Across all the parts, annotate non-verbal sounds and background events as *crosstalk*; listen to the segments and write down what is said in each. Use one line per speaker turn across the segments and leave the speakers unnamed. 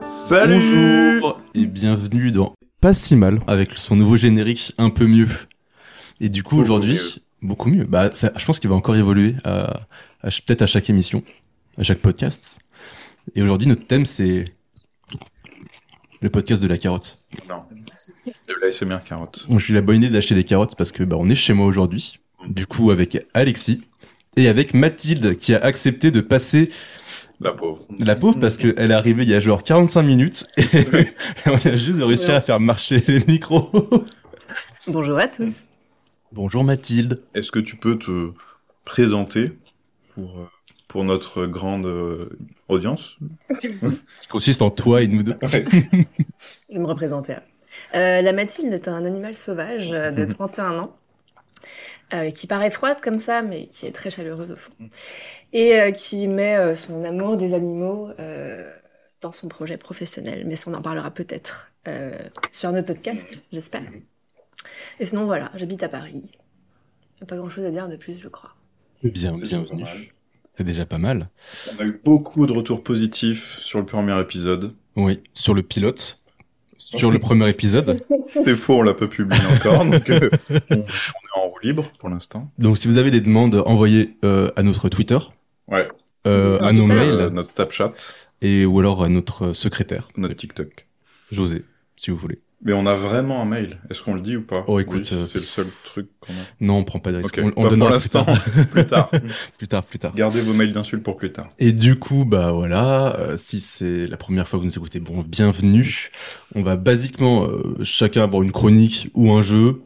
Salut
Bonjour et bienvenue dans Pas si mal avec son nouveau générique un peu mieux. Et du coup
Beaucoup
aujourd'hui
mieux.
beaucoup mieux. Bah ça- je pense qu'il va encore évoluer à, à ch- peut-être à chaque émission, à chaque podcast. Et aujourd'hui notre thème c'est le podcast de la carotte.
Non. De l'ASMR carotte.
Bon, j'ai eu la bonne idée d'acheter des carottes parce que bah on est chez moi aujourd'hui. Du coup avec Alexis et avec Mathilde qui a accepté de passer
La pauvre.
la pauvre parce qu'elle est arrivée il y a genre 45 minutes *laughs* et on a juste
C'est
réussi à
vrai.
faire marcher les micros. *laughs*
Bonjour à tous.
Bonjour Mathilde.
Est-ce que tu peux te présenter pour, euh, pour notre grande euh, audience
Qui consiste en toi et nous deux.
Je vais me représenter. Euh, la Mathilde est un animal sauvage euh,
Mhm.
de 31 ans, euh, qui paraît froide comme ça, mais qui est très chaleureuse au fond, et euh, qui met euh, son amour des animaux euh, dans son projet professionnel. Mais ça, on en parlera peut-être euh, sur notre
Mhm.
podcast, j'espère. Et sinon, voilà, j'habite à Paris. Y a Pas grand-chose à dire de plus, je crois.
Bien,
C'est
bienvenue.
pas mal.
C'est déjà pas mal.
On a eu beaucoup de retours positifs sur le premier épisode.
Oui, sur le pilote, sur
*laughs*
le premier épisode.
Des fois, on l'a pas publié
*laughs*
encore, donc euh, on, on est en roue libre pour l'instant.
Donc si vous avez des demandes, envoyez euh, à notre Twitter,
Ouais.
euh, à nos
Twitter.
Euh,
mails,
notre Snapchat,
et ou alors à notre euh, secrétaire,
notre TikTok.
José, si vous voulez.
Mais on a vraiment un mail. Est-ce qu'on le dit ou pas
Oh, écoute,
Oui,
euh,
c'est le seul truc qu'on a.
Non, on prend pas de risque.
Ok,
On- On,
pas pour
donnera plus
l'instant,
tard.
*laughs* plus tard.
*laughs* plus tard, plus tard.
Gardez vos mails d'insultes pour plus tard.
Et du coup, bah voilà, euh, si c'est la première fois que vous nous écoutez, bon, bienvenue. On va basiquement euh, chacun avoir une chronique ou un jeu.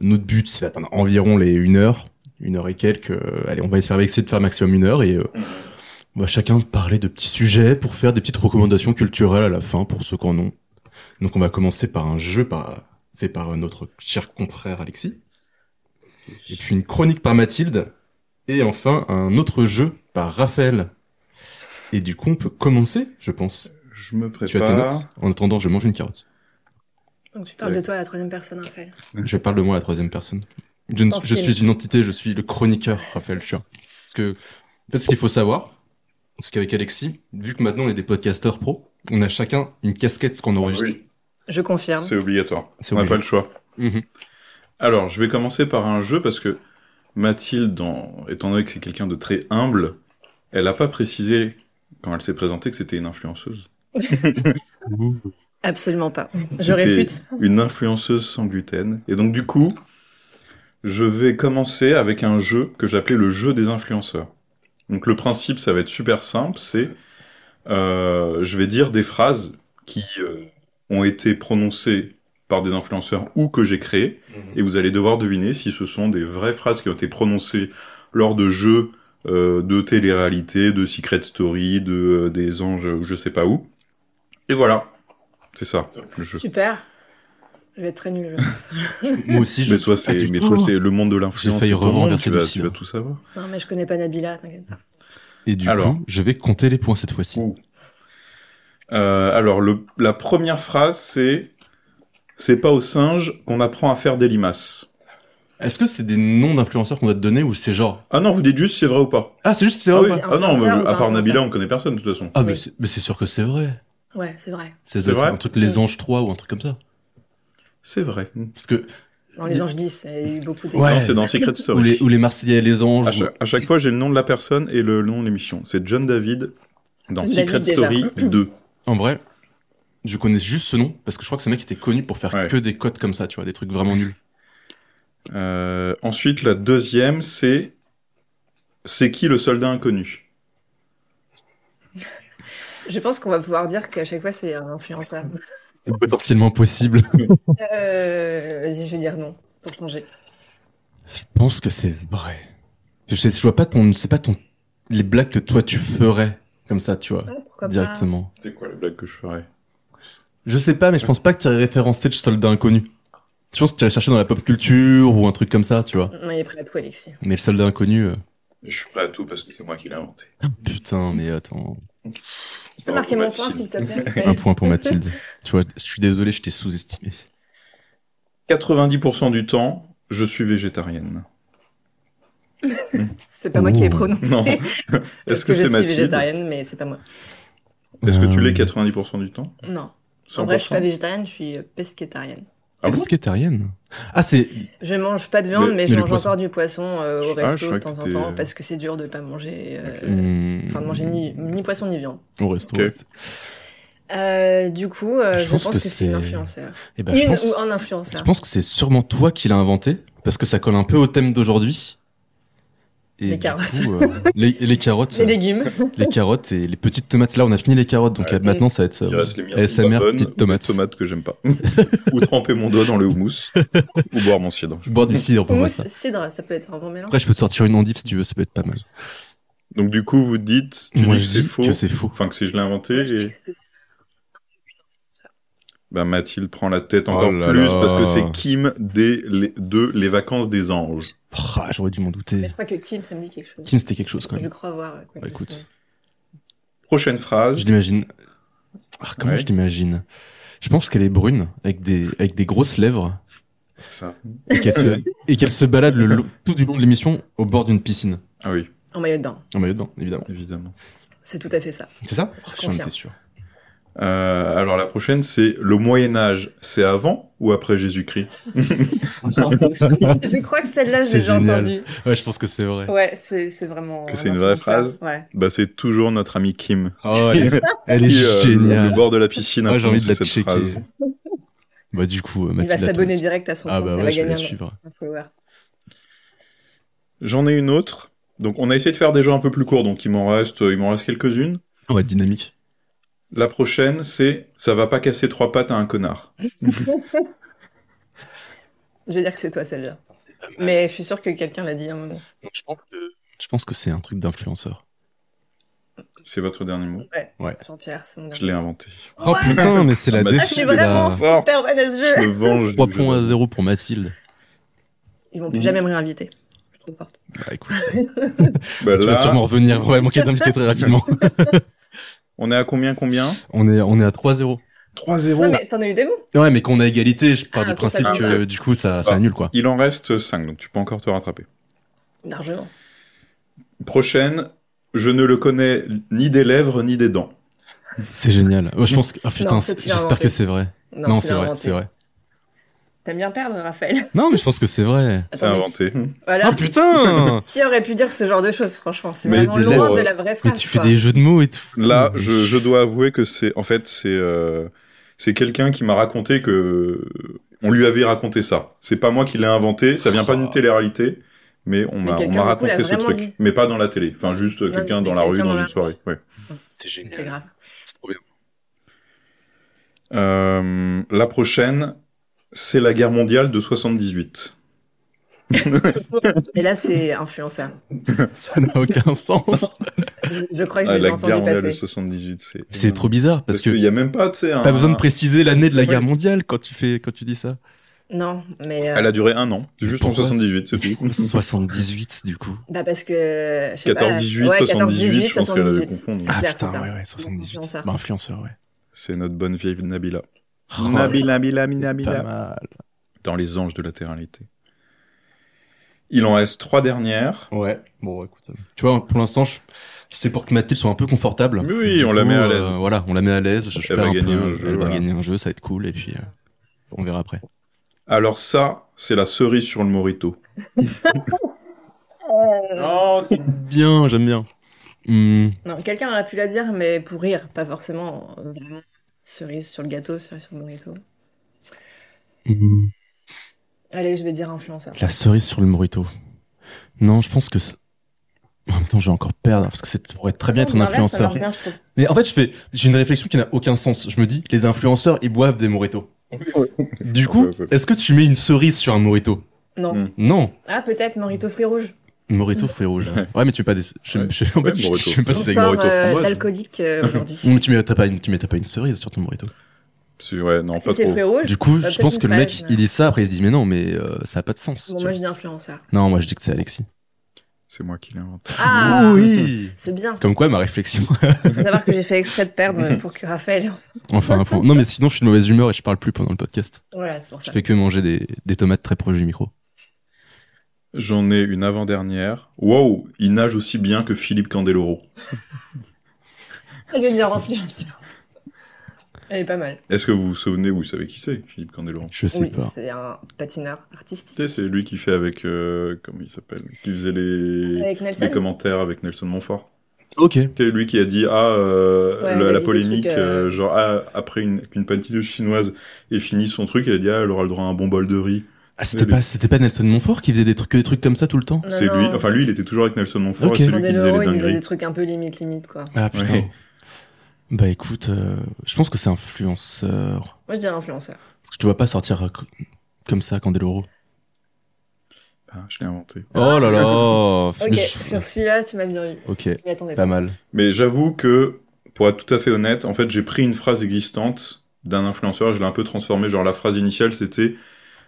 Notre but, c'est d'atteindre environ les 1 heure, une heure et quelques. euh, allez, on va essayer essayer de faire maximum une heure et euh, on va chacun parler de petits sujets pour faire des petites recommandations culturelles à la fin pour ceux qui en ont. Donc on va commencer par un jeu par, fait par euh, notre cher confrère Alexis. Et puis une chronique par Mathilde. Et enfin un autre jeu par Raphaël. Et du coup, on peut commencer, je pense.
Je me prépare.
Tu as tes notes En attendant, je mange une carotte.
Donc tu parles
Ouais.
de toi à la troisième personne, Raphaël.
Je parle de moi à la troisième personne. Je, ne- je
Sensible.
suis une entité, je suis le chroniqueur, Raphaël, tu vois. Parce que, en fait, ce qu'il faut savoir, c'est qu'avec Alexis, vu que maintenant on est des podcasteurs pro, on a chacun une casquette ce qu'on enregistre.
Oui,
Je confirme.
c'est obligatoire.
C'est
On n'a
obligé.
pas le choix.
Mhm.
Alors, je vais commencer par un jeu parce que Mathilde, en- étant donné que c'est quelqu'un de très humble, elle n'a pas précisé quand elle s'est présentée que c'était une influenceuse.
Absolument pas. Je
C'était
réfute.
Une influenceuse sans gluten. Et donc, du coup, je vais commencer avec un jeu que j'appelais le jeu des influenceurs. Donc, le principe, ça va être super simple. C'est, euh, je vais dire des phrases qui euh, ont été prononcées par des influenceurs ou que j'ai créées. Et vous allez devoir deviner si ce sont des vraies phrases qui ont été prononcées lors de jeux euh, de télé-réalité, de Secret Story, de euh, des anges ou je sais pas où. Et voilà. C'est ça, le jeu.
Super. Je vais être très nulle, je pense.
Moi aussi, je Ah, Oh.
Mais toi, c'est, mais toi, c'est le monde de l'influence.
J'ai failli
c'est ton monde, tu
renverser
vas,
du
tu
cidre.
vas tout savoir.
non, mais je connais pas Nabila, t'inquiète pas.
Et du
Alors.
coup, je vais compter les points cette fois-ci.
Ouh. Euh, alors, le, la première phrase, c'est C'est pas aux singes qu'on apprend à faire des limaces.
Est-ce que c'est des noms d'influenceurs qu'on va te donner ou c'est genre
Ah non, vous dites juste si c'est vrai ou pas.
Ah, c'est juste c'est
Ah,
vrai
oui.
ou pas
ah non, mais,
Influenceur ou
à
pas
part Nabila,
influenceur
on connaît personne de toute façon.
Ah, mais
Oui.
c'est- mais c'est sûr que c'est vrai.
Ouais, c'est vrai.
C'est
C'est vrai
un truc les
Oui.
anges 3 ou un truc comme ça.
C'est vrai.
Parce que
Dans Les Anges 10, il y a eu beaucoup d'écoutes.
Ouais.
Non, c'était dans
*laughs*
Secret
ou
Story.
les, ou les Marseillais et les anges.
À, chaque, à chaque fois, j'ai le nom de la personne et le nom de l'émission. C'est John David dans
David,
Secret
déjà.
Story 2.
En vrai, je connais juste ce nom parce que je crois que ce mec était connu pour faire
Ouais.
que des cotes comme ça, tu vois, des trucs vraiment nuls.
Euh, ensuite, la deuxième, c'est C'est qui le soldat inconnu
Je pense qu'on va pouvoir dire qu'à chaque fois, c'est
*laughs*
un influenceur.
C'est potentiellement possible.
Euh, Vas-y, je vais dire non, pour changer.
*laughs* Je pense que c'est vrai. Je sais, je vois pas ton, c'est pas ton, les blagues que toi tu ferais comme ça, tu vois,
Ouais, Ah, pourquoi
directement.
C'est quoi la blague que je ferais
Je sais pas, mais je pense pas que tu irais référencer le soldat inconnu. Je pense que tu irais chercher dans la pop culture ou un truc comme ça, tu vois.
pas Non, il est prêt à tout, Alexis.
Mais le soldat inconnu, euh,
Je suis prêt à tout parce que c'est moi qui l'ai inventé.
putain, mais attends.
Tu peux marquer mon point, s'il te
*laughs*
plaît
Un point pour Mathilde. tu vois, je suis désolé, je t'ai sous-estimé.
90% du temps, je suis
*laughs*
végétarienne.
C'est pas moi qui l'ai
Ouh.
prononcé.
Non.
Parce
*laughs* Est-ce que,
je
c'est
suis
Mathilde
végétarienne, mais c'est pas moi.
Est-ce que tu
Euh,
l'es 90% du temps
Non.
100%
En vrai, je suis pas végétarienne, je suis euh, pesquetarienne.
Ah bon
Pescétarienne Ah, c'est.
Je mange pas de viande,
Mais-
mais,
mais
je
le
mange
poisson.
encore du poisson euh,
Ah,
au
je
resto de
crois que
temps en
t'es-
temps parce que c'est dur de pas manger. euh,
hum,
Enfin, de manger ni, ni poisson ni viande.
Au resto.
Ok.
Euh, du coup, euh, je, pense que, c'est une influenceur.
Et ben,
Une
je pense,
ou un
je
influenceur.
pense que c'est sûrement toi qui l'as inventé, parce que ça colle un peu au thème d'aujourd'hui. Et
Les
du
carottes.
coup, euh, les, les
*laughs*
carottes.
Les légumes.
les carottes et les petites tomates. Là, on a fini les carottes, donc
Ouais.
euh, maintenant, ça va être
Il
euh,
reste les myrtilles
ASMR,
pas bonnes,
petites
ou des
tomates.
tomates que j'aime pas. *laughs* ou tremper mon doigt dans le houmous. ou boire mon cidre.
boire du cidre *laughs* pour moi.
Mousse,
Ça.
cidre, ça peut être un bon mélange.
Après, je peux te sortir une endive si tu veux, ça peut être pas mal.
Donc du coup, vous dites, tu
moi,
dis que
je
c'est
dis
faux.
que c'est faux.
Enfin, que si je l'ai inventé.
Je dis
Et...
que c'est-
Bah, Mathilde prend la tête
Oh
encore
là
plus
là.
parce que c'est Kim des, les, de Les Vacances des Anges.
Prah, J'aurais dû m'en douter.
Mais je crois que Kim, ça me dit quelque chose.
Kim, c'était quelque chose quand
Je
même.
crois voir. euh, quoi
Bah,
que ce
écoute.
soit.
Prochaine phrase.
Je l'imagine. Ah, comment
Ouais.
je l'imagine Je pense qu'elle est brune, avec des, avec des grosses lèvres,
Ça.
et qu'elle se, et qu'elle se balade le, lo- tout du long de l'émission au bord d'une piscine.
Ah oui,
En maillot de bain.
En maillot de bain, évidemment.
évidemment.
C'est tout à
*laughs*
fait ça. *laughs*
C'est ça Oh, J'en
Confirme.
étais sûr.
Euh, alors la prochaine, c'est le Moyen Âge, c'est avant ou après Jésus-Christ
Je crois que celle-là,
C'est
j'ai déjà
génial.
entendue.
Ouais, je pense que c'est vrai.
Ouais, c'est c'est vraiment.
Que
un
c'est une
influenceur.
vraie phrase
Ouais.
Bah c'est toujours notre amie Kim.
Oh, elle est, elle est
Qui, euh, Le
géniale.
bord de la piscine. a
Ah, j'ai envie de la
prononcé
checker.
cette phrase.
Bah, du coup, euh,
Il va
Mathilde.
s'abonner direct à son
Ah,
compte,
bah
ça
ouais,
va
je vais
gagner
la
un-
suivre.
un follower.
J'en ai une autre. Donc on a essayé de faire des jeux un peu plus courts, donc il m'en reste, euh, il m'en reste quelques-unes.
On va être dynamique.
La prochaine, c'est ça va pas casser trois pattes à un connard.
Je vais dire que c'est toi celle-là. Mais je suis sûre que quelqu'un l'a dit à un moment.
Donc, je pense que, je pense que c'est un truc d'influenceur.
C'est votre dernier mot.
Jean-Pierre, c'est mon
Je l'ai inventé.
Oh putain, mais c'est la
Ah, Mathilde,
Ah, je
défaite.
suis
de la-
vraiment super bonne à ce
Je
jeu.
me venge.
3 points à 0 pour Mathilde.
Ils
Mmh.
vont plus jamais me réinviter. Je suis trop forte.
Bah écoute,
Bah,
tu vas
là,
sûrement revenir. Ouais, manquer d'inviter très rapidement.
on est à combien combien
*laughs* on, est, on est à 3-0.
3-0.
Non,
bah.
mais t'en as eu des bons.
Ouais, mais qu'on a égalité, je pars
Ah,
du
ok,
principe
ça
que du coup ça, ça
Ah.
annule quoi.
Il en reste 5, donc tu peux encore te rattraper.
Largement.
Prochaine, je ne le connais ni des lèvres ni des dents.
C'est génial. Ouais, je pense que. Ah putain,
Non, ça, tu l'as
j'espère
inventé.
que c'est vrai.
Non,
Non,
tu
c'est
l'as
vrai,
inventé.
c'est vrai.
T'aimes bien perdre, Raphaël.
Non, mais je pense que c'est vrai.
C'est
mais
inventé.
Ah
Voilà.
putain
Qui aurait pu dire ce genre de choses, franchement C'est
Mais
vraiment
des
loin
lèvres.
de la vraie
Mais
phrase.
tu fais
quoi.
des jeux de mots et tout.
Mmh.
Là, je, je dois avouer que c'est en fait c'est euh, c'est quelqu'un qui m'a raconté que on lui avait raconté ça. C'est pas moi qui l'ai inventé, ça vient pas d'une télé-réalité, mais on
Oh. Mais
m'a on
quelqu'un,
m'a
du coup, l'a
raconté ce
vraiment
truc,
dit.
mais pas dans la télé. Enfin, juste euh,
Non,
quelqu'un
mais
dans la rue,
quelqu'un
dans
dans
une
la-
soirée. ouais.
C'est
C'est grave.
C'est trop bien.
Euh, la prochaine, c'est la guerre mondiale de
Ah,
Ah, 78.
Et là, c'est influenceur.
Ça n'a aucun sens.
Je, je crois que je
Ah,
l'ai
la
déjà
guerre
entendu
mondiale de
passer.
78, c'est
C'est trop bizarre parce que
y a même pas, tu sais, un-
pas besoin de préciser l'année de la guerre
Ouais.
mondiale quand tu fais quand tu dis ça.
Non, mais. euh,
Elle a duré un an, c'est juste en
Pourquoi
78, c'est tout.
*laughs* 78 du coup.
Bah parce que. je sais pas,
14-18,
ouais,
78,
14-18,
je pense qu'elle allait
78.
confondre.
C'est
Ah
clair, c'est
putain,
ça.
ouais ouais, 78.
Influenceur.
Bah, influenceur, ouais.
C'est notre bonne vieille Nabila.
Oh,
Nabila, Nabila,
c'est
Nabila.
pas mal.
Dans les anges de latéralité. Il en reste trois dernières.
Ouais, bon, écoute. euh, Tu vois, pour l'instant, je... c'est pour que Mathilde soit un peu confortable.
Mais oui,
Du euh,
on la met à l'aise.
voilà, on la met à l'aise. Je, je
Elle
perds
va
un
gagner
peu.
un jeu,
elle
voilà.
va gagner un jeu, ça va être cool. Et puis, euh, on verra après.
Alors ça, c'est la cerise sur le
*laughs*
morito.
Oh, c'est bien, j'aime bien. Hmm,
Non, quelqu'un aurait pu la dire, mais pour rire, pas forcément. euh, vraiment. Cerise sur le gâteau, cerise sur le burrito.
hmm.
Allez, je vais dire influenceur.
La cerise sur le morito. Non, je pense que. c'est- En même temps, je vais encore perdre parce que c'est pourrait très bien être un
Non, l'inverse, ça
influenceur.
marche bien, je trouve.
Mais en fait, je fais, j'ai une réflexion qui n'a aucun sens. Je me dis, les influenceurs, ils boivent des moritos.
*laughs*
Du coup,
Ouais, ouais.
est-ce que tu mets une cerise sur un morito
Non.
Hmm.
Non,
Ah, peut-être Morito fruits rouges.
morito fruit rouge.
Ouais.
Ouais, mais tu mets pas des. Je,
Ouais.
je- en fait,
Ouais,
je-
Morito,
je sais
ça
pas si
va.
c'est
Sors,
avec
Sort
Morito
euh,
framboise.
d'alcoolique euh, aujourd'hui.
*laughs* Non, mais tu mets t'as pas une, tu mets t'as pas une cerise sur ton morito.
C'est- Ouais, non, pas
Ah, si c'est
trop.
fruits rouges,
Du coup,
Bah,
je
peut-être
pense
une
que le mec,
page, mais-
il dit ça après, il se dit mais non, mais euh, ça a pas de sens.
bon,
tu
moi
vois.
je dis influenceur.
Non, moi je dis que c'est Alexis.
C'est moi qui l'ai inventé.
Ah,
oui.
c'est bien.
Comme quoi, ma réflexion. *laughs*
Faut savoir que j'ai fait exprès de perdre euh, pour que Raphaël.
enfin, un fond. non, mais sinon, je suis de mauvaise humeur et je parle plus pendant le podcast.
Voilà, c'est pour ça.
Je fais que manger des, des tomates très proches du micro.
J'en ai une avant-dernière. Wow, il nage aussi bien que Philippe Candeloro.
Elle vient de remplir un cerveau. Elle est pas mal.
Est-ce que vous vous souvenez, vous savez qui c'est, Philippe Candeloro
Je sais
oui,
pas.
c'est un patineur
Tu
artistique.
sais, C'est lui qui fait avec. euh, comment il s'appelle Qui faisait les,
Avec Nelson.
les commentaires avec Nelson Montfort.
Ok.
C'est lui qui a dit ah euh,
Ouais,
le-
il a
la
dit des
polémique
trucs, euh,
euh, genre ah, après une qu'une pâtisserie chinoise ait fini son truc il a dit ah elle aura le droit à un bon bol de riz
Ah, c'était
Oui,
pas, c'était pas Nelson Montfort qui faisait des trucs, que des trucs comme ça tout le temps
Non,
c'est
non,
lui enfin lui il était toujours avec Nelson Montfort
Ok.
et c'est lui qui disait
Candeloro,
les
il disait
dingueries
des trucs un peu limite, limite, quoi.
Ah putain.
Ouais.
Bah écoute, euh, je pense que c'est influenceur.
Moi, je dirais influenceur.
Parce que tu vois pas sortir euh, co- comme ça, Candeloro.
Ah, je l'ai inventé
Oh là là
*laughs* Ok,
Mais je-
sur celui-là, tu m'as bien eu.
Ok,
Je m'y attendais
pas
pas.
mal.
mais j'avoue que pour être tout à fait honnête en fait j'ai pris une phrase existante d'un influenceur et je l'ai un peu transformée genre la phrase initiale c'était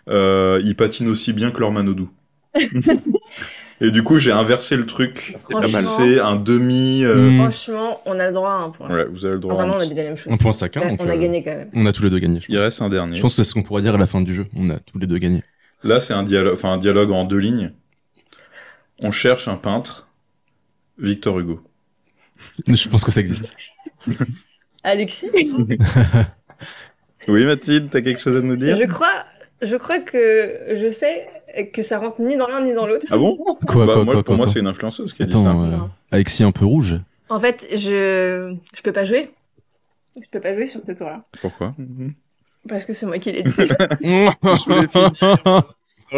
euh, ils patinent aussi bien que leur
*laughs*
Manodou et du coup j'ai inversé le truc
pas mal.
c'est un demi euh,
Mm.
Franchement, on a le droit à un point.
ouais vous avez le droit
Enfin,
à un
non, on a
petit.
dit la même chose.
Un point chacun,
Ouais,
donc
Bah, on a
euh,
gagné quand même.
on a tous les deux gagné. Je
il
pense.
reste un dernier
Je pense que c'est ce qu'on pourrait dire à la fin du jeu. On a tous les deux gagné.
Là, c'est un dialogue, enfin un dialogue en deux lignes. On cherche un peintre, Victor Hugo.
Je pense que ça existe.
Alexis,
Oui, Mathilde, t'as quelque chose à nous dire
je crois, je crois que je sais que ça rentre ni dans l'un ni dans l'autre.
Ah bon
Quoi,
Bah,
quoi,
moi,
quoi,
Pour
quoi,
moi,
quoi.
c'est une influenceuse qui a dit ça.
Attends, euh,
Non.
Alexis un peu *laughs* rouge.
En fait, je, je peux pas jouer. Je peux pas jouer sur ce corps-là.
Pourquoi
Parce que c'est moi qui
*laughs*
l'ai dit.
bah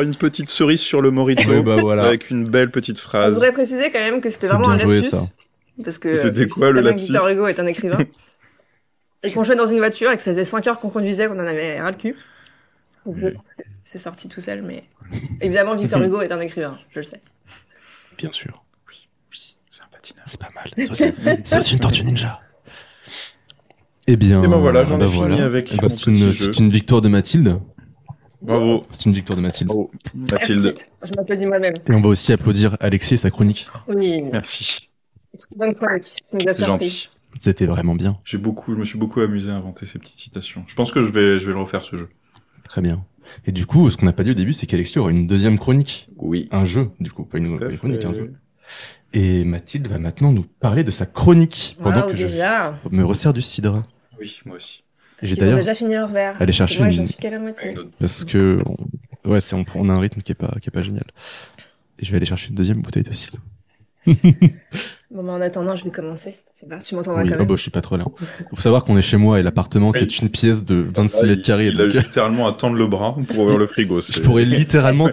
Une petite cerise sur le morito,
voilà.
avec une belle petite
Je
phrase.
voudrais préciser quand même que c'était
C'est
vraiment un
bien joué,
lapsus.
ça.
parce que
C'était
euh,
quoi,
je
le
sais très bien que
lapsus
Victor Hugo est
*laughs*
un écrivain. et qu'on jouait dans une voiture et que ça faisait 5 heures qu'on conduisait, qu'on en avait ras le cul. Donc, je-
Oui.
C'est sorti tout seul, mais
*laughs*
évidemment, Victor Hugo est un écrivain, je le sais.
Bien sûr.
C'est un patinage.
C'est pas mal. C'est aussi, c'est aussi une tortue ninja. Eh bien.
Et ben voilà, j'en ai
bah
fini
voilà.
avec
Eh ben,
mon
c'est,
petit
une,
jeu.
c'est une victoire de Mathilde.
Bravo.
C'est une victoire de Mathilde.
Bravo. Mathilde.
Merci. Je m'applaudis moi-même.
Et on va aussi applaudir Alexis et sa chronique.
Oui,
Merci.
bonne chronique. Tu nous as
C'est
surpris.
gentil.
C'était vraiment bien.
J'ai beaucoup, je me suis beaucoup amusé à inventer ces petites citations. Je pense que je vais, je vais le refaire ce jeu.
Très bien. Et du coup, ce qu'on n'a pas dit au début, c'est qu'Alexis aura une deuxième chronique.
Oui.
Un jeu, du coup, pas
Tout
une,
à
pas une chronique, hein,
fait.
un jeu. Et Mathilde va maintenant nous parler de sa chronique pendant
Waouh,
que
déjà.
je me resserre du cidre.
Oui, moi aussi.
Parce
J'ai
qu'ils ont
d'ailleurs
déjà fini leur verre.
allé chercher
Moi,
une-
j'en suis qu'à la moitié.
Une autre.
parce que on- ouais, c'est on, on a un rythme qui est pas qui est pas génial. Et je vais aller chercher une deuxième bouteille de cidre.
Bon, bah, en attendant, je vais commencer. C'est parti, tu m'entendras
Oui,
quand
oh,
même.
bah, je suis pas trop là. Faut savoir qu'on est chez moi et l'appartement c'est une pièce de 26
Là,
mètres
il-
carrés.
Ah, Il a
donc,
littéralement à tendre le bras pour ouvrir le frigo.
*laughs* je
c'est-
pourrais littéralement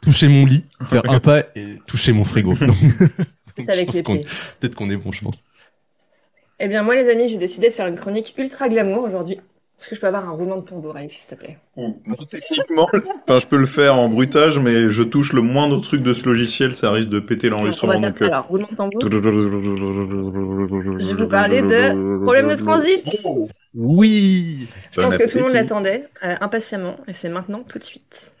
toucher
*laughs*
mon lit, faire un pas et toucher mon frigo. *laughs* Donc,
C'est avec
je
les
pense qu'on-
pieds.
Peut-être qu'on est bon, je pense.
Eh bien, moi, les amis, j'ai décidé de faire une chronique ultra glamour aujourd'hui. Est-ce que je peux avoir un roulement de tambour, Alexis, s'il te plaît
Ou- Techniquement, enfin, je peux le faire en bruitage, mais je touche le moindre truc de ce logiciel, ça risque de péter l'enregistrement.
On va faire
Donc, euh,
euh,
ça, alors, roulement de tambour.
Je
vais vous parler de problème de transit.
Oh, Oui.
Je pense que tout le monde l'attendait euh, impatiemment, et c'est maintenant, tout de suite.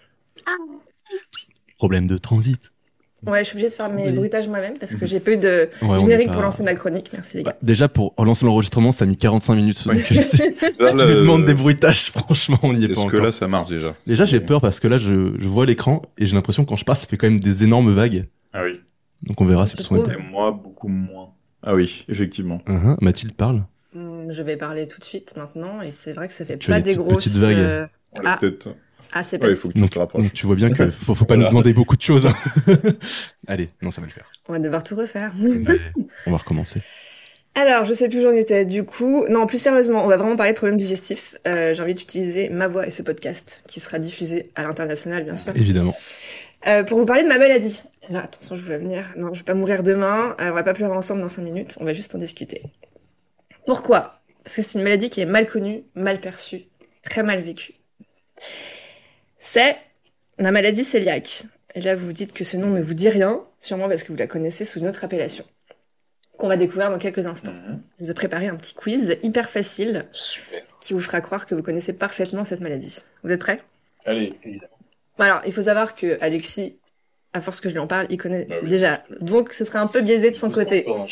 Problème de transit.
Ouais, je suis obligée de faire mes
Oui.
bruitages moi-même parce que
Mhm.
j'ai peu de
Ouais, on est
générique
pas-
pour lancer ma chronique. Merci les gars.
Bah, déjà pour relancer l'enregistrement, ça a mis 45 minutes.
Ouais.
Donc,
*laughs*
je sais- Si tu me demandes des bruitages, *laughs* franchement, on n'y est pas
euh, Est-ce que
encore.
là, ça marche déjà
Déjà, j'ai peur parce que là, je, je vois l'écran et j'ai l'impression que quand je passe, ça fait quand même des énormes vagues.
Ah oui.
Donc on verra si
Tu
le son est
trouves
bon.
Et moi, beaucoup moins. Ah oui, effectivement.
Hein, Mathilde parle.
Hum, Je vais parler tout de suite maintenant, et c'est vrai que ça fait
Tu as
pas
des
des
petites-
grosses.
petites vagues.
euh,
On
Ah.
l'a Peut-être.
Ah, c'est pas
Ouais, il faut que tu
Donc,
te rapproches.
donc tu vois bien
*laughs*
que faut, faut pas
Voilà.
nous demander beaucoup de choses. hein. *laughs* Allez, non, ça va le faire.
*laughs*
On va devoir tout refaire.
on va recommencer.
Alors, je sais plus où j'en étais. Du coup, non, plus sérieusement, on va vraiment parler de problèmes digestifs. Euh, j'ai envie d'utiliser ma voix et ce podcast qui sera diffusé à l'international, bien sûr.
Évidemment.
Euh, pour vous parler de ma maladie. Alors, attention, je vous vois venir. Non, je vais pas mourir demain. Euh, on va pas pleurer ensemble dans 5 minutes. On va juste en discuter. Pourquoi Parce que c'est une maladie qui est mal connue, mal perçue, très mal vécue. C'est la maladie cœliaque. Et là, vous vous dites que ce nom ne vous dit rien, sûrement parce que vous la connaissez sous une autre appellation, qu'on va découvrir dans quelques instants.
Mhm.
Je vous ai préparé un petit quiz hyper facile
Super.
qui vous fera croire que vous connaissez parfaitement cette maladie. Vous êtes prêts
Allez, évidemment.
Bon, Alors, il faut savoir que Alexis, à force que je lui en parle, il connaît
Bah oui.
déjà. Donc, ce serait un peu biaisé de son côté.
hein.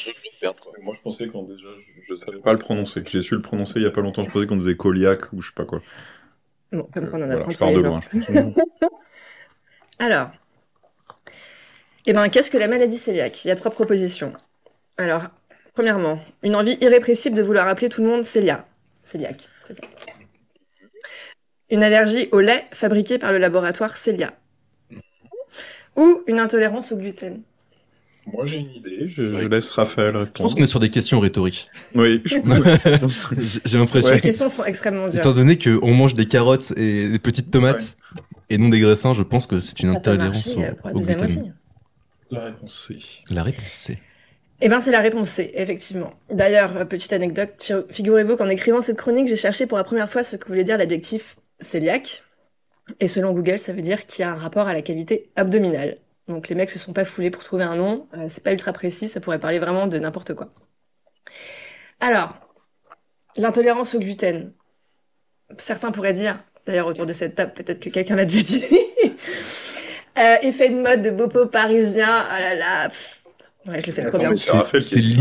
Moi, je pensais quand déjà, je ne savais pas le prononcer. J'ai su le prononcer il y a pas longtemps. Je pensais qu'on disait coliac ou je sais pas quoi.
Bon, comme
Euh,
quoi, on en
voilà,
apprend
je
tous
pars
les
de
jours.
loin. je pense.
*laughs* Alors, eh ben, qu'est-ce que la maladie cœliaque Il y a trois propositions. Alors, Premièrement, une envie irrépressible de vouloir appeler tout le monde Célia. Céliac. Célia. Une allergie au lait fabriqué par le laboratoire Célia. Ou une intolérance au gluten.
Moi, j'ai une idée. Je, je
Oui.
laisse Raphaël répondre.
Je pense qu'on est sur des questions rhétoriques.
Oui. je-
J'ai j'ai l'impression,
*laughs* Ouais.
Les questions sont extrêmement dures.
étant donné qu'on mange des carottes et des petites tomates et non des graissins, je pense que c'est une
Ça peut
intolérance au,
marcher, euh, pour la
au
deuxième
gluten.
aussi.
La réponse C.
La réponse c'est.
Eh bien, c'est la réponse C, effectivement. D'ailleurs, euh, petite anecdote, fi- figurez-vous qu'en écrivant cette chronique, j'ai cherché pour la première fois ce que voulait dire l'adjectif cœliaque. Et selon Google, ça veut dire qu'il y a un rapport à la cavité abdominale. Donc les mecs se sont pas foulés pour trouver un nom, euh, c'est pas ultra précis, ça pourrait parler vraiment de n'importe quoi. Alors, l'intolérance au gluten. Certains pourraient dire, d'ailleurs autour de cette table, peut-être que quelqu'un l'a déjà dit. *laughs* Euh, effet de mode de bopo parisien, ah là là. pff. Ouais, je le fais le
Attends,
premier.
mais C'est Raphaël qui
C'est
a dit ça.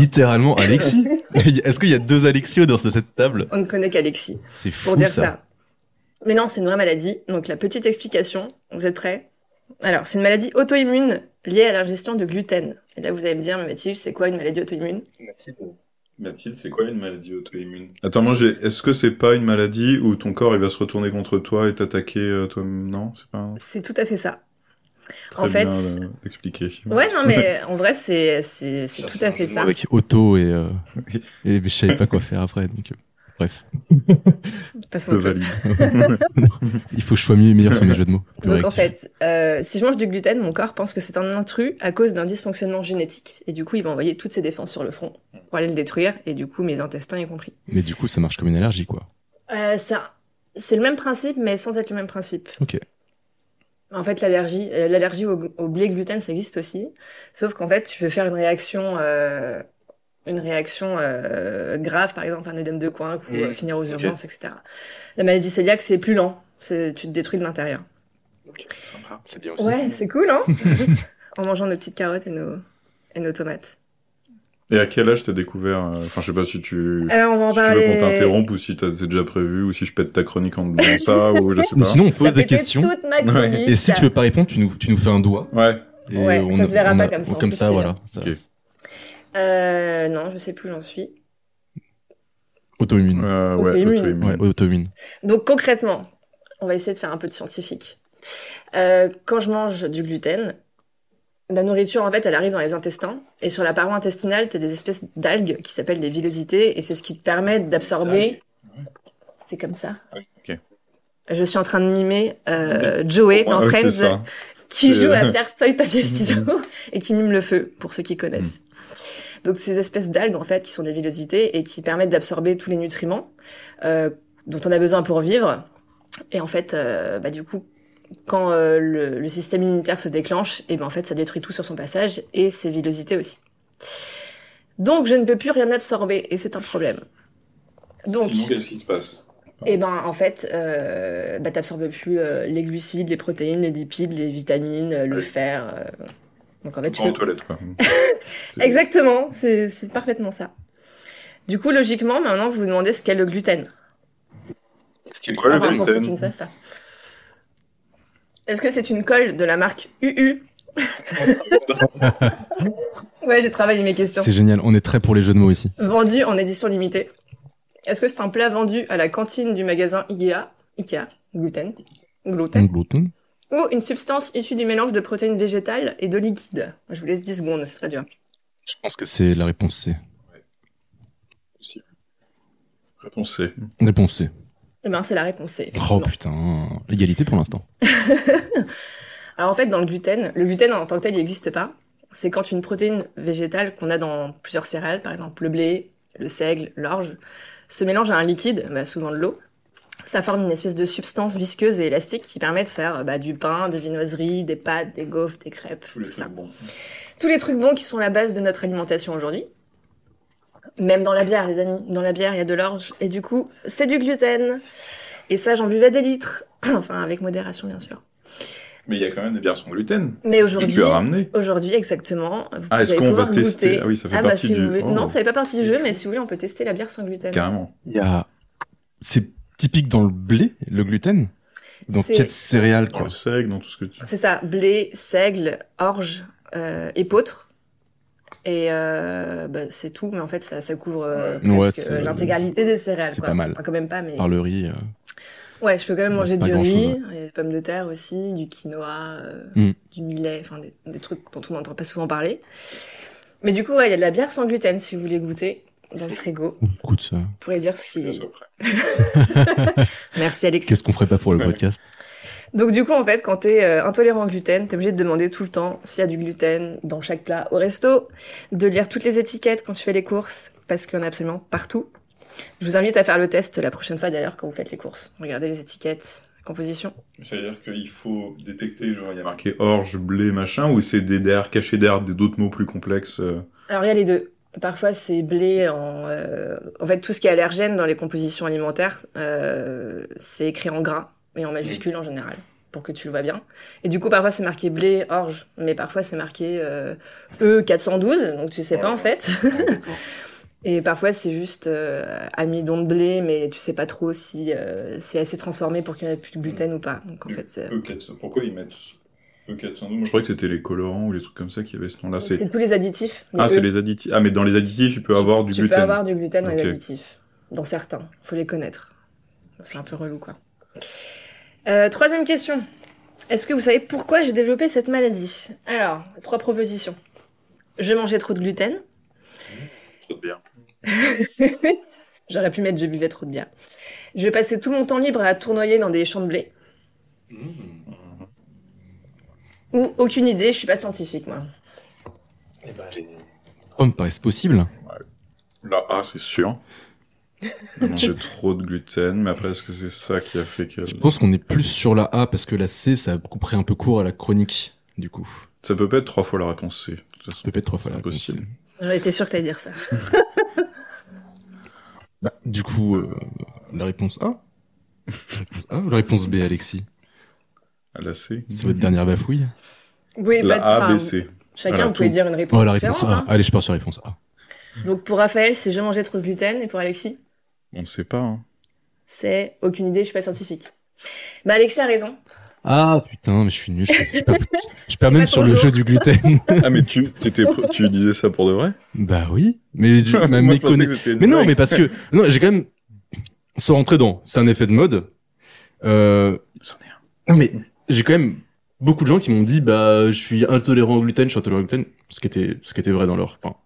*laughs*
littéralement Alexis. Est-ce qu'il y a deux Alexis autour de cette table
On ne connaît qu'Alexis
C'est fou
pour dire
ça.
ça. Mais non, c'est une vraie maladie. Donc la petite explication, vous êtes prêts Alors, c'est une maladie auto-immune liée à l'ingestion de gluten. Et là, vous allez me dire, mais Mathilde, c'est quoi une maladie auto-immune
euh,
Mathilde, c'est quoi une maladie auto-immune Attends, moi, j'ai... est-ce que c'est pas une maladie où ton corps il va se retourner contre toi et t'attaquer euh, toi Non, c'est pas.
C'est tout à fait ça.
Très
En fait-
bien euh, expliqué.
Ouais, non, mais en vrai, c'est c'est- c'est
Ça
tout
fait
à
un
fait
jeu
ça.
Avec Otto et, euh, et je savais pas quoi faire après. Donc, euh, bref,
Passons
Je
à
le
autre chose.
valide.
il faut que je sois mieux et meilleur sur mes jeux de mots. Plus
Donc en
réactif.
fait, euh, si je mange du gluten, mon corps pense que c'est un intrus à cause d'un dysfonctionnement génétique. Et du coup, il va envoyer toutes ses défenses sur le front pour aller le détruire, et du coup, mes intestins y compris.
Mais du coup, ça marche comme une allergie, quoi.
Euh, ça, c'est le même principe, mais sans être le même principe.
Ok.
En fait, l'allergie, euh, l'allergie au, au blé gluten, ça existe aussi. Sauf qu'en fait, tu peux faire une réaction, euh, une réaction euh, grave, par exemple un œdème de coin, ou
Mmh,
euh, finir aux
ok.
urgences, etc. La maladie cœliaque, c'est plus lent. C'est, tu te détruis de l'intérieur.
C'est bien
Ouais, c'est
*laughs*
cool, hein? En mangeant nos petites carottes et nos, et nos tomates.
Et à quel âge t'as découvert euh, Enfin, je sais pas si tu.
Mmh.
Alors, Euh, on va en
Si tu veux qu'on
parler.
t'interrompe ou si t'as- c'est déjà prévu ou si je pète ta chronique en disant ça ou je sais
Mais
pas.
sinon, on pose
T'as
des
pété
questions.
toute ma
Ouais.
Et si
chronique.
tu veux pas répondre, tu nous, tu nous fais un doigt.
Ouais.
Et
Ouais, ça se verra pas comme ça, en
Comme
plus,
ça,
c'est-
voilà. ça-
Ok.
Euh, non, je sais plus où j'en suis.
Auto-immune.
Euh, ouais,
Auto-immune.
auto-immune.
Ouais, auto-immune.
Donc concrètement, on va essayer de faire un peu de scientifique. Euh, quand je mange du gluten, la nourriture, en fait, elle arrive dans les intestins. Et sur la paroi intestinale, tu as des espèces d'algues qui s'appellent des villosités. Et c'est ce qui te permet d'absorber. C'est comme ça.
ok.
Je suis en train de mimer euh, Joey
Ah
dans
oui, c'est
Friends
ça.
qui
C'est-
joue à pierre, feuille, papier, ciseaux et qui mime le feu, pour ceux qui connaissent. Donc ces espèces d'algues, en fait, qui sont des villosités et qui permettent d'absorber tous les nutriments euh, dont on a besoin pour vivre. Et en fait, euh, bah, du coup, quand euh, le, le système immunitaire se déclenche, et ben, en fait, ça détruit tout sur son passage et ses villosités aussi. Donc je ne peux plus rien absorber et c'est un problème. Donc,
Sinon, qu'est-ce qui se passe
et ben en fait, euh, bah, t'absorbes plus euh, les glucides, les protéines, les lipides, les vitamines, euh, le
Oui.
fer. euh. Donc en fait, tu
En
peux...
toilette,
*laughs*
quoi. C'est-
Exactement, c'est c'est parfaitement ça. Du coup, logiquement, maintenant, vous vous demandez ce qu'est le gluten.
Ouais, le
Enfin, pour ceux
gluten.
qui ne savent pas. Est-ce que c'est une colle de la marque UU *laughs* Ouais, j'ai travaillé mes questions.
C'est génial. On est très pour les jeux de mots ici.
Vendu en édition limitée. Est-ce que c'est un plat vendu à la cantine du magasin IKEA Ikea Gluten Gluten
Gluten.
Ou une substance issue du mélange de protéines végétales et de liquide. Je vous laisse 10 secondes, c'est très dur.
Je pense que c'est la réponse C.
Réponse C.
Réponse C.
Eh ben, c'est la réponse C.
Oh
effectivement.
putain. Égalité pour l'instant.
Alors en fait, dans le gluten, le gluten en tant que tel, il n'existe pas. C'est quand une protéine végétale qu'on a dans plusieurs céréales, par exemple le blé, le seigle, l'orge, se mélange à un liquide, bah, souvent de l'eau. Ça forme une espèce de substance visqueuse et élastique qui permet de faire bah, du pain, des viennoiseries, des pâtes, des gaufres, des crêpes, tout ça. tous les trucs bons qui sont la base de notre alimentation aujourd'hui. Même dans la bière, les amis. Dans la bière, il y a de l'orge. Et du coup, c'est du gluten. Et ça, j'en buvais des litres. *clears throat* enfin, avec modération, bien sûr.
Mais il y a quand même des bières sans gluten.
Mais
Que
aujourd'hui,
tu as ramené.
aujourd'hui exactement, vous
Ah, est-ce
allez
qu'on va
pouvoir
tester
goûter.
Ah oui, ça fait
Ah, bah,
partie
si
du.
vous voulez.
Oh,
Non, ça fait pas partie du jeu, mais si vous voulez, on peut tester la bière sans gluten.
Carrément.
Il y a. C'est typique dans le blé, le gluten. Dans
C'est-
quelle céréale,
Dans
quoi
le
Ah,
seigle, dans tout ce que tu.
C'est ça, blé, seigle, orge, euh, épeautre. Et euh, bah, c'est tout, mais en fait, ça, ça couvre euh,
Ouais.
presque
Ouais, c'est-
euh, l'intégralité des céréales.
c'est
quoi.
pas mal.
Enfin, quand même pas, mais.
Par le riz. euh.
Ouais, je peux quand même
Il
manger
reste
du
pas
riz,
grand-chose,
et des pommes de terre aussi, du quinoa, euh,
Mm.
du millet, enfin des, des trucs dont on n'entend pas souvent parler. Mais du coup, ouais, il y a de la bière sans gluten si vous voulez goûter dans le frigo. Vous
Écoute, ça.
pourrez dire ce
Bien
qui.
sûr, après.
Merci Alexis.
Qu'est-ce qu'on ferait pas pour le
Ouais.
podcast
Donc du coup, en fait, quand t'es euh, intolérant au gluten, t'es obligé de demander tout le temps s'il y a du gluten dans chaque plat au resto, de lire toutes les étiquettes quand tu fais les courses, parce qu'il y en a absolument partout. Je vous invite à faire le test la prochaine fois d'ailleurs quand vous faites les courses. Regardez les étiquettes, composition.
C'est-à-dire qu'il faut détecter, genre, il y a marqué orge, blé, machin, ou c'est des derrière, cachés derrière des- d'autres mots plus complexes. euh,
Alors il y a les deux. Parfois c'est blé en... euh, En fait tout ce qui est allergène dans les compositions alimentaires, euh, c'est écrit en gras et en majuscule en général, pour que tu le vois bien. Et du coup parfois c'est marqué blé, orge, mais parfois c'est marqué euh, E412, donc tu sais pas en fait. *laughs* Et parfois c'est juste euh, amidon de blé, mais tu sais pas trop si euh, c'est assez transformé pour qu'il n'y ait plus de gluten ou pas. Donc en
Mm.
fait c'est...
E400, E pourquoi ils mettent E E412 Moi, je croyais que c'était les colorants ou les trucs comme ça qui avaient ce nom-là. C'est...
C'est tous les additifs. les
Ah,
E.
c'est les additifs. Ah, mais dans les additifs, il peut avoir du
tu
gluten.
peux avoir du gluten dans les
Ok.
additifs, dans certains. faut les connaître. C'est un peu relou, quoi. Euh, troisième question. Est-ce que vous savez pourquoi j'ai développé cette maladie Alors, trois propositions. Je mangeais trop de gluten. *laughs*
bien.
J'aurais pu mettre je buvais trop de bière. Je passais tout mon temps libre à tournoyer dans des champs de blé.
Mmh.
Ou aucune idée, je suis pas scientifique, moi.
Oh, me paraissent possible.
Là, ah, c'est sûr. *laughs* J'ai mangé trop de gluten, mais après, est-ce que c'est ça qui a fait que...
Je pense qu'on est plus sur la A parce que la C, ça couperait un peu court à la chronique, du coup.
Ça peut pas être trois fois la réponse C. de toute façon.
Peut-être trois fois
C'est
la réponse.
impossible.
J'aurais été sûre que t'allais dire ça.
Bah, du coup, euh, la réponse A La réponse A ou la réponse B, Alexis
Ah, la C
C'est votre dernière bafouille
Oui,
La
pas de-
A,
enfin,
B, C.
Chacun,
Voilà,
vous pouvez
tout.
dire une réponse
Oh, la
différente.
réponse A.
hein.
Allez, je pars sur la réponse A.
Donc pour Raphaël, c'est je mangeais trop de gluten, et pour Alexis
On ne sait pas, hein.
C'est aucune idée, je suis pas scientifique. Bah Alexis a raison.
Ah putain, mais je suis nul. Je, je, perds- je
pas
perds même
ton
sur le
jour.
jeu du gluten. *laughs*
Ah, mais tu, t'étais, tu disais ça pour de vrai
bah oui, mais du- ma
*laughs* Moi, je pensais
méconna-
que c'était une
Mais non,
blague.
mais parce que non, j'ai quand même sans rentrer dans. C'est un effet de mode. Euh,
C'en est un.
non, mais j'ai quand même beaucoup de gens qui m'ont dit bah je suis intolérant au gluten, je suis intolérant au gluten, ce qui était ce qui était vrai dans leur. Enfin,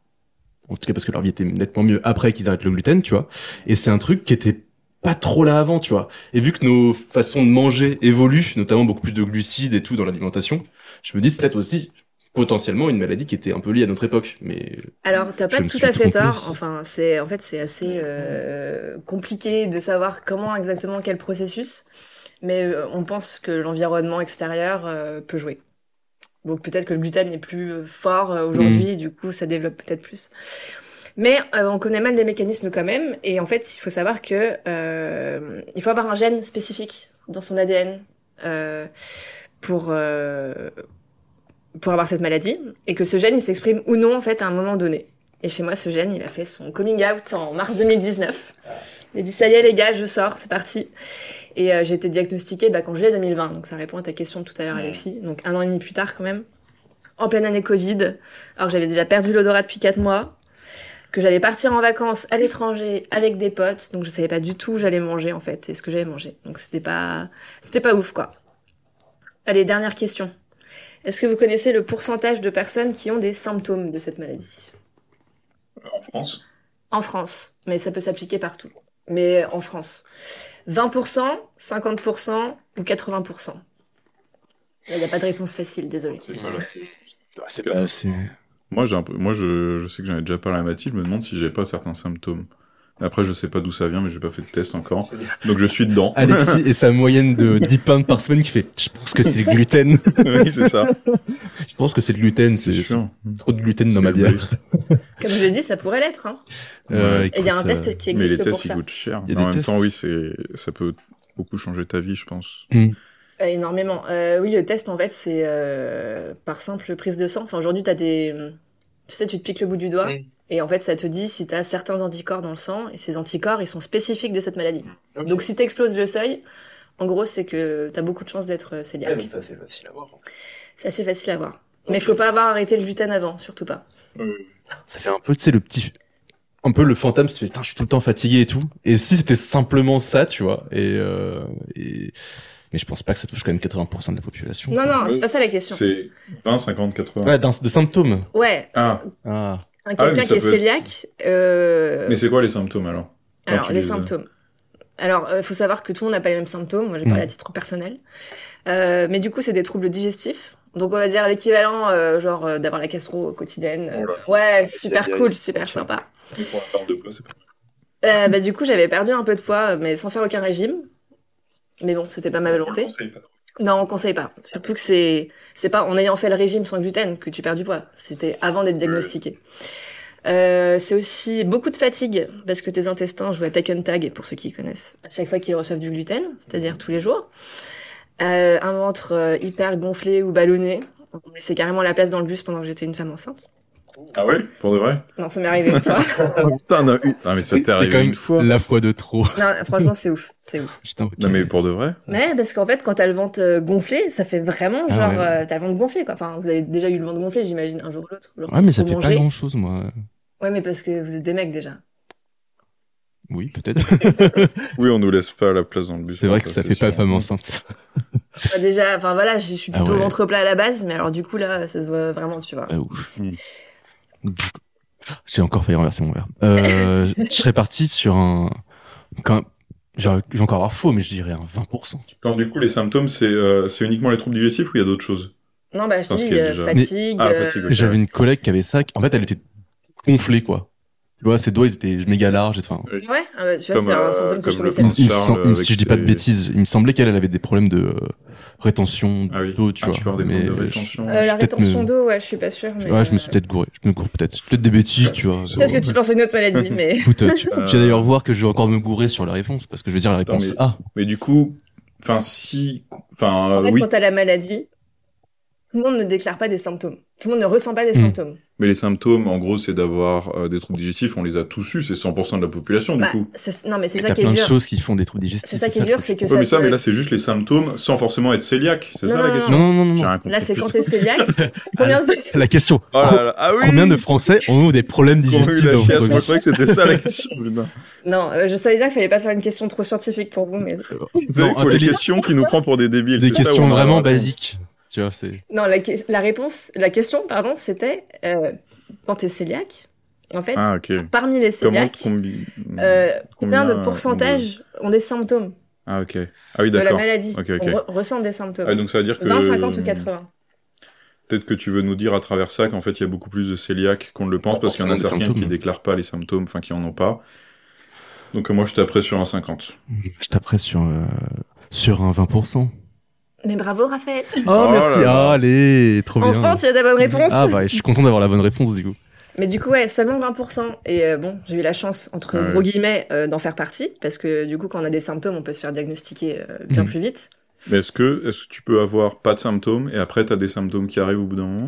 en tout cas parce que leur vie était nettement mieux après qu'ils arrêtent le gluten, tu vois. Et c'est un truc qui était pas trop là avant, tu vois. Et vu que nos façons de manger évoluent, notamment beaucoup plus de glucides et tout dans l'alimentation, je me dis c'est peut-être aussi potentiellement une maladie qui était un peu liée à notre époque. Mais
Alors t'as pas
Je me
tout
suis
à fait
trompé.
tort. Enfin c'est en fait c'est assez euh, compliqué de savoir comment exactement quel processus, mais euh, on pense que l'environnement extérieur euh, peut jouer. Donc peut-être que le gluten est plus euh, fort euh, aujourd'hui, et du coup ça développe peut-être plus. Mais euh, on connaît mal les mécanismes quand même, et en fait il faut savoir que euh, il faut avoir un gène spécifique dans son ADN euh, pour euh, pour avoir cette maladie, et que ce gène il s'exprime ou non en fait à un moment donné. Et chez moi ce gène il a fait son coming out en mars 2019. Il a dit ça y est les gars je sors c'est parti. Et euh, j'ai été diagnostiquée bah, qu'en juillet 2020, donc ça répond à ta question de tout à l'heure
Ouais.
Alexis, donc un an et demi plus tard quand même, en pleine année Covid, alors que j'avais déjà perdu l'odorat depuis quatre mois que j'allais partir en vacances à l'étranger avec des potes, donc je savais pas du tout où j'allais manger en fait et ce que j'allais manger. Donc c'était pas c'était pas ouf quoi. Allez, dernière question. Est-ce que vous connaissez le pourcentage de personnes qui ont des symptômes de cette maladie
hein, En France
En France, mais ça peut s'appliquer partout. Mais en France, 20%, 50% ou 80% Il n'y a pas de réponse facile, désolé.
c'est pas la C.
c'est
pas-
c'est
Moi, j'ai un peu... Moi je... je sais que j'en ai déjà parlé à Mathilde, je me demande si j'ai pas certains symptômes. Après, je sais pas d'où ça vient, mais j'ai pas fait de test encore. Donc, je suis *laughs* dedans.
Alexis et sa moyenne de 10 pounds par semaine qui fait je pense que c'est le gluten.
oui, c'est ça.
Je pense que c'est le gluten, c'est
C'est sûr.
trop de gluten dans
C'est
ma
le blé.
bière.
Comme je l'ai dit, ça pourrait l'être. Hein.
Euh,
Et il y a un
écoute, euh,
test qui
Mais les
existe pour
tests, ils
ça.
coûtent cher.
Il y a
Mais en
des
même temps,
tests.
oui, c'est... ça peut beaucoup changer ta vie, je pense.
Euh, Énormément. Euh, oui, le test, en fait, c'est euh, par simple prise de sang. Enfin, aujourd'hui, t'as des... Tu sais, tu te piques le bout du doigt,
Mm.
et en fait, ça te dit si t'as certains anticorps dans le sang, et ces anticorps, ils sont spécifiques de cette maladie. Donc, si t'exploses le seuil, en gros, c'est que t'as beaucoup de chances d'être euh,
Ouais,
Ah,
cœliaque.
donc ça c'est facile à voir.
C'est assez facile à voir. Mais faut pas avoir arrêté le gluten avant, surtout pas.
Euh,
ça fait un peu, tu sais, le petit, un peu le fantasme, tu fais, Putain, je suis tout le temps fatigué et tout. Et si c'était simplement ça, tu vois, et, euh, et- mais je pense pas que ça touche quand même 80% de la population.
Non,
quoi.
non, c'est pas ça la question.
C'est 20, 50, 80.
Ouais, d'un- de symptômes.
Ouais,
Ah,
Ah.
un
Ah oui,
quelqu'un
mais ça
qui est
peut être-
cœliaque, euh,
mais c'est quoi les symptômes alors quand
alors
tu
les
les as
symptômes. Alors, il faut savoir que tout le monde n'a pas les mêmes symptômes. Moi, j'ai
Hmm.
Mm.
parlé à titre personnel. Euh, mais du coup, c'est des troubles digestifs. Donc, on va dire l'équivalent, euh, genre, euh, d'avoir la gastro quotidienne.
Oh là
ouais, super
diarrhée.
cool, super sympa.
Pour la part de poids, c'est pas-
Euh, bah, du coup, j'avais perdu un peu de poids, mais sans faire aucun régime. Mais bon, c'était pas ma
on le
volonté.
conseille pas trop.
Non, on conseille pas. Surtout que c'est, c'est pas en ayant fait le régime sans gluten que tu perds du poids. C'était avant d'être diagnostiqué. Euh, c'est aussi beaucoup de fatigue parce que tes intestins jouent à tag and tag pour ceux qui connaissent. À chaque fois qu'ils reçoivent du gluten, c'est-à-dire tous les jours, Euh, un ventre euh, hyper gonflé ou ballonné. On me laissait carrément la place dans le bus pendant que j'étais une femme enceinte.
Ah ouais Pour de vrai
Non, ça m'est arrivé une fois.
Putain, non, une- Ah, mais ça t'est
C'était
arrivé
quand même
une fois.
La fois de trop. *laughs*
Non, franchement, c'est ouf, c'est ouf.
Putain, ok.
Non, mais pour de vrai
Ouais, parce qu'en fait, quand t'as le ventre euh, gonflé, ça fait vraiment
Ah
genre,
ouais.
euh, t'as le ventre gonflé, quoi. Enfin, vous avez déjà eu le ventre gonflé, j'imagine, un jour ou l'autre. Genre,
Ouais, mais ça
trop
fait pas
mangé.
grand chose, moi.
Ouais, mais parce que vous êtes des mecs déjà.
Oui, peut-être.
Oui, on nous laisse pas la place dans le bus.
c'est vrai
pour
que ça fait
c'est
pas
sûr.
femme enceinte.
Bah, déjà, enfin voilà, je je suis
Ah
plutôt
ouais.
ventre plat à la base, mais alors du coup, là, ça se voit vraiment, tu vois.
Ah, ouf.
Hmm.
J'ai encore failli renverser mon verre.
*laughs*
Euh, je serais parti sur un. Quand... J'ai j'ai encore avoir faux, mais je dirais un 20%.
Quand du coup, les symptômes, c'est euh, c'est uniquement les troubles digestifs ou il y a d'autres choses
Non, bah, je te
Parce
dis,
qu'il y a
euh,
déjà-
fatigue.
Ah,
euh,
fatigue. ok.
J'avais une collègue qui avait ça. qui- En fait, elle était gonflée, quoi. Tu vois, ses doigts, ils étaient méga larges. et- Enfin,
Ouais, ah, bah, tu vois,
Comme,
c'est un
euh,
symptôme que je
comme
connaissais.
le-
pas.
Charles
il me sem-
avec
si je dis pas de
ses-
bêtises, il me semblait qu'elle elle avait des problèmes de euh, rétention
Ah oui.
d'eau, tu
Ah,
vois.
tu peux avoir des
Mais
problèmes de
je-
rétention.
je-
Euh,
je
la
suis peut-être
rétention
me-
d'eau, ouais, je suis pas sûre, mais.
Ouais, je me suis
euh,
peut-être gouré. Je me gourre peut-être. C'est Peut-être des bêtises, tu vois.
Peut-être
Peut-être que tu penses à une
*laughs*
autre maladie, mais.
Écoute, euh, tu-
Euh,
tu vas d'ailleurs voir que je vais encore me gourer sur la réponse, parce que je vais dire la
Attends,
réponse
mais-
A.
Mais du coup, enfin, si. Enfin, euh,
En fait,
oui,
quand t'as la maladie, tout le monde ne déclare pas des symptômes. Tout le monde ne ressent pas des
Mm.
symptômes.
mais les symptômes, en gros, c'est d'avoir euh, des troubles digestifs, on les a tous eu, c'est 100% de la population, du
Bah,
coup.
c'est- non, mais c'est
Mais
ça
T'as
qui est
plein de
dur.
choses qui font des trous digestifs.
C'est ça qui est dur, c'est que
Ouais, mais ça,
peut-
mais là, c'est juste les symptômes sans forcément être cœliaque, c'est
Non,
ça
non,
la
non,
question
Non, non, non, non.
J'ai
non.
rien compris.
Là, c'est quand t'es cœliaque.
*laughs*
Combien de
La question.
Oh là là, ah oui
Combien de Français ont eu des problèmes
Qui ont eu
digestifs
la
dans
chiasse,
votre
moi, je
vie
croyais que c'était ça la question,
*laughs*
putain.
Non, euh, je savais bien qu'il fallait pas faire une question trop scientifique pour vous, mais
Vous savez, il faut les
intelligent.
questions qui nous prend pour des débiles.
Des
c'est ça où
questions
on a la
vraiment
réponse.
basiques. Tu vois, c'est.
non, la, que- la réponse, la question, pardon, c'était euh, quand t'es cœliaque, en fait,
Ah, ok.
parmi les
Comment
cœliaques,
combi...
euh, combien,
combien,
de
euh,
pourcentages ont des symptômes
Ah, ok. Ah oui,
de la
d'accord.
maladie
Ok, ok.
On re- ressent des symptômes.
Ah, donc ça veut dire que.
20, 50 Euh, ou 80
Peut-être que tu veux nous dire à travers ça qu'en fait, il y a beaucoup plus de cœliaques qu'on ne le pense, parce qu'il y en a
Des
certains
Ah, symptômes. hein.
qui déclarent pas les symptômes, enfin, qui en ont pas. Donc, euh, moi, je taperais sur un 50.
Je t'apprête sur, euh, sur un 20%.
Mais bravo, Raphaël
Oh,
là
merci.
là.
allez, trop bien.
Enfin, tu as ta bonne réponse
Ah, bah, je suis content d'avoir la bonne réponse, du coup.
Mais du coup, ouais, seulement 20%. Et euh, bon, j'ai eu la chance, entre
Ouais.
gros guillemets, euh, d'en faire partie, parce que du coup, quand on a des symptômes, on peut se faire diagnostiquer euh, bien
Mm.
Mhm.
plus vite.
Mais est-ce que, est-ce que tu peux avoir pas de symptômes et après, tu as des symptômes qui arrivent au bout d'un moment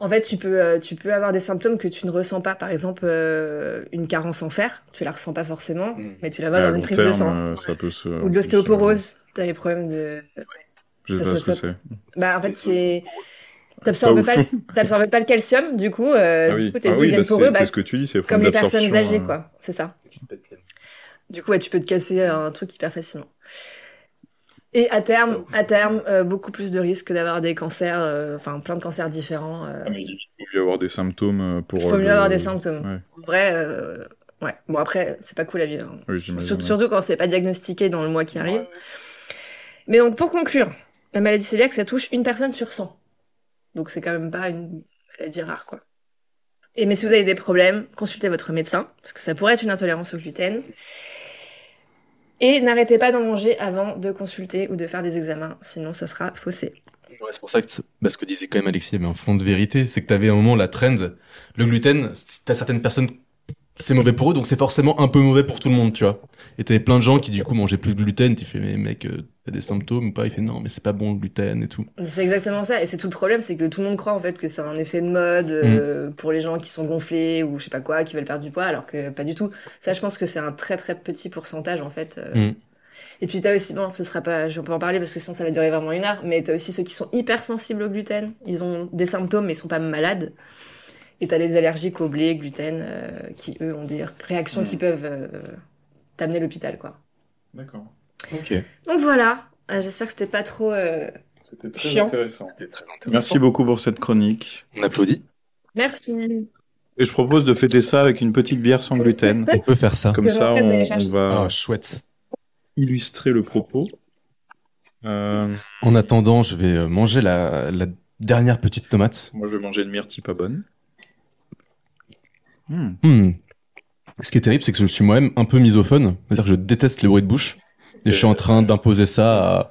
En fait, tu peux, euh, tu peux avoir des symptômes que tu ne ressens pas. Par exemple, euh, une carence en fer, tu la ressens pas forcément,
Mm.
mais tu la vois
Mais à
dans une
long
prise de
terme,
sang.
euh, ça peut se.
Ou de l'ostéoporose, tu as les problèmes de...
Je sais
Ça
pas
se
ce que c'est.
Bah, en fait, c'est...
Pas
T'absorbes
ouf.
pas, le- t'absorbes pas le calcium, du coup, euh,
Ah
du
oui,
coup, tes
Ah
os
oui,
deviennent
bah,
poreux,
c'est
bah,
c'est ce que tu dis, c'est
comme
problème
les personnes
d'absorption,
âgées,
euh.
quoi. C'est ça. Du coup, ouais, tu peux te casser euh, un truc hyper facilement. Et à terme, à terme, euh, beaucoup plus de risques d'avoir des cancers, euh, enfin plein de cancers différents. euh,
Ah, mais il faut mieux avoir des symptômes euh, pour.
Il faut
euh,
mieux
le-
avoir des symptômes.
Ouais.
En vrai, euh, ouais. Bon, après, c'est pas cool à vivre. hein.
Oui, j'imagine,
Surtout,
ouais.
surtout quand c'est pas diagnostiqué dans le mois qui arrive. Mais donc, pour conclure, la maladie cœliaque, ça touche une personne sur 100. Donc, c'est quand même pas une maladie rare, quoi. Et mais si vous avez des problèmes, consultez votre médecin, parce que ça pourrait être une intolérance au gluten. Et n'arrêtez pas d'en manger avant de consulter ou de faire des examens, sinon ça sera faussé.
Ouais, c'est pour ça que, bah, ce que disait quand même Alexis, mais un fond de vérité, c'est que t'avais un moment la trend, le gluten, c- t'as certaines personnes, c'est mauvais pour eux, donc c'est forcément un peu mauvais pour tout le monde, tu vois. Et t'avais plein de gens qui, du coup, mangeaient plus de gluten, tu fais, mais mec, euh, t'as des symptômes ou pas? Il fait, non, mais c'est pas bon le gluten et tout.
C'est exactement ça, et c'est tout le problème, c'est que tout le monde croit en fait que c'est un effet de mode euh, pour les gens qui sont gonflés ou je sais pas quoi, qui veulent perdre du poids, alors que pas du tout. Ça, je pense que c'est un très très petit pourcentage en fait. euh.
Mm.
Et puis t'as aussi, bon, ce sera pas, je vais pas en parler parce que sinon ça va durer vraiment une heure, mais t'as aussi ceux qui sont hypersensibles au gluten, ils ont des symptômes mais ils sont pas malades. Et t'as les allergiques au blé, gluten, euh, qui eux ont des réactions
Mhm.
qui peuvent euh, t'amener à l'hôpital, quoi.
D'accord.
Ok.
Donc voilà, Euh, j'espère que c'était pas trop. euh,
C'était
très Chiant.
intéressant.
C'était très intéressant.
Merci beaucoup pour cette chronique.
On applaudit.
Merci.
Et je propose de fêter ça avec une petite bière sans
*laughs*
gluten.
On peut faire ça.
Comme ça,
Après, vous
on,
allez chercher.
on va
Ah, chouette.
illustrer le propos. Euh,
En attendant, je vais euh, manger la, la dernière petite tomate.
moi, je vais manger une myrtille pas bonne. Hmm.
Hmm. Ce qui est terrible, c'est que je suis moi-même un peu misophone. C'est-à-dire que je déteste les bruits de bouche. Et je suis en train d'imposer ça à-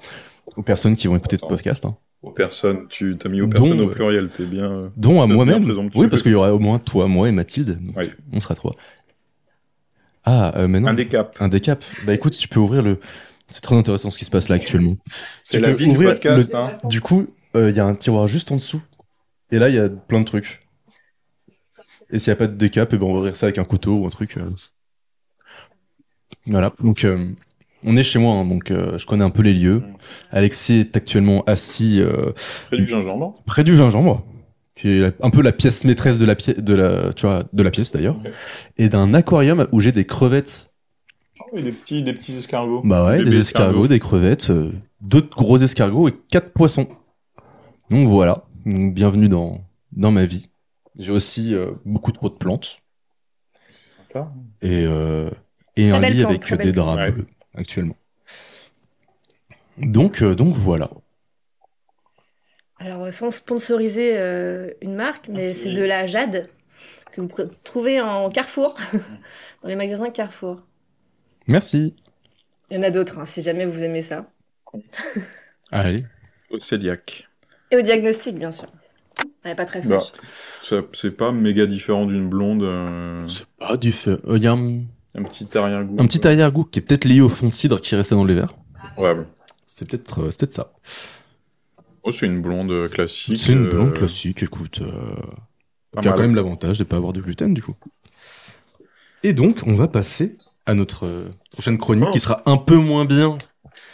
aux personnes qui vont écouter ce podcast. hein.
Aux personnes, tu t'as mis aux personnes
Donc,
au pluriel, t'es bien. euh,
Dont à
Bien
moi-même.
présent que tu
Oui,
veux.
parce qu'il y aura au moins toi, moi et Mathilde. Donc,
Oui.
On sera trois. Ah, euh, mais non.
Un décap.
Un décap. Bah écoute, tu peux ouvrir le. C'est très intéressant ce qui se passe là actuellement.
C'est
tu
la
peux
vie du
ouvrir
podcast. hein.
Du coup, il y a un tiroir juste en dessous. Et là, il y a plein de trucs. Et s'il n'y a pas de décap, eh ben, on va ouvrir ça avec un couteau ou un truc. euh. Voilà. Donc, euh, on est chez moi, hein, donc euh, je connais un peu les lieux. Alexis est actuellement assis euh,
Près du gingembre.
près du gingembre, qui est la- un peu la pièce maîtresse de la, pièce de la, tu vois, de la pièce d'ailleurs,
Ok.
et d'un aquarium où j'ai des crevettes.
Oh, et des petits, des petits escargots.
Bah ouais,
Des
des
bébés
escargots, des crevettes, euh, deux gros escargots et quatre poissons. Donc voilà, Donc, bienvenue dans, dans ma vie. J'ai aussi euh, beaucoup de de plantes
C'est sympa.
et, euh, et un
belle
lit
plante,
avec
très
des
belle
draps
plante.
bleus actuellement. Donc, euh, donc voilà.
Alors, euh, sans sponsoriser euh, une marque, mais
Merci.
c'est de la jade que vous pr- trouvez en Carrefour, *laughs* dans les magasins Carrefour.
Merci.
Il y en a d'autres, hein, si jamais vous aimez ça.
Allez.
Au céliac.
Et au diagnostic, bien sûr. Elle n'est pas très
Bah,
fraîche.
ça- c'est pas méga différent d'une blonde. euh,
C'est pas du feu. Il y a un,
un petit arrière-goût.
un petit arrière-goût qui est peut-être lié au fond de cidre qui restait dans les verres.
Ouais, bon.
C'est peut-être euh, c'est peut-être ça.
Oh, c'est une blonde classique.
C'est une blonde
euh,
classique, écoute. euh,
pas
qui a
mal.
quand même l'avantage de ne pas avoir de gluten, du coup. Et donc, on va passer à notre euh, prochaine chronique
Oh.
qui sera un peu moins bien.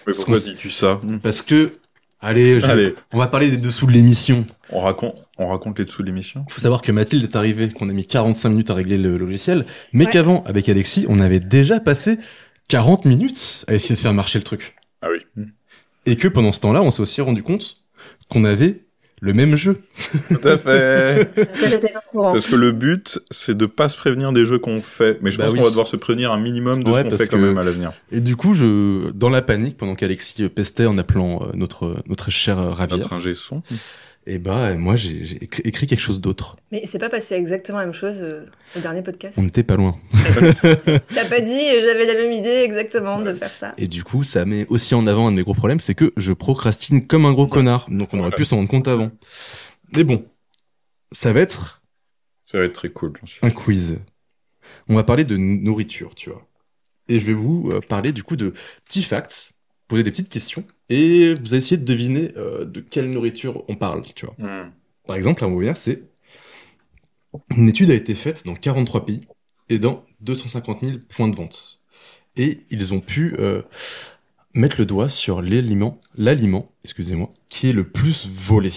Mais pourquoi
Parce qu'on-
dis-tu ça Hmm.
Parce que, allez, je-
Allez,
on va parler des dessous de l'émission.
on raconte, on raconte les dessous de l'émission.
Il faut savoir que Mathilde est arrivée, qu'on a mis 45 minutes à régler le logiciel, mais
Ouais.
qu'avant, avec Alexis, on avait déjà passé 40 minutes à essayer de faire marcher le truc.
Ah oui.
Et que pendant ce temps-là, on s'est aussi rendu compte qu'on avait le même jeu.
*laughs* Tout à fait.
Ça, j'étais pas au courant.
Euh.
Parce que le but, c'est de pas se prévenir des jeux qu'on fait. Mais je
Bah
pense
oui.
qu'on va devoir se prévenir un minimum de
Ouais,
ce qu'on
parce
fait quand
que-
même à l'avenir.
Et du coup, je, dans la panique, pendant qu'Alexis euh, pestait en appelant euh, notre, notre cher euh, Ravière,
Notre ingé son.
Et bah, moi, j'ai j'ai écri- écrit quelque chose d'autre.
Mais c'est pas passé exactement la même chose euh, au dernier podcast.
On n'était pas loin.
T'as pas dit, euh, j'avais la même idée exactement de faire ça.
Et du coup, ça met aussi en avant un de mes gros problèmes, c'est que je procrastine comme un gros connard. Donc, on aurait pu s'en rendre compte avant. Mais bon, ça va être
Ça va être très cool, bien sûr.
un quiz. On va parler de nourriture, tu vois. Et je vais vous euh, parler du coup de petits facts, poser des petites questions, et vous allez essayer de deviner euh, de quelle nourriture on parle, tu vois.
Hmm.
Par exemple, la première, c'est une étude a été faite dans 43 pays et dans 250 000 points de vente. Et ils ont pu euh, mettre le doigt sur l'aliment, l'aliment, excusez-moi, qui est le plus volé.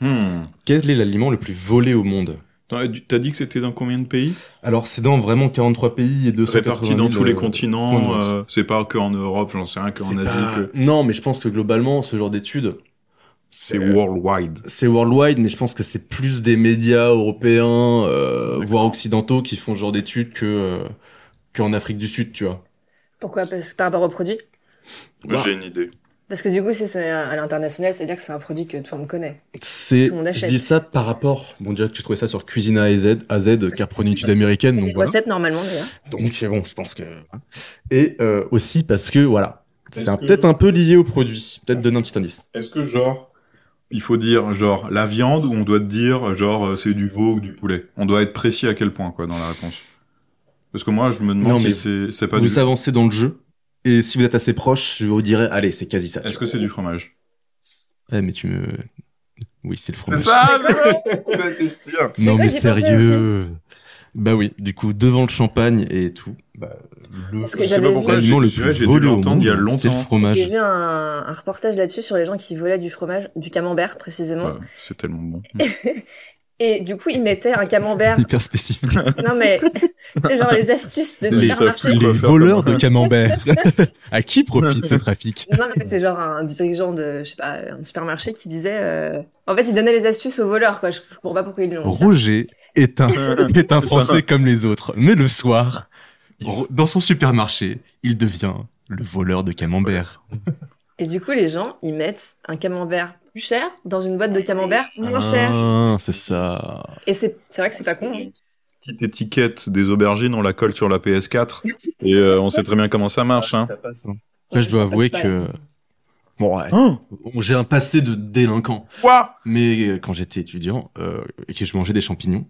Hmm.
Quel est l'aliment le plus volé au monde
T'as t'as dit que c'était dans combien de pays
Alors, c'est dans vraiment 43 pays et 250
Répartis dans tous les
euh, points de
continents.
vente.
euh, c'est pas que en Europe, j'en sais rien, qu'en Asie. que-
Non, mais je pense que globalement, ce genre euh, d'étude,
C'est worldwide.
c'est worldwide, mais je pense que c'est plus des médias européens, euh,
D'accord.
voire occidentaux, qui font ce genre d'études que euh, qu'en Afrique du Sud, tu vois.
Pourquoi Parce, Par rapport au produit
Bah,
J'ai une idée.
Parce que du coup, si c'est à à l'international, c'est-à-dire que c'est un produit que tout le monde connaît.
C'est,
Tout le monde
je
achète.
dis ça par rapport. Bon, déjà que j'ai trouvé ça sur Cuisine AZ, AZ, car prône une étude américaine,
Les
donc voilà.
recettes, normalement, d'ailleurs.
Donc euh, bon, je pense que. Et euh, aussi parce que voilà, c'est
Est-ce
un-
que-
peut-être un peu lié au produit. Peut-être donner un petit indice.
Est-ce que genre il faut dire genre la viande ou on doit te dire genre euh, c'est du veau ou du poulet On doit être précis à quel point quoi dans la réponse. Parce que moi je me demande
Non, mais
si c'est- c'est pas
vous
du.
avancez dans le jeu, et si vous êtes assez proche, je vous dirai, allez, c'est quasi ça.
Est-ce que c'est du fromage
Ouais, mais tu me. Oui, c'est le fromage.
*laughs* ça
C'est
non
quoi,
mais
j'y ai pensé
sérieux. Bah oui, du coup devant le champagne et tout. Bah, le...
Parce que
Je sais
j'avais
pas
vu-
pourquoi j'ai
l'aliment le
tu vois,
plus
j'ai dû
volé au
l'entendre il y a
monde, C'est le
longtemps.
J'ai
fromage.
vu un, un reportage là-dessus sur les gens qui volaient du fromage, du camembert précisément.
Ouais, C'est tellement bon.
Et du coup, ils mettaient un
*laughs*
camembert.
Hyper spécifique.
Non, mais c'est genre les astuces de
Les
supermarché.
afflux.
Les
quoi faire
voleurs
comme
de camembert.
*laughs*
à qui profite ce trafic
Non, mais c'était genre un dirigeant de, je sais pas, un supermarché qui disait. euh, En fait, il donnait les astuces aux voleurs, quoi. Je comprends pas pourquoi ils lui ont dit ça.
Roger est un, est un Français comme les autres, mais le soir, Ro- dans son supermarché, il devient le voleur de camembert.
Et du coup, les gens, ils mettent un camembert plus cher dans une boîte de camembert moins cher.
Ah, c'est ça.
Et c'est c'est vrai que c'est pas con. hein.
Petite étiquette des aubergines, on la colle sur la PS4 et euh, on sait très bien comment ça marche. Hein.
Après, je dois avouer
C'est pas-
que bon, ouais, bon, j'ai un passé de délinquant,
Quoi
mais euh, quand j'étais étudiant euh, et que je mangeais des champignons,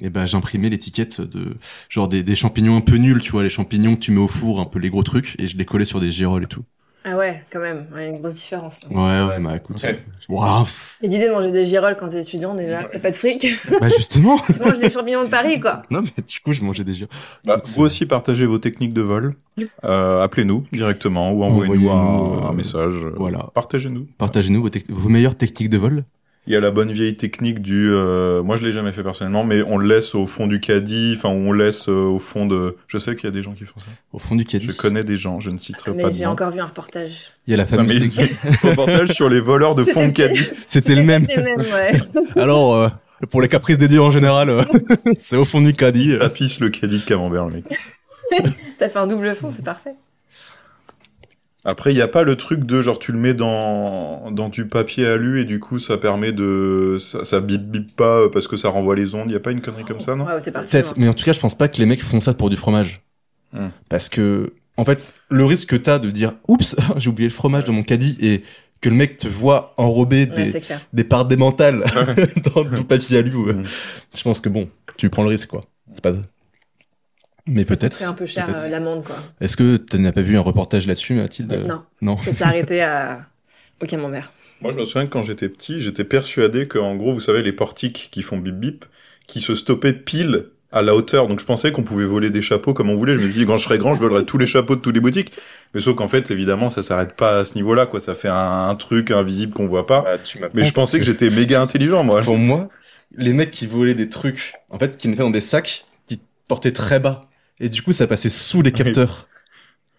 et ben j'imprimais l'étiquette de genre des, des champignons un peu nuls, tu vois, les champignons que tu mets au four, un peu les gros trucs, et je les collais sur des girolles et tout.
Ah ouais, quand même, il y a une grosse différence. là.
Ouais, ouais, bah écoute,
Ouais.
Ouah, pff,
Et l'idée de manger des girolles quand t'es étudiant, déjà, t'as pas de fric,
*laughs*
*laughs*
bah justement.
tu manges des champignons de Paris, quoi.
*laughs* Non, mais du coup, je mangeais des girolles.
Bah,
Écoute,
vous aussi partagez vos techniques de vol. Euh, Appelez-nous directement ou envoyez-nous
Envoyez-nous,
un,
euh,
un message.
Voilà.
Partagez-nous.
Partagez-nous vos, tec- vos meilleures techniques de vol.
Il y a la bonne vieille technique du. euh, moi, je l'ai jamais fait personnellement, mais on le laisse au fond du caddie. Enfin, on le laisse euh, au fond de. Je sais qu'il y a des gens qui font ça.
Au fond du caddie,
Je connais des gens. Je ne citerai pas
Mais
de
j'ai
nom.
encore vu un reportage.
il y a la
Non,
fameuse.
mais
technique-
reportage sur les voleurs de fond de
C'était-
caddie.
C'était le
*laughs*
même.
Les
*laughs*
mêmes, ouais.
Alors, euh, pour les caprices des dieux en général, euh, *laughs* c'est au fond du caddie. euh.
Tapisse le caddie de camembert, le mec.
Ça fait un double fond, c'est parfait.
Après, il n'y a pas le truc de genre tu le mets dans, dans du papier alu et du coup ça permet de. Ça, ça bip bip pas euh, parce que ça renvoie les ondes. Il n'y a pas une connerie comme ça, non
Ouais, ouais, t'es parti. hein.
Peut-être,
loin.
mais en tout cas, je pense pas que les mecs font ça pour du fromage.
Hmm.
Parce que, en fait, le risque que t'as de dire, oups, *laughs* j'ai oublié le fromage dans mon caddie et que le mec te voit enrobé
Ouais,
des,
c'est clair.
des parts démentales *laughs* dans du papier alu, ouais.
Hmm.
je pense que bon, tu prends le risque, quoi. C'est pas. Mais
Ça
peut-être.
coûterait un peu cher
peut-être.
euh, l'amende, quoi.
Est-ce que tu n'as pas vu un reportage là-dessus, Mathilde
Non,
Non.
ça s'est arrêté à...
*laughs*
au camembert.
Moi, je me souviens que quand j'étais petit, j'étais persuadé que, en gros, vous savez, les portiques qui font bip bip, qui se stoppaient pile à la hauteur. Donc, je pensais qu'on pouvait voler des chapeaux comme on voulait. Je me dis, quand je serai grand, je volerai tous les chapeaux de toutes les boutiques. Mais sauf qu'en fait, évidemment, ça s'arrête pas à ce niveau-là, quoi. Ça fait un, un truc invisible qu'on voit pas. Ah, Mais je pensais que j'étais méga intelligent, moi.
Oh, Pour moi, les mecs qui volaient des trucs, en fait, qui mettaient dans des sacs, qui portaient très bas, et du coup, ça passait sous les capteurs.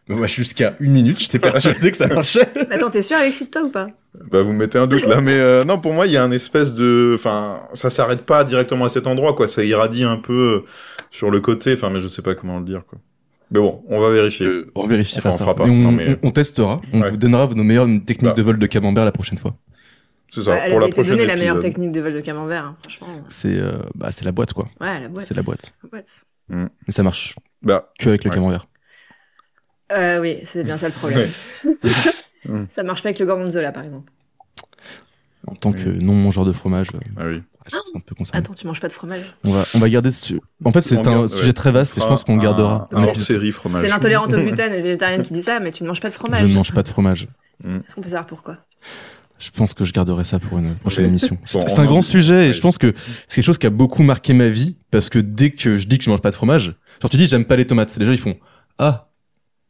Mais moi, jusqu'à une minute, j'étais persuadé
*laughs*
que ça marchait.
Mais Attends, t'es sûr, Alexis, de toi ou pas
Bah, vous me mettez un doute, là. Mais, euh, non, pour moi, il y a un espèce de, enfin, ça s'arrête pas directement à cet endroit, quoi. Ça irradie un peu euh, sur le côté. Enfin, mais je sais pas comment le dire, quoi. Mais bon, on va vérifier.
On vérifiera
Enfin, on
ça.
fera pas.
Mais on,
Non, mais-
on- on testera. On
Ouais.
vous donnera nos meilleures techniques
Bah.
de vol de camembert la prochaine fois.
C'est ça.
Ouais, Elle
pour
avait
la
été
prochaine
donnée la meilleure
épisode.
technique de vol de camembert, hein, franchement.
C'est euh, bah, c'est la boîte, quoi.
Ouais, la boîte.
C'est la boîte.
La boîte.
Mais ça marche
Bah,
que avec le
Ouais.
camembert.
Euh, oui, c'est bien ça le problème. *laughs*
Mm.
ça marche pas avec le gorgonzola, par exemple.
En tant que
Ouais.
non-mangeur de fromage, euh,
Ah oui.
je me sens un peu concerné.
Attends, tu manges pas de fromage
On va, on va garder ce... En fait, c'est
On
un
garde-
sujet
ouais. Ah,
très vaste et je pense qu'on le gardera.
Un hors
épisode.
série
C'est
fromage.
l'intolérante au
*laughs*
gluten et le végétarien qui dit ça, mais tu ne manges pas de
Je
fromage.
ne mange pas de fromage.
Est-ce qu'on peut savoir pourquoi
Je pense que je garderai ça pour une prochaine
Oui. *laughs*
émission. C'est
Bon,
c'est
on
un
en
grand
discute,
sujet et
oui.
je pense que c'est quelque chose qui a beaucoup marqué ma vie parce que dès que je dis que je mange pas de fromage, genre tu dis j'aime pas les tomates, les gens ils font ah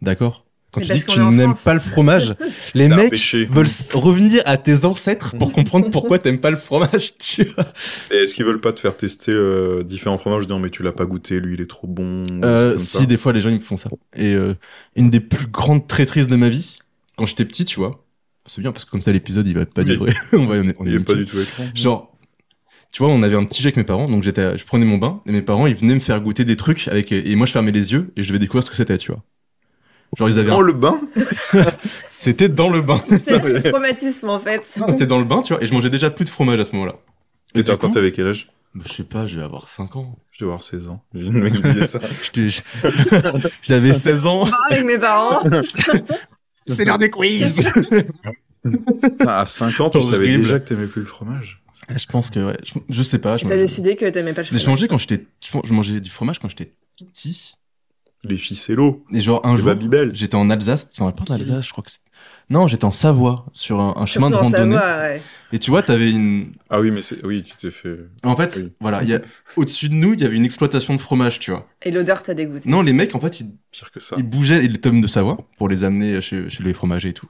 d'accord. Quand
Mais
tu
parce
dis que
qu'on
tu
est en
n'aimes
France.
pas le
*laughs*
fromage, les
C'est un
mecs
péché.
veulent s- revenir à tes ancêtres
*laughs*
pour comprendre pourquoi t'aimes pas le fromage. *laughs* Tu vois.
Et Est-ce qu'ils veulent pas te faire tester euh, différents fromages Non, mais tu l'as pas goûté, lui il est trop bon. ou
Euh,
comme ça.
si des fois les gens ils me font ça. Et euh, une des plus grandes traîtrises de ma vie quand j'étais petit, tu vois. C'est bien parce que comme ça l'épisode il va pas
Oui.
durer. *laughs* on va on est, on est
Il est pas du
nickel.
tout écran.
Genre, tu vois, on avait un petit jeu avec mes parents, donc j'étais, je prenais mon bain et mes parents ils venaient me faire goûter des trucs avec et moi je fermais les yeux et je devais découvrir ce que c'était, tu vois. Genre ils avaient,
Oh,
Dans
un-
le bain
c'était dans le bain,
C'est le traumatisme, en fait.
*laughs* c'était dans le bain, tu vois, et je mangeais déjà plus de fromage à ce moment-là.
Et t'as
du coup,
quand avec quel âge
bah, Je sais pas, je vais avoir 5 ans.
Je dois avoir 16 ans. J'ai une mec qui me disait
*laughs*
ça.
J'étais- j'- J'avais 16 ans.
Pas avec mes parents.
*laughs* C'est l'heure des quiz.
Ah, à 5 ans, tu
Horrible.
savais déjà que t'aimais plus le fromage.
*laughs* je pense que ouais, je, je sais pas. Je,
T'as décidé que t'aimais pas le
je
fromage.
mangeais quand j'étais, je je mangeais du fromage quand j'étais tout petit.
Les ficellos,
Et genre un
les
jour,
babybel.
J'étais en Alsace, non, pas en Alsace, je crois que c'est... Non, j'étais en Savoie, sur un, un chemin de
Surtout en
randonnée.
Savoie, ouais.
Et tu vois, t'avais une...
Ah oui, mais c'est. Oui, tu t'es fait.
En fait,
Oui.
voilà, il y a... au-dessus de nous, il y avait une exploitation de fromage, tu vois.
Et l'odeur t'a dégoûté.
Non, les mecs, en fait, ils,
Pire que ça.
ils bougeaient les tomes de Savoie pour les amener chez, chez les fromagers et tout.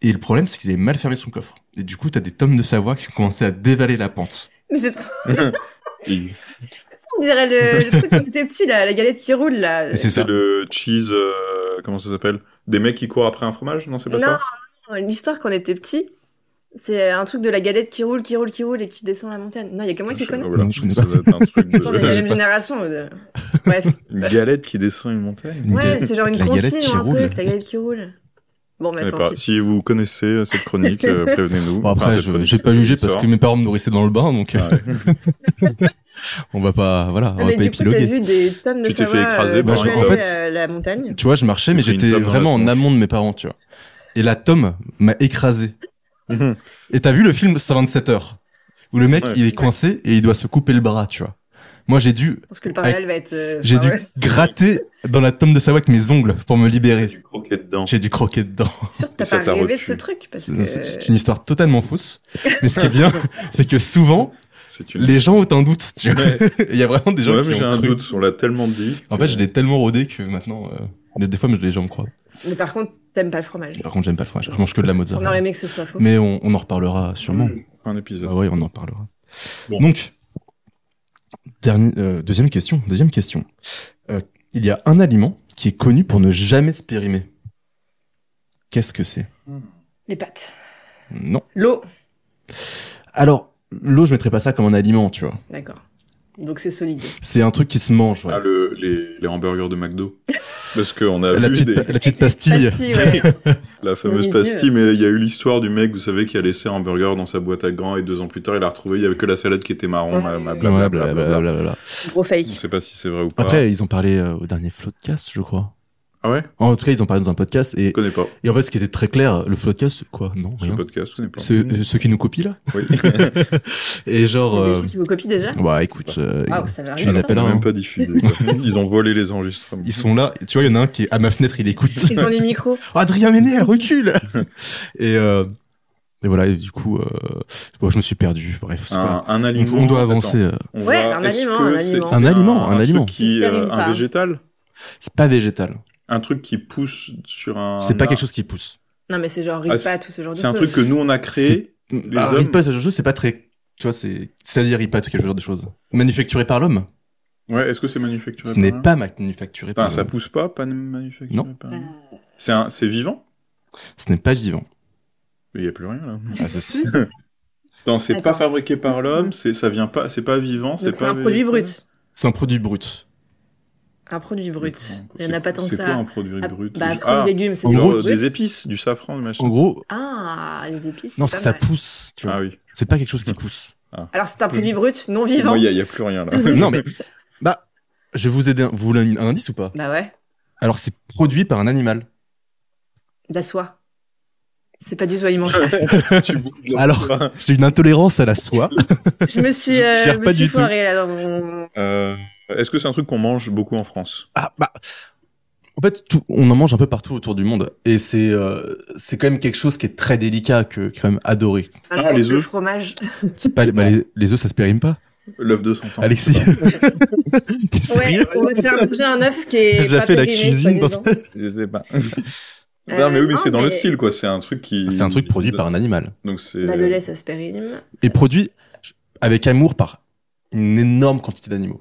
Et le problème, c'est qu'ils avaient mal fermé son coffre. Et du coup, t'as des tomes de Savoie qui commençaient à dévaler la pente.
Mais c'est trop.
Et-
On dirait euh,
*laughs*
le, le truc quand t'étais petit, là, la galette qui roule, là.
Et c'est ça.
C'est le cheese. euh, comment ça s'appelle Des mecs qui courent après un fromage Non, c'est pas
Non,
ça
non, Euh, l'histoire quand on était petit, c'est un truc de la galette qui roule, qui roule, qui roule et qui descend la montagne. Non, il y a que moi qui
Je-
connais.
voilà,
Non, Ah, je connais
ça
pas.
doit être un truc de-
*laughs* Je pense que c'est la même
pas. *laughs*
génération. euh, Bref.
Une galette qui descend une montagne
Une
Ouais,
galette-
c'est genre une
la galette
comptine
qui
ou un
roule.
truc, la galette qui roule. Bon, mais
Je sais
tant
pas.
pis.
Si vous connaissez euh, cette chronique, euh, prévenez-nous.
Bon, après,
Enfin, cette
je-
chronique, euh,
j'ai pas jugé parce
sort.
que mes parents me nourrissaient dans le bain, donc euh,
*laughs* Ouais.
*laughs* on va pas, voilà,
Ah,
on va
mais
pas
du coup, t'as
épiloguer.
vu des tonnes de
Tu t'es fait
Savoie, euh,
écraser
par
brûler,
un camion.
euh, la montagne.
Tu vois, je marchais,
T'es
mais
pris une
j'étais
tome dans la
vraiment en
tronche.
amont de mes parents, tu vois. Et la tome m'a écrasé.
Mhm.
Et t'as vu le film 127 heures où le mec
Ouais.
il est coincé et il doit se couper le bras, tu vois. Moi j'ai dû,
Parce que le parallèle va être. euh,
j'ai
enfin,
dû
Ah ouais.
gratter dans la tome de Savoie avec mes ongles pour me libérer.
Tu croquais dedans.
J'ai dû croquer dedans.
Sûr que t'as
Ça
pas
t'a
rêvé de
repu.
ce truc parce que.
C'est c'est une histoire totalement fausse. Mais ce qui est
*laughs*
bien, c'est que souvent
C'est une.
les gens ont un doute. Tu vois.
Ouais.
Il y a vraiment *laughs* des gens
Ouais,
qui
mais
ont
j'ai un
cru.
doute, on l'a tellement dit.
En fait, je l'ai tellement rodé que maintenant, euh, mais des fois, mais les gens me croient.
Mais par contre, t'aimes pas le fromage.
Par contre, j'aime pas le fromage. Je mange que de la
On aurait
mozzarella.
aimé que ce soit faux.
Mais on, on en reparlera sûrement.
Un épisode.
Ah oui, on en parlera.
Bon.
Donc, dernier- euh, deuxième question. Deuxième question. Euh, il y a un aliment qui est connu pour ne jamais se périmer. Qu'est-ce que c'est
Les pâtes.
Non.
L'eau.
Alors, l'eau, je mettrais pas ça comme un aliment, tu vois.
D'accord. Donc c'est solide.
C'est un truc qui se mange. ouais.
Ah, le, les, les hamburgers de McDo. Parce qu'on a
la,
vu
petite,
des-
pa- la petite pastille.
Pastille, *laughs* ouais.
la fameuse
Oui,
pastille, mais il y a eu l'histoire du mec, vous savez, qui a laissé un burger dans sa boîte à gants et deux ans plus tard, il a retrouvé, il y avait que la salade qui était marron.
Ouais.
ma- ma-
Ouais,
Ouais,
blablabla.
blablabla.
Gros
On
fake.
sait pas si c'est vrai ou pas.
Après, ils ont parlé euh, au dernier Floodcast, je crois.
ah ouais
En tout cas, ils ont parlé dans un podcast. Et,
Je connais pas.
et en fait, ce qui était très clair, le Floodcast, quoi Non,
Ce
rien.
podcast, je connais pas.
Ceux, euh, ceux qui nous copient, là.
Oui.
*laughs*
*laughs*
Et
Il y
genre...
a Des
euh,
gens qui vous copient déjà.
Bah écoute, euh,
Waouh, ça va
tu les
rien.
Ils
appelles là.
ont
hein.
même pas diffusé.
*laughs*
quoi. Ils ont volé les enregistrements.
Ils sont là, tu vois, il y en a un qui est à ma fenêtre, il écoute.
*laughs* Ils ont les micros.
Oh, *laughs* Adrien Méné, elle recule
*laughs*
Et euh, et voilà, et du coup, euh, bon, je me suis perdu. Bref, c'est pas...
Un, un
on,
aliment.
on doit
Attends,
avancer. euh.
on
Ouais,
va-
un
est-ce
aliment,
que
un
c'est-
aliment.
c'est
Un aliment, un
truc
aliment.
qui,
Qui se
euh,
périme pas,
un
hein.
végétal,
C'est pas végétal.
un truc qui pousse sur un.
C'est pas quelque chose qui pousse.
Non, mais c'est genre riz
Ah,
de pâte ou ce genre de
C'est un
choses.
truc que nous on a créé.
Les
hommes-
Ripa, ce jeu, c'est pas très. Tu vois, c'est. C'est-à-dire, Ripa, c'est quel genre de choses Manufacturé par l'homme
Ouais, est-ce que c'est manufacturé
Ce
par
n'est
là
pas manufacturé par
Putain, Ah, ça
l'homme.
pousse pas, pas manufacturé
Non.
par là
Euh.
C'est un- c'est vivant
Ce n'est pas vivant.
Il y a plus rien là.
Ah, c'est si
Non, c'est pas
Attends.
fabriqué par l'homme, c'est ça vient pas, c'est pas vivant, c'est
Donc c'est
pas.
un produit brut.
*laughs* C'est un produit brut.
Un produit brut.
Attends,
Il y en a
c'est-
pas tant que
C'est quoi
ça.
un produit
Ah,
brut
Bah,
Je-
fruits
Ah,
et légumes, c'est
en
pas
gros,
genre,
brut.
des épices, du safran, du machin.
En gros,
Ah, les épices.
non,
c'est
c'est que
pas
ça
mal.
pousse. Tu vois.
Ah oui.
C'est pas quelque chose qui pousse.
Alors, c'est un produit
Euh,
brut, non vivant.
Moi, il y a- il y a plus rien
*laughs*
là.
non mais bah je vais vous aider. un- Vous voulez un, un indice ou pas
Bah ouais,
Alors c'est produit par un animal.
de la soie. C'est pas du tout alimentaire.
*laughs*
*laughs*
Tu bouges la
Alors-
soie.
J'ai une intolérance à la soie.
Je me suis,
Je
euh,
gère
me
pas
suis
du tout.
foirée, là dans mon.
Euh, Est-ce que c'est un truc qu'on mange beaucoup en France
Ah bah en fait tout, on en mange un peu partout autour du monde et c'est euh, c'est quand même quelque chose qui est très délicat que qui est quand même adoré.
Ah, je
Ah,
pense
les
que le
œufs.
fromage.
C'est pas bah, les, les œufs ça se périme pas.
L'œuf de 100 ans.
Alexis. *laughs* T'es
Ouais,
sérieux
on va te faire bouger un œuf qui est.
T'as déjà
pas
fait la
périmé,
cuisine dans
soi-disant.
Je sais
*laughs*
pas.
Euh,
non mais oui, mais
non,
c'est dans le
mais-
style quoi. C'est un truc qui.
C'est un truc produit par un animal
Donc c'est.
Bah, le lait, ça se périme.
et produit avec amour par une énorme quantité d'animaux.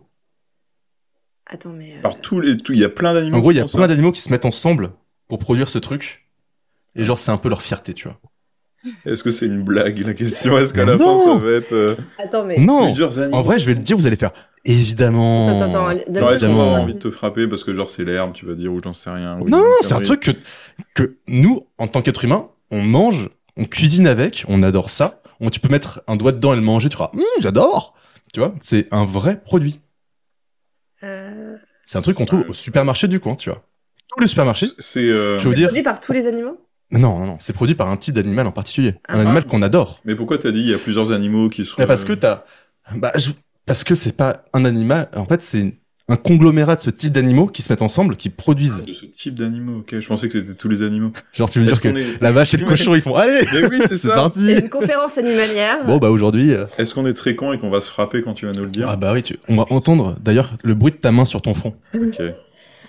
Attends, mais. euh,
Par tous les, tout- il y a plein d'animaux.
En gros, il y a
qui font
plein
ça.
d'animaux qui se mettent ensemble pour produire ce truc. Et genre, c'est un peu leur fierté, tu vois.
Est-ce que c'est une blague la question Est-ce qu'à la
Non.
fin ça va être euh,
Attends, mais.
Non
plusieurs animaux
En vrai, je vais le dire, vous allez faire. Évidemment
Attends, attends,
Non, est-ce
donne-moi
qu'on va avoir
Évidemment.
envie de te frapper parce que genre c'est l'herbe, tu vas dire ou j'en sais rien. ou
Non,
une
c'est un
connerie.
truc que, que nous, en tant qu'être humain, on mange, on cuisine avec, on adore ça. On, tu peux mettre un doigt dedans et le manger, tu feras Hum, j'adore Tu vois, c'est un vrai produit.
Euh,
C'est un truc qu'on trouve au supermarché du coin, tu vois. Tout le supermarché,
C'est. euh,
je vais vous dire.
produit par tous les animaux
Non, non, non, c'est produit par un type d'animal en particulier.
Ah.
Un animal qu'on adore.
Mais pourquoi t'as dit il y a plusieurs animaux qui sont. euh,
Mais parce que t'as, bah, je- parce que c'est pas un animal. En fait, c'est un conglomérat de ce type d'animaux qui se metett ensemble, qui produisent.
de ce type d'animaux. Ok, je pensais que c'était tous les animaux.
Genre, tu veux
Est-ce
dire que
qu'on est-
la vache et le
Ouais.
cochon, ils font, allez,
Mais oui,
*laughs*
c'est
c'est
ça.
parti.
C'est une conférence animalière.
Bon, bah, aujourd'hui. euh,
Est-ce qu'on est très con et qu'on va se frapper quand tu vas nous le dire
Ah bah oui, tu... on va entendre d'ailleurs le bruit de ta main sur ton front.
Ok.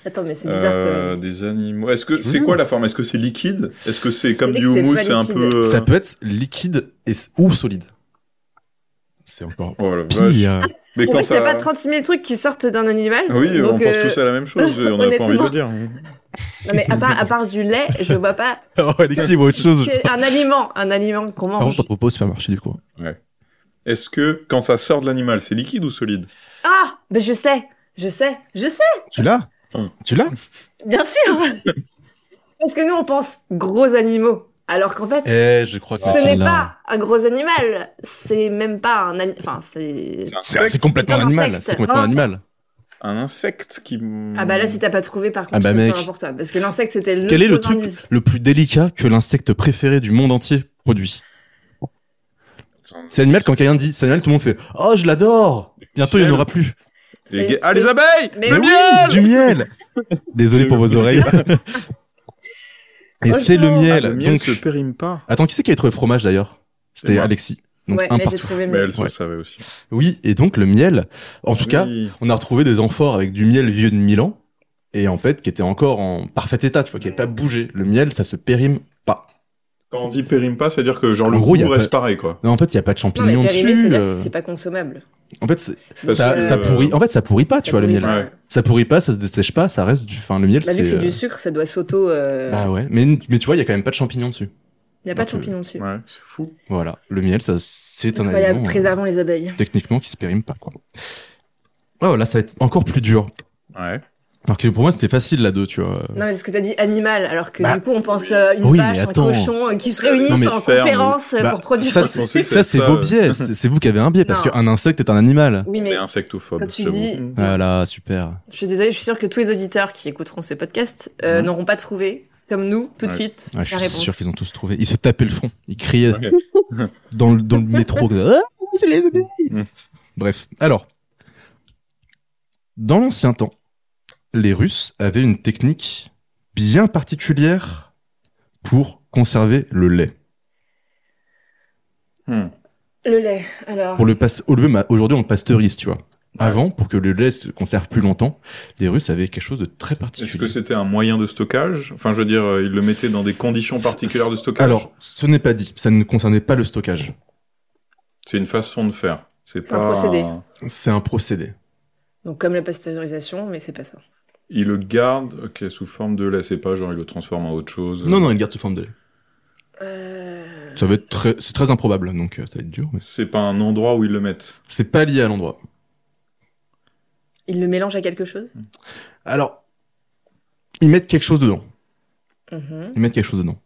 Attends, mais c'est bizarre quand même.
Euh, des animaux. Est-ce que
Je vous
c'est
jure.
quoi la forme Est-ce que c'est liquide Est-ce que c'est euh, comme
Je
du
dirais que c'est
houmous
pas
C'est un
liquide.
peu. euh,
Ça peut être liquide et... ou solide. C'est encore
Oh la vache.
pire.
Mais
En
quand
plus, il n'y
ça...
a pas 36 000 trucs qui sortent d'un animal.
Oui, on
donc,
pense
euh,
tous à la même chose, et on n'a pas envie de
honnêtement.
le dire.
Non, mais à part, à part du lait, je vois pas.
Oh, Alexis, moi, autre chose.
C'est un aliment, un aliment qu'on
Par contre,
mange.
t'en trouves pas au supermarché, du coup.
Est-ce que quand ça sort de l'animal, c'est liquide ou solide
Ah, ben je sais, je sais, je sais,
Tu l'as
Hum.
Tu l'as
bien sûr. Parce que nous, on pense gros animaux, alors qu'en fait,
Eh, je crois que
ce n'est
celle-là-
pas un gros animal. C'est même pas un, ani- enfin, c'est.
C'est un
C'est c'est
insecte.
complètement
C'est un
animal.
insecte.
C'est complètement
Ah.
animal.
Un insecte qui.
Ah bah là, si t'as pas trouvé, par contre,
bah
c'est
mec.
pas pour toi, parce que l'insecte c'était le.
Quel est le
gros
truc
indice.
le plus délicat que l'insecte préféré du monde entier produit C'est animal, quand quelqu'un dit, c'est animal, tout le monde fait Oh, je l'adore Bientôt, il n'y en aura plus.
Les
C'est-
gays- Ah,
c'est-
les abeilles
Mais
Le
oui
miel
Du miel *laughs* Désolé pour vos oreilles. Et c'est le
Franchement.
Ah,
miel.
Le miel
Donc,
se périme pas.
Attends, qui c'est qui avait trouvé le fromage d'ailleurs
C'est
C'était
moi.
Alexis. Donc,
Ouais,
un
mais j'ai
partout.
trouvé
Mais
mieux.
elle se
Ouais.
savait aussi.
Oui, et donc le miel, en tout cas,
Oui.
on a retrouvé des amphores avec du miel vieux de 1000 ans, et en fait, qui était encore en parfait état, tu vois, qui n'avait pas bougé. Le miel, ça se périme pas.
Quand on dit périme pas, c'est-à-dire que genre
En
le
gros,
gros
il y a
reste pareil, quoi.
Non, en fait, il n'y a pas de
Non, mais
champignons
périmé,
dessus.
c'est-à-dire
euh,
que c'est pas consommable.
En fait, c'est-
Parce
ça,
que,
ça
euh,
pourrit. En fait, ça pourrit pas, tu
Ça
vois, le
pourrit
miel.
pas.
Ouais.
Ça pourrit pas, ça se dessèche pas, ça reste du. Enfin, le miel,
Bah, vu que c'est
c'est.
du
euh,
sucre, ça doit s'auto. euh,
Bah ouais, mais, mais tu vois, il y a quand même pas de champignons dessus.
Il n'y a pas de
donc, euh,
champignons dessus.
Ouais, c'est fou.
Voilà, le miel, ça, c'est un
Incroyable,
aliment euh,
préservant les abeilles.
techniquement qui se périme pas, quoi. Oh, là, ça va être encore plus dur.
Ouais.
Alors que pour moi, c'était facile, là, deux, tu vois.
Non, mais parce que t'as dit animal, alors que
Bah,
du coup, on pense euh, une
oui, mais
vache, un
attends.
cochon euh, qui se
Non,
réunissent
mais
en
ferme.
conférence euh,
Bah,
pour produire.
ça,
Je pensais que
Ça, c'est
ça,
vos
euh,
biais. C'est c'est vous qui avez un biais parce
Non.
qu'un insecte est un animal.
Oui, mais
C'est insectophobe.
quand tu
j'avoue.
dis-
Voilà, super.
je suis désolée, je suis sûre que tous les auditeurs qui écouteront ce podcast euh,
Mhm.
n'auront pas trouvé, comme nous, tout de
Ouais.
suite,
Ouais, je
la
suis
réponse.
sûr qu'ils ont tous trouvé. Ils se tapaient le fond. Ils criaient
Ok.
*laughs* dans, le, dans le métro. *laughs* Ah, c'est les abeilles
Mm.
Bref, alors. Dans l'ancien temps, les Russes avaient une technique bien particulière pour conserver le lait.
Hmm.
Le lait, alors.
Pour le pas- au lieu- bah, Aujourd'hui, on le pasteurise, tu vois. Avant, pour que le lait se conserve plus longtemps, les Russes avaient quelque chose de très
Est-ce
particulier.
que c'était un moyen de stockage Enfin, je veux dire, euh, ils le mettaient dans des conditions particulières de stockage.
Alors, ce n'est pas dit. Ça ne concernait pas le stockage.
c'est une façon de faire. C'est
C'est un
pas.
procédé.
C'est un procédé.
Donc, comme la pasteurisation, mais c'est pas ça.
Ils le gardent, ok, sous forme de lait. C'est pas genre ils le transforment en autre chose.
Non, non, il garde sous forme de lait.
Euh,
Ça va être très, c'est très improbable, donc euh, ça va être dur. Mais
C'est pas un endroit où ils le mettent.
c'est pas lié à l'endroit.
Il le mélange à quelque
Mhm.
chose
Alors, ils mettent quelque chose dedans.
Mhm.
Ils mettent quelque chose dedans.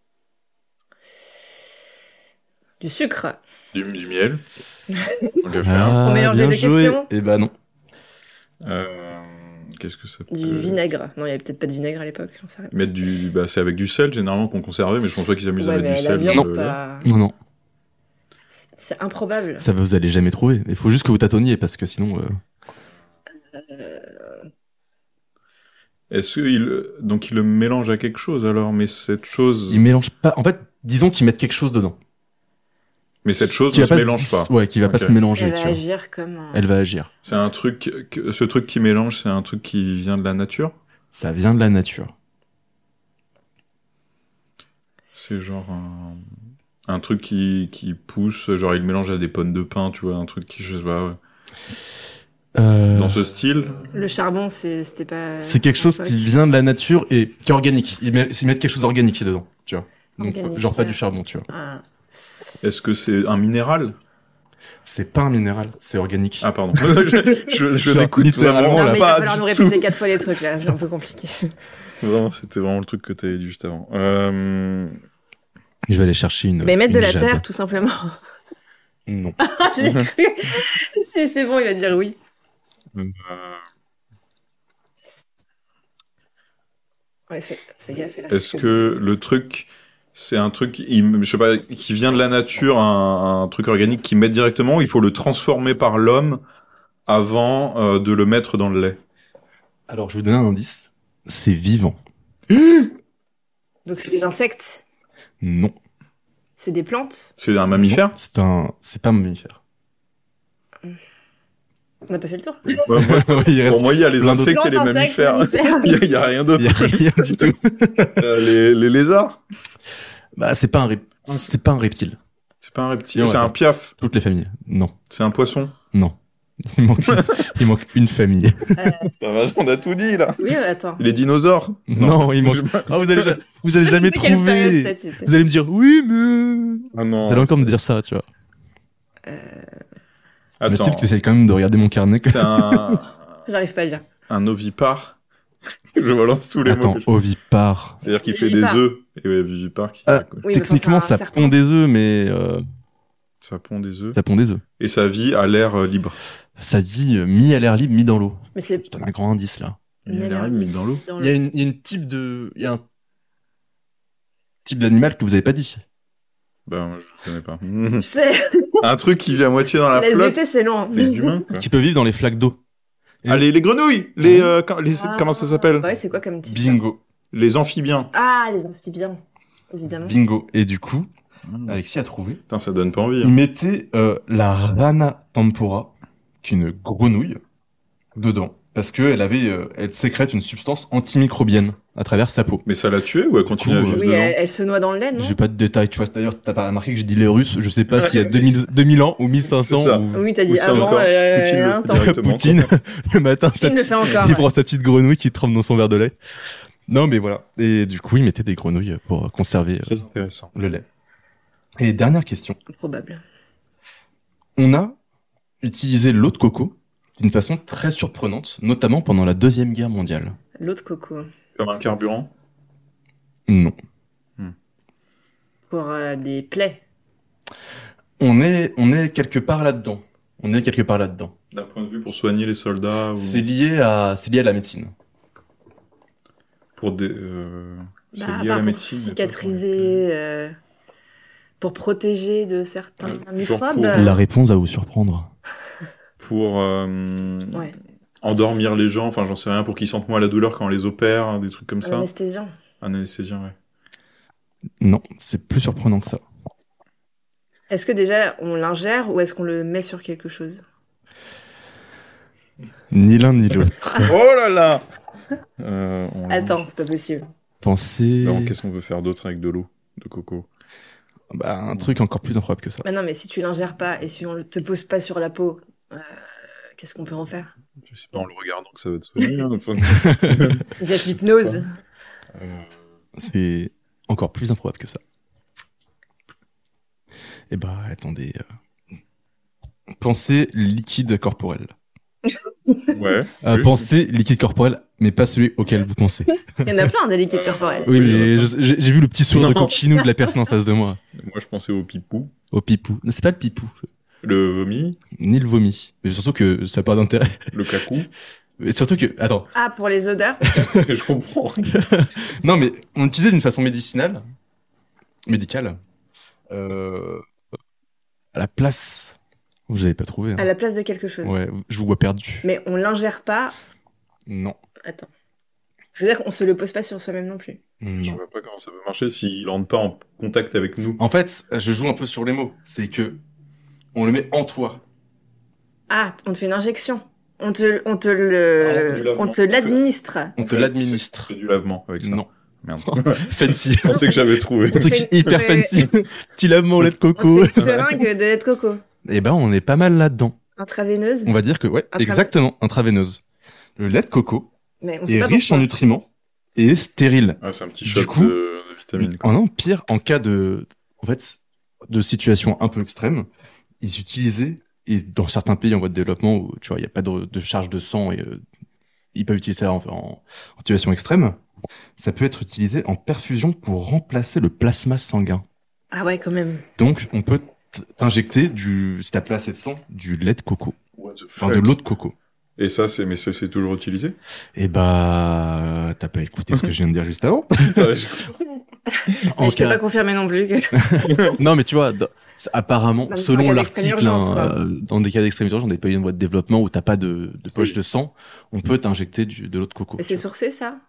Du sucre.
Du, du
*laughs*
miel. on le fait. hein.
Ah,
On mélange les
bien
deux
joué.
questions
Eh ben non. Ah.
Euh, Qu'est-ce que ça peut
Euh,
Du vinaigre. Non, il n'y avait peut-être pas de vinaigre à l'époque, j'en sais rien.
Mettre du, bah, c'est avec du sel généralement qu'on conservait, mais je pense pas qu'ils s'amusent à
Ouais,
mettre
mais
du
la
sel. Euh, dans le
viande,
lait.
pas...
Non, non.
c'est c'est improbable.
Ça va- vous allez jamais trouver. Il faut juste que vous tâtonniez parce que sinon. euh,
Est-ce qu'il donc il le mélange à quelque chose alors Mais cette chose,
Ils mélangent pas. En fait, disons qu'ils mettent quelque chose dedans.
mais cette chose
Qui
ne
va
se
pas
mélange pas.
Ouais, qui va pas
Ok.
se mélanger.
Elle
tu
va
vois.
agir comme un...
Elle va agir.
C'est un truc, que- ce truc qui mélange, c'est un truc qui vient de la nature.
Ça vient de la nature.
C'est genre un, un truc qui, qui pousse, genre il le mélange à des pommes de pain, tu vois, un truc qui je sais pas. ouais.
Euh,
Dans ce style,
Le charbon, c'est- c'était pas...
C'est quelque chose qui vient de la nature et qui est organique. Ils mettent, ils mettent quelque chose d'organique dedans, tu vois. Donc,
Organique,
genre pas
ouais.
du charbon, tu vois.
Ah.
est-ce que c'est un minéral
C'est pas un minéral, c'est organique.
Ah
*laughs*
pardon, je, je, je
Genre,
n'écoute
littéralement,
vraiment
là.
Non, mais il
pas
va falloir
du
nous
tout.
répéter quatre fois les trucs, là. C'est un peu compliqué.
*laughs*
Vraiment, c'était vraiment le truc que t'avais dit juste avant. Euh,
Je vais aller chercher une.
Mais mettre de
une
la
jade.
terre, tout simplement.
Non.
Ah, J'ai cru. C'est c'est bon, il va dire oui. Ouais, fais, fais gaffe. là, parce
Est-ce que le truc, c'est un truc, qui- je sais pas, qui vient de la nature, un, un truc organique qu'ils mettent directement, ou il faut le transformer par l'homme avant euh, de le mettre dans le lait.
Alors, je vais vous donner un indice. C'est vivant.
Donc, c'est des insectes,
Non.
c'est des plantes.
C'est un mammifère
Non, C'est un. C'est pas un mammifère. *laughs*
On n'a pas fait le tour.
Ouais, moi,
il reste.
Pour moi, il y a les
plein d'autres-
insectes et les mammifères. *laughs* Il y a- il y a rien
Il
d'autre.
y a rien du tout.
Euh, les, les lézards
Bah, c'est pas un rep- C'est pas un reptile.
C'est pas un reptile.
Ouais,
C'est un
attends.
piaf.
Toutes les familles. Non,
C'est un poisson.
non. *laughs* Il manque, il manque une famille.
Putain, vas-y, on a tout dit là.
Oui,
*laughs*
euh, attends.
Les dinosaures.
Non, il manque.
Je sais pas.
Ah, vous allez, ja- vous allez jamais
C'est quelle période,
trouver.
ça, tu sais
Vous allez me dire oui, mais.
Ah non.
Vous allez encore me dire ça, tu vois.
Euh,
Le
Attends.
type qui essaye quand même de regarder mon carnet.
C'est un
J'arrive pas à le dire.
un ovipare. *laughs* Je relance tous les
Attends,
mots. que je-
ovipare.
C'est-à-dire qu'il fait des
Vivipare.
œufs. Et ouais, vivipare. Qui...
Ah.
Oui, mais enfin,
Techniquement,
c'est un
ça
serpent.
pond des œufs, mais euh,
Ça pond des œufs.
ça pond des œufs.
Et sa vie a l'air euh, libre.
Ça vit euh, mi à l'air libre, mi dans l'eau.
Mais c'est
Je donne un grand indice là.
Il a l'air
libre, mais dans l'eau.
dans
Il y a
le...
une, il y a une type de, il y a un type d'animal que vous avez pas dit.
Ben, je connais pas. *laughs*
Je sais,
un truc qui vit à moitié dans la
les
flotte.
étés, c'est long.
Les humains. Quoi.
Qui peut vivre dans les flaques d'eau. Et-
Ah, les, les grenouilles. Les, euh, quand- les-
Ah.
comment ça s'appelle
Ouais, c'est quoi comme type ça
Bingo,
Les amphibiens.
Ah, les amphibiens, évidemment.
bingo. Et du coup,
Putain,
Alexis a trouvé.
ça donne pas envie.
Il
hein.
mettait euh, la rana tempora, qui est une grenouille, dedans parce que elle avait, euh, elle sécrète une substance antimicrobienne à travers sa peau.
Mais ça l'a tué ou elle continue à
Cool.
vivre
oui,
dedans
elle, elle se noie dans le lait, non
J'ai pas de détails, tu vois. D'ailleurs, t'as pas remarqué que j'ai dit les Russes. Je sais pas s'il y a 2000, 2000 ans ou
C'est ça.
1500 ou
Oui, t'as
Ou
dit
ça
avant,
encore,
euh,
Poutine le
un
fait
temps.
direct. Exactement.
*laughs* Poutine le matin. sa
Poutine le
petite-
fait encore.
Il
ouais.
prend sa petite grenouille qui trempe dans son verre de lait. Non, mais voilà. Et du coup, il mettait des grenouilles pour euh, conserver euh,
Très intéressant.
le lait. Et dernière question.
Improbable.
On a utilisé l'eau de coco d'une façon très surprenante, notamment pendant la Deuxième Guerre mondiale.
L'eau de coco
Comme un carburant.
Non.
pour euh, des plaies.
On est, on est quelque part là-dedans. On est quelque part là-dedans.
D'un point de vue pour soigner les soldats ou
C'est lié à, c'est lié à la médecine.
pour des. euh, c'est lié
Bah,
à
bah,
la
pour
médecine. mais pas pour-
cicatriser, euh, pour protéger de certains
Euh, genre
microbes.
pour
La réponse va vous surprendre.
Pour euh,
Ouais,
endormir les gens, enfin j'en sais rien, pour qu'ils sentent moins la douleur quand on les opère, hein, des trucs comme
un
ça.
anesthésiant.
Un anesthésien, ouais.
Non, c'est plus surprenant que ça.
Est-ce que déjà on l'ingère ou est-ce qu'on le met sur quelque chose
Ni l'un ni l'autre.
*laughs* oh là
*laughs*
là Euh, on-
Ah. Attends, c'est pas possible.
Pensez
Alors, qu'est-ce qu'on veut faire d'autre avec de l'eau de coco
bah, un truc encore plus improbable que ça.
Bah non, mais si tu l'ingères pas et si on le- te pose pas sur la peau, euh, qu'est-ce qu'on peut en faire
Je sais pas en le regardant que ça va
*laughs*
être soigné. hein, enfin,
Via l'hypnose.
euh,
C'est encore plus improbable que ça. Eh bah, attendez. euh, Pensez liquide corporel.
ouais.
Euh,
oui.
Pensez liquide corporel, mais pas celui auquel
*laughs*
vous pensez.
Il y en a plein des liquides corporels.
Oui,
Oui, mais
oui.
je- j'ai j'ai vu le petit sourire de
Non.
coquinou de la personne en face de moi.
Moi, je pensais au pipou,
Au pipou. Non, C'est pas le pipou,
le vomi,
ni le vomi. Mais surtout que ça n'a pas d'intérêt.
le cacou.
*laughs* Mais surtout que, attends.
Ah, pour les odeurs
je comprends.
Non, mais on l'utilisait d'une façon médicinale, médicale, euh, à la place. Vous n'avez pas trouvé. hein.
à la place de quelque chose.
Ouais, je vous vois perdu.
Mais on l'ingère pas.
Non.
Attends. C'est-à-dire qu'on se le pose pas sur soi-même non plus.
Je
non.
vois pas comment ça peut marcher s'il rentre pas en contact avec nous.
En fait, je joue un peu sur les mots. C'est que on le met en toi.
Ah, on te fait une injection. On te, on te
Ah, du
le,
lavement.
on te l'administre.
On te l'administre.
Euh, C'est du lavement avec ça.
Non. *laughs*
Merde.
Fancy.
Je pensais que j'avais trouvé.
Un truc
fait-
hyper
ouais.
fancy. *laughs* Petit lavement au lait de
On te
coco.
fait une seringue de lait de coco.
Eh ben, on est pas mal là-dedans.
Intraveineuse.
On va dire que, ouais,
Intrave-
exactement, intraveineuse. Le lait de coco
Mais on sait
est
pas
riche en
pourquoi.
nutriments et est stérile.
Ah, c'est un petit
Du
choc
coup-
de, de vitamine. quoi.
En empire, en cas de, en fait, de situation un peu extrême, ils utilisaient, et dans certains pays en voie de développement où, tu vois, il n'y a pas de, de charge de sang et euh, ils peuvent utiliser ça en, en- en situation extrême, ça peut être utilisé en perfusion pour remplacer le plasma sanguin.
Ah ouais, quand même.
Donc, on peut t- injecter du, si t'as pas assez de sang, du lait de coco,
What the fuck
enfin de l'eau de coco.
Et ça, c'est mais ça, c'est toujours utilisé. *laughs*
Et bah, euh, t'as pas écouté ce que je viens de dire juste
*laughs*
avant.
Putain, je-
Mais je peux pas confirmer non plus. que-
Non, mais tu vois, dans- c'est- apparemment,
Dans des
selon
cas d'extrême
l'article,
urgence,
hein,
quoi.
euh, dans des cas d'extrême urgence, dans des pays en voie de développement où t'as pas de, de poche
Oui.
de sang, on peut t'injecter du- de l'eau de coco.
Mais c'est sourcé, ça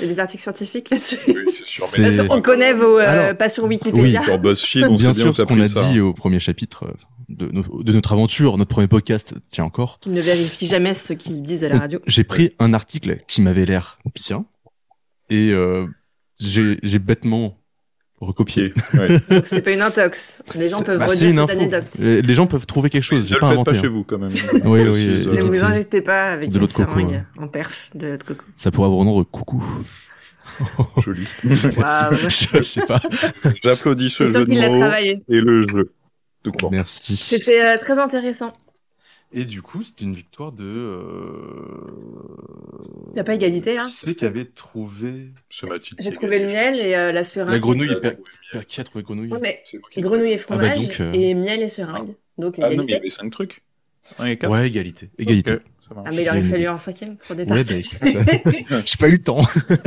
Il y a des articles scientifiques là-dessus.
oui, c'est sûr.
C'est-
Mais
Parce qu'on connaît vos. euh,
Alors-
pas sur Wikipédia.
sur BuzzFeed, on
bien
sait
sûr,
bien que
ce
t'as
qu'on a
pris ça.
dit au premier chapitre euh, de, nos- de notre aventure, notre premier podcast, tiens encore.
Qui ne vérifient jamais ce qu'ils disent à la
Donc,
radio.
J'ai pris un article qui m'avait l'air bien et euh, j'ai j'ai bêtement recopier.
Ouais.
Donc c'est pas une intox. Les gens
C'est-
peuvent
bah, c'est
redire
une
cette
info.
anecdote.
Les, les gens peuvent trouver quelque chose,
ne
j'ai
le
pas
faites pas
inventé.
chez
hein.
vous quand même.
Oui, oui,
Précise,
euh,
euh,
Ne vous
Petit.
injectez pas avec
De l'eau
une
de coco, hein.
seringue
ouais.
en perf de l'eau de coco.
Ça pourrait vous rendre coucou.
joli.
*laughs*
Waouh.
je, je sais pas.
J'applaudis ce
C'est
jeu
sûr
de
qu'il l'a
mots
travaillé.
et le jeu. Donc bon.
Merci.
C'était euh, très intéressant.
Et du coup, c'était une victoire de. euh,
Il n'y a pas égalité là
Qui c'est qui avait trouvé.
C'est ma petite
J'ai
idée.
trouvé le miel et euh, la seringue.
La grenouille.
Ouais,
Per- Qui a trouvé grenouille
Ouais, mais
c'est moi qui l'ai trouvé.
grenouille et fromage
Ah bah donc, euh,
et miel et seringue. Donc
Ah non, mais il y
égalité.
avait 5 trucs. 1 et 4.
Ouais, égalité. Égalité.
ça marche.
Ah mais il aurait
Une-
fallu un cinquième pour *laughs*
Ouais,
départager.
bah, écoute, j'ai pas eu le temps.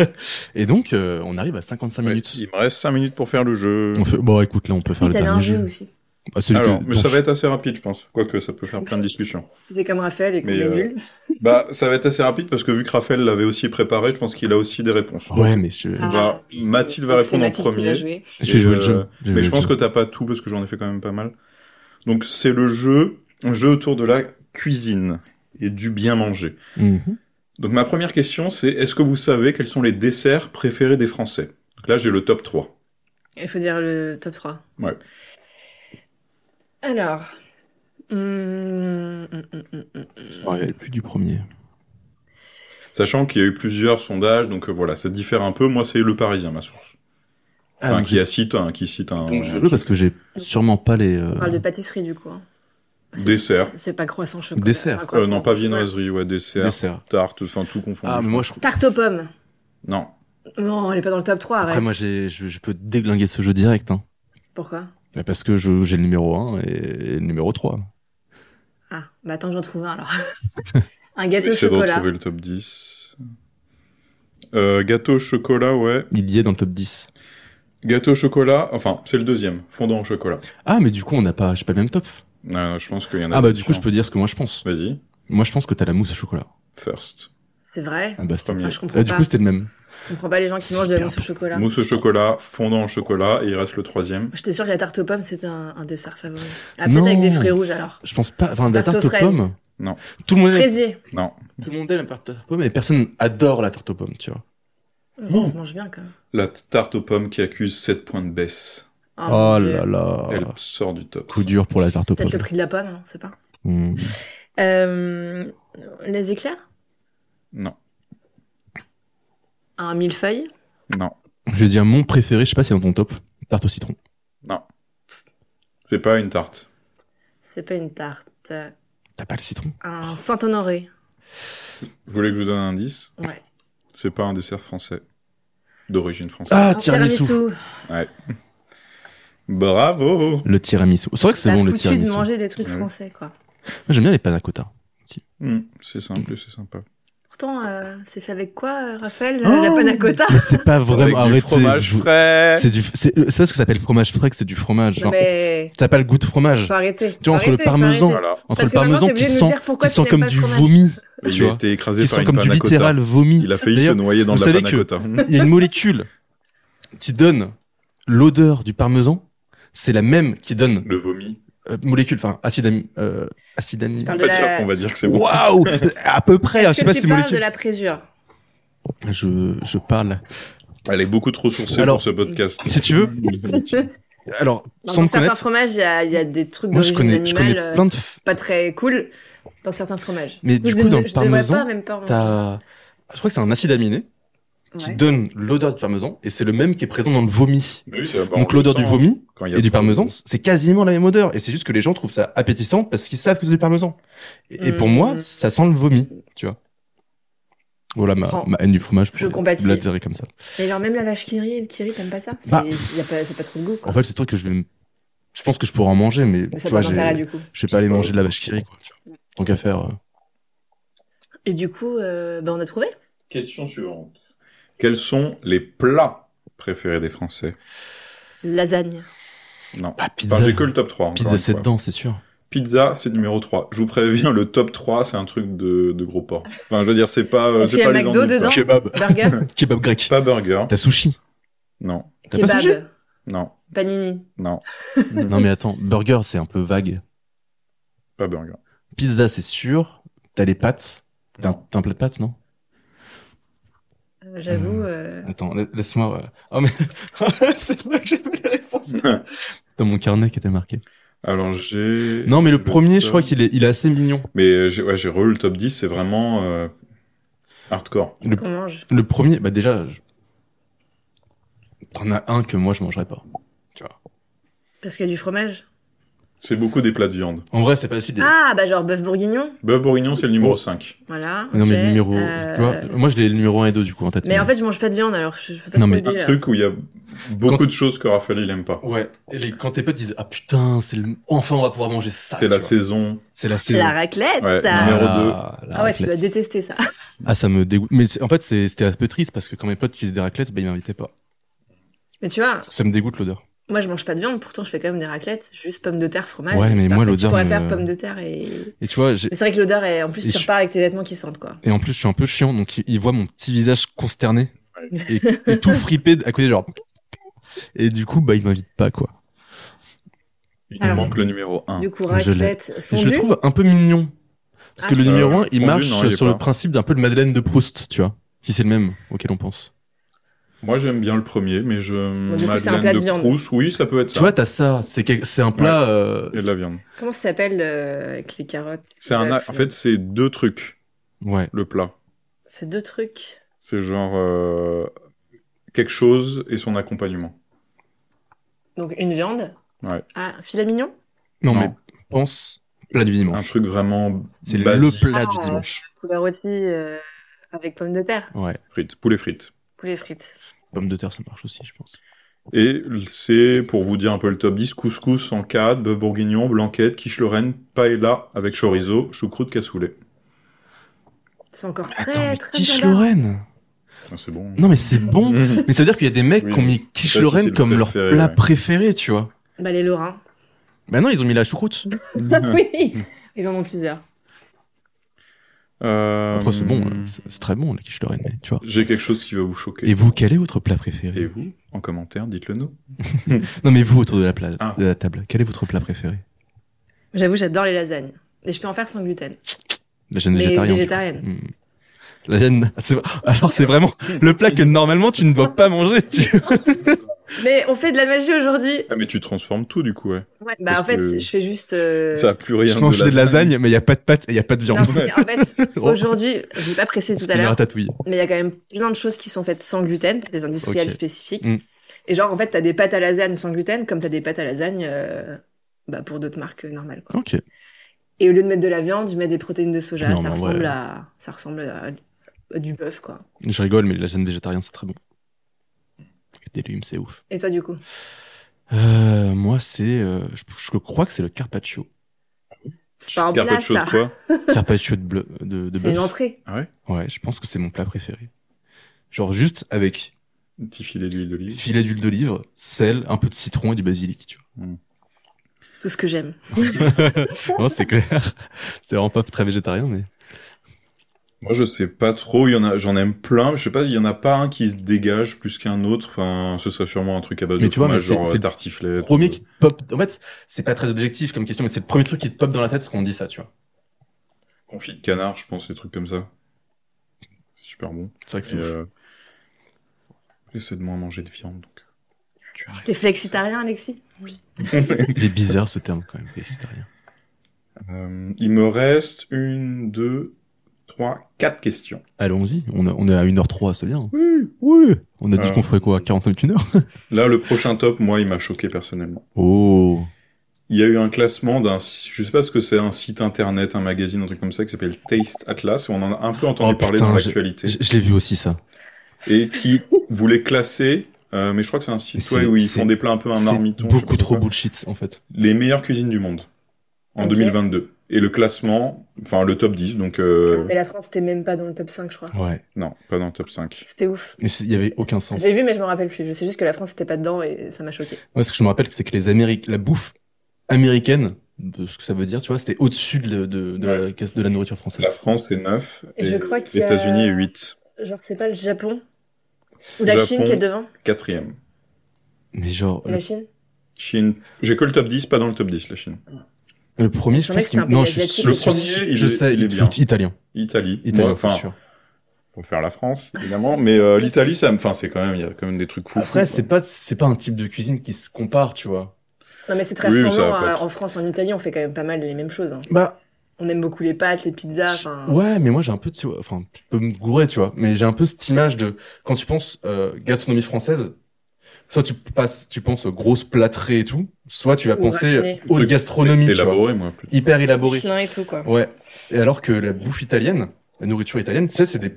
*laughs* Et donc, euh, on arrive à 55
Ouais,
minutes.
Il me reste 5 minutes pour faire le jeu.
On fait- Bon, écoute, là, on peut faire
Et
le
t'avais un
dernier jeu.
jeu aussi.
Ah, celui
Alors,
que-
mais
dont
ça
je-
va être assez rapide, je pense. Quoique, ça peut faire plein de
*laughs*
discussions.
C'était comme Raphaël et qu'on
Mais,
est
euh,
nul.
bah, ça va être assez rapide parce que vu que Raphaël l'avait aussi préparé, je pense qu'il a aussi des réponses.
Ouais, mais je-
Ah.
on va- Mathilde va
Donc, c'est
répondre en
Mathilde qui
premier.
va jouer.
j'ai
Et,
joué le
euh,
jeu. J'ai
Mais
joué
je
le
pense
jeu.
que t'as pas tout parce que j'en ai fait quand même pas mal. Donc c'est le jeu, un jeu autour de la cuisine et du bien manger.
Mhm.
Donc ma première question c'est est-ce que vous savez quels sont les desserts préférés des Français Donc là j'ai le top 3.
Il faut dire le top 3.
Ouais.
Alors. hum, hum, hum, hum, hum.
Je me rappelle plus du premier.
Sachant qu'il y a eu plusieurs sondages, donc euh, voilà, ça diffère un peu. Moi c'est le Parisien ma source.
Ah,
Enfin,
donc
qui, a cite, un, qui cite un
Donc, je le parce que j'ai sûrement pas les. euh,
On parle de pâtisserie du coup. hein.
Ah,
C'est-
dessert.
C'est pas croissant chocolat.
Dessert.
enfin,
Euh,
croissant-
non pas viennoiserie, ouais dessert,
desserts.
tarte, enfin tout confondu.
Ah, mais moi, je trouve.
Tarte aux pommes.
Non.
Non, elle est pas dans le top 3, arrête.
Après, moi, j'ai- je, je peux déglinguer ce jeu direct. Hein.
Pourquoi
Bah, Parce que je- j'ai le numéro 1 et, le numéro 3.
Ah, bah attends, j'en trouve
*laughs*
un alors. un gâteau au
J'essaie de
chocolat.
retrouver le top 10. Euh, gâteau au chocolat, ouais.
Il y est dans le top 10.
Gâteau au chocolat, enfin, c'est le deuxième, fondant au chocolat.
Ah, mais du coup, on n'a pas, j'ai pas le même top.
Euh, je pense qu'il y en a
Ah, bah,
d'autres
du coup, je peux dire ce que moi je pense.
différents. Vas-y,
Moi, je pense que t'as la mousse au chocolat.
first.
C'est vrai.
Ah, bah, c'était-
Premier.
Enfin, je comprends
Ah, du
pas.
coup, c'était le même.
Je comprends pas les gens qui mangent de la mousse au chocolat.
Mousse au chocolat, fondant au chocolat, et il reste le troisième.
J'étais sûre que la tarte aux pommes c'était un, un dessert favori. Ah,
Non.
peut-être avec des fruits rouges alors.
Je pense pas. Enfin, de la
Tarte aux
tarte aux
fraises.
pommes.
Non.
Tout le monde aime,
Fraisier.
Non.
tout le monde aime la tarte aux pommes, mais personne adore la tarte aux pommes, tu vois.
Ouais,
Non.
Ça se mange bien quand même.
La t- tarte aux pommes qui accuse 7 points de baisse.
Oh,
Ah, mon Dieu.
là là.
Elle sort du top.
Ah. Coup dur pour la tarte aux
C'est peut-être le
pommes.
prix de la pomme, hein, on sait pas.
Mmh.
Euh, les éclairs
Non,
Un millefeuille
non,
Hmm. Je vais dire mon préféré, je sais pas si c'est dans ton top. Tarte au citron.
non. C'est pas une tarte.
C'est pas une tarte.
T'as pas le citron
Un Saint-Honoré
Vous voulez que je vous donne un indice
Ouais.
C'est pas un dessert français. D'origine française.
Ah,
Un tiramisu.
Bravo
Le tiramisu. C'est vrai que c'est
T'as
bon le
foutu
tiramisu.
de
Moi,
manger des trucs
Ouais.
français, quoi.
J'aime bien les panna cotta.
Hmm, C'est simple, et c'est sympa.
Pourtant, euh, c'est fait avec quoi, euh, Raphaël
Oh.
La panna cotta
Mais c'est pas vraiment
Avec
arrêté.
du fromage
je-
frais
C'est du, c'est c'est pas ce que ça s'appelle fromage frais que c'est du fromage.
Non,
Genre,
Euh, Mais
T'as pas le goût de fromage.
faut arrêter.
Tu vois,
Faut
entre le
arrêter, faut
parmesan,
arrêter.
Voilà.
Entre
Parce
le
que maintenant,
parmesan
t'es
qui
obligé de nous
sent,
dire pourquoi
qui
tu
sent
n'aimes
comme
pas le
du
fromage.
vomi, tu
Il a
vois,
été écrasé
qui
par
sent
une
comme du
panna cotta.
littéral vomi.
Il a failli se
D'ailleurs,
noyer dans
vous
de la
savez
panna
que- *laughs*
cotta.
Il y a une molécule qui donne l'odeur du parmesan. C'est la même qui donne
Le vomi.
euh, molécule, enfin acide ami, euh, acide ami.
Tu
On
parles
va,
de la-
dire, on va dire que c'est bon.
Waouh, à peu près. hein, Je
Est-ce
sais
que
pas
tu
si
parles de
molécule.
la présure
Je je parle.
Elle est beaucoup trop sourcée
Alors-
pour ce podcast.
Si tu
*laughs*
veux. Alors
Dans
sans me
certains
connaître,
fromages, il y, a- il y a des trucs
moi je
d'origine
connais je
animale
connais
euh,
plein de f-
pas très cool dans certains fromages.
Mais du
je
coup,
ne-
dans le
je devrais
parmesan,
pas, même pas en-
T'as- Je crois que c'est un acide aminé qui
Ouais.
donne l'odeur du parmesan et c'est le même qui est présent dans le vomi.
Mais oui, ça va pas, on
Donc
le
l'odeur
sent,
du
hein.
vomi
Quand il y a
et du
trop de-
parmesan, c'est quasiment la même odeur. Et c'est juste que les gens trouvent ça appétissant parce qu'ils savent que c'est du parmesan. Et, et pour
Mm.
moi, ça sent le vomi, tu vois. Voilà ma,
Prends.
ma haine du fromage. pour
Je compatis.
l'atterrir comme ça.
Mais genre, même la vache qui rit et le qui rit, t'aimes pas ça C'est-
Bah.
c'est- y a pas- Ça n'a pas trop de goût, quoi.
En fait, c'est le truc que je vais. me- Je pense que je pourrais en manger, mais,
Mais
tu
ça
vois,
n'a pas
j'ai-
d'intérêt, du coup.
je vais pas aller manger de la vache qui rit, quoi. tu vois. Tant qu'à faire. euh.
Et du coup, euh, bah, on a trouvé.
Question suivante. Quels sont les plats préférés des Français
Lasagne.
Non.
Bah, pizza.
Enfin, j'ai que le top 3. encore
pizza,
une
c'est
fois.
dedans, c'est sûr.
Pizza, c'est numéro 3. Je vous préviens, le top 3, c'est un truc de, de gros porc. Enfin, je veux dire, c'est pas. euh,
Est-ce
c'est
qu'il y a
pas les
McDo
ennuis, quoi.
dedans
Kebab.
Burger,
Kebab grec.
Pas burger.
T'as sushi.
Non,
*laughs* T'as pas sushi
kebab,
non,
panini. *laughs*
non.
Non, mais attends, burger, c'est un peu vague.
Pas burger. *laughs*
Pizza, c'est sûr. T'as les pâtes. T'as un, t'as un plat de pâtes, non
j'avoue.
Mmh.
euh,
Attends, la- laisse-moi. euh, Oh, mais *laughs* c'est vrai que j'avais la réponse dans mon carnet qui était marqué.
Alors j'ai.
Non, mais le
le
premier, je
top.
crois qu'il est, il est assez mignon.
Mais euh, j'ai ouais, j'ai relu le top 10, c'est vraiment euh, hardcore.
Qu'est-ce
Le-
qu'on mange
Le premier, bah déjà, je- t'en as un que moi je mangerais pas.
Parce qu'il y a du fromage
C'est beaucoup des plats de viande.
En vrai, c'est facile.
Ah, bah genre bœuf bourguignon
Bœuf bourguignon, c'est le numéro
Oh.
5.
Voilà.
Non, mais
ok,
le numéro.
euh,
tu vois, moi, je l'ai le numéro 1 et 2 du coup en tête.
Mais en fait, je mange pas de viande, alors je je peux pas euh,
Non,
trop
mais-
Un
aider, là.
truc où il y a beaucoup de choses que Raphaël il aime pas.
Ouais, et les- quand tes potes disent Ah putain, c'est le... enfin on va pouvoir manger ça.
C'est
tu
la
vois.
saison.
C'est la
C'est
saison.
la raclette
Ouais,
Ah,
numéro
Ah,
deux.
la
Ah ouais, tu dois
raclette.
détester ça.
Ah, ça me dégoûte. Mais c'est- en fait, c'est- c'était un peu triste parce que quand mes potes qui faisaient des raclettes, bah, ils m'invitaient pas.
Mais tu vois,
Ça me dégoûte l'odeur.
moi je mange pas de viande, pourtant je fais quand même des raclettes, juste pommes de terre, fromage.
Ouais, mais
c'est
moi,
parfait.
l'odeur
Tu pourrais
me-
faire pommes de terre et.
Et tu vois, j'ai-
Mais c'est vrai que l'odeur est. En plus,
Et
tu
je-
repars avec tes vêtements qui sentent quoi.
et en plus, je suis un peu chiant, donc ils- ils voient mon petit visage consterné et, et tout fripé à côté, genre. Et du coup, bah, ils m'invitent pas, quoi.
Il
Alors.
manque le numéro 1.
Ah Du coup,
Ah, Je l'ai.
raclette
Et je le
fondue.
trouve un peu mignon. Parce
Ah,
que le
c'est-
numéro 1, il
Fondu,
marche
non, il est
sur
pas.
le principe d'un peu de Madeleine de Proust, tu vois. Si c'est le même auquel on pense.
Moi j'aime bien le premier, mais je.
du coup, c'est un
Madeleine
plat de
de
viande.
Proust, oui, ça peut être
Tu
ça.
vois, t'as ça. C'est quel- c'est un plat. euh,
Il y a de la viande.
Comment ça s'appelle euh, avec les carottes
C'est un. a-
bœuf,
En fait, c'est deux trucs
Ouais.
le plat.
C'est deux trucs.
C'est genre euh, quelque chose et son accompagnement.
Donc une viande.
Ouais.
Ah, un filet mignon
Non,
Non.
mais pense plat du
Un
dimanche.
truc vraiment
C'est
basique.
le plat
Ah,
du dimanche.
Poulet rôti euh, avec pommes de terre.
Ouais.
Frites, poulet frites.
Poulet frites.
Pomme de terre, ça marche aussi, je pense.
Et c'est, pour vous dire un peu le top 10, couscous en 4, bœuf bourguignon, blanquette, quiche lorraine, paella avec chorizo, choucroute, cassoulet.
C'est encore très
Attends, mais
très
quiche
bien.
Lorraine.
Ah, c'est bon.
Non, mais c'est bon.
Mmh.
Mais ça veut dire qu'il y a des mecs
Oui,
qui ont
mais
mis
c'est-
quiche
ça, c'est
Lorraine
le
comme leur
préféré,
plat
ouais.
préféré, tu vois.
Bah les Lorrains.
Bah non, ils ont mis la choucroute.
*laughs*
*laughs*
oui. Ils en ont plusieurs.
Euh,
Après, c'est bon, euh, c'est c'est très bon la quiche Lorraine, mais tu vois.
J'ai quelque chose qui va vous choquer.
Et vous, quel est votre plat préféré
Et vous, en commentaire, dites-le nous.
Non, mais vous autour de la, pla-
Ah.
de la table, quel est votre plat préféré
J'avoue, j'adore les lasagnes. Et je peux en faire sans gluten.
La gêne
Mais
végétarienne. du
végétarienne.
coup. Mm. La gêne. *laughs* c'est- Alors, c'est vraiment le plat que normalement tu ne dois pas manger. Tu...
Mais on fait de la magie aujourd'hui.
Ah, mais tu transformes tout, du coup, ouais.
Ouais, bah
Parce
en fait,
que-
je fais juste. euh,
Ça a plus
Je
rien
mange des lasagnes, mais il n'y a pas de pâtes et il n'y a pas de viande.
Non, si, en
*laughs*
fait,
Oh,
*laughs* aujourd'hui, je l'ai pas précisé tout
c'est
à
une
l'heure,
ratatouille.
mais il y a quand même plein de choses qui sont faites sans gluten par des industriels
Ok.
spécifiques.
Mm.
Et genre, en fait, t'as des pâtes à lasagne sans gluten, comme t'as des pâtes à lasagne euh, bah, pour d'autres marques euh, normales. Quoi.
Ok.
Et au lieu de mettre de la viande, je mets des protéines de soja.
Non,
ça,
mais en
ressemble
vrai-
à, ça ressemble à à du bœuf, quoi.
Je rigole, mais la gêne végétarienne, c'est très bon. Avec Des légumes, c'est ouf.
Et toi, du coup
Euh, moi, c'est. euh, je, je crois que c'est le carpaccio.
C'est pas un plat,
chose,
ça.
quoi.
Carpaccio de, bleu, de, de
C'est une
bœuf.
entrée.
Ouais, je pense que c'est mon plat préféré. Genre juste avec
Un petit filet d'huile d'olive.
filet d'huile d'olive, sel, un peu de citron et du basilic, tu
Tout ce que j'aime.
vois. non, c'est clair. C'est vraiment pas très végétarien, mais.
Moi, je sais pas trop. Il y en a, j'en aime plein. Je sais pas, il y en a pas un qui se dégage plus qu'un autre. Enfin, ce serait sûrement un truc à base
Mais
de
tu vois, mais
fromage,
c'est-
genre
c'est le
tartiflette.
Le premier
euh.
qui te pop. En fait, c'est pas très objectif comme question, mais c'est le premier truc qui te pop dans la tête quand on dit ça, tu vois.
confit de canard, je pense, des trucs comme ça. C'est super bon.
C'est vrai que c'est
Et,
ouf.
euh, J'essaie de moins manger de viande, donc. *laughs*
Tu as raison.
T'es flexitariens, Alexis
Il est bizarre ce terme quand même, végétarien.
Euh, il me reste une, deux, trois, quatre questions.
Allons-y, on, a- on est à 1h03, c'est bien.
Oui.
Oui On a dit
Euh.
qu'on ferait quoi 40 minutes, 1 heure
Là, le prochain top, moi, il m'a choqué personnellement.
Oh
Il y a eu un classement d'un, je sais pas ce que c'est, un site internet, un magazine, un truc comme ça, qui s'appelle Taste Atlas. On en a un peu entendu
Oh,
parler
putain,
dans
j'ai-
l'actualité.
Je, je l'ai vu aussi ça.
et qui voulait classer, euh, mais je crois que c'est un
Mais
site
c'est-
ouais, où ils
c'est-
font des plats un peu un
C'est
marmiton, je sais
beaucoup
pas
trop
quoi.
bullshit en fait.
les meilleures cuisines du monde en
Ok.
2022. Et le classement, enfin le top 10, donc euh,
Mais la France, t'es même pas dans le top 5, je crois.
Ouais.
non, pas dans le top 5.
C'était ouf.
Mais c'est- il y avait aucun sens.
J'ai vu, mais je me rappelle plus. Je sais juste que la France était pas dedans et ça m'a choqué.
Moi, ce que je me rappelle, c'est que les Amériques, la bouffe américaine, de ce que ça veut dire, tu vois, c'était au-dessus de, de, de la, de la nourriture
La
française.
France est 9
Et
et,
je crois qu'il
les
y a-
États-Unis est 8,
Genre, c'est pas le Japon Ou la
Japon.
Chine qui est devant
4e.
Mais genre,
La Chine
Chine, j'ai que le top 10, pas dans le top 10 la Chine.
le, le premier, je
J'en ai
pense
que c'était
qu'il...
un pays
Non, je,
asiatique.
je,
Le
suis-
premier, il
je
est-
sais,
il
il
est
te
bien.
fout italien.
Italie,
Italien,
Moi,
c'est
enfin,
sûr.
Pour faire la France, évidemment. Mais euh, l'Italie, ça me. Enfin, c'est quand même. Il y a quand même des trucs fous.
Après,
fous,
c'est pas, c'est pas un type de cuisine qui se compare, tu vois.
Non, mais c'est très
Oui, mais ça
ressemblant.
va pas
à-
être-
En France, en Italie, on fait quand même pas mal les mêmes choses. hein.
Bah,
On aime beaucoup les pâtes, les pizzas. enfin,
ouais, mais moi j'ai un peu, tu vois, enfin, tu peux me gourer, tu vois, mais j'ai un peu cette image de quand tu penses euh, gastronomie française, soit tu passes, tu penses grosse plâtrée et tout, soit tu vas
Ou
penser
raffiné.
haute gastronomie, tu vois,
Élaboré, moi. plus.
hyper élaborée.
Michelin et tout, quoi.
Ouais. Et alors que la bouffe italienne, la nourriture italienne, tu sais, c'est des,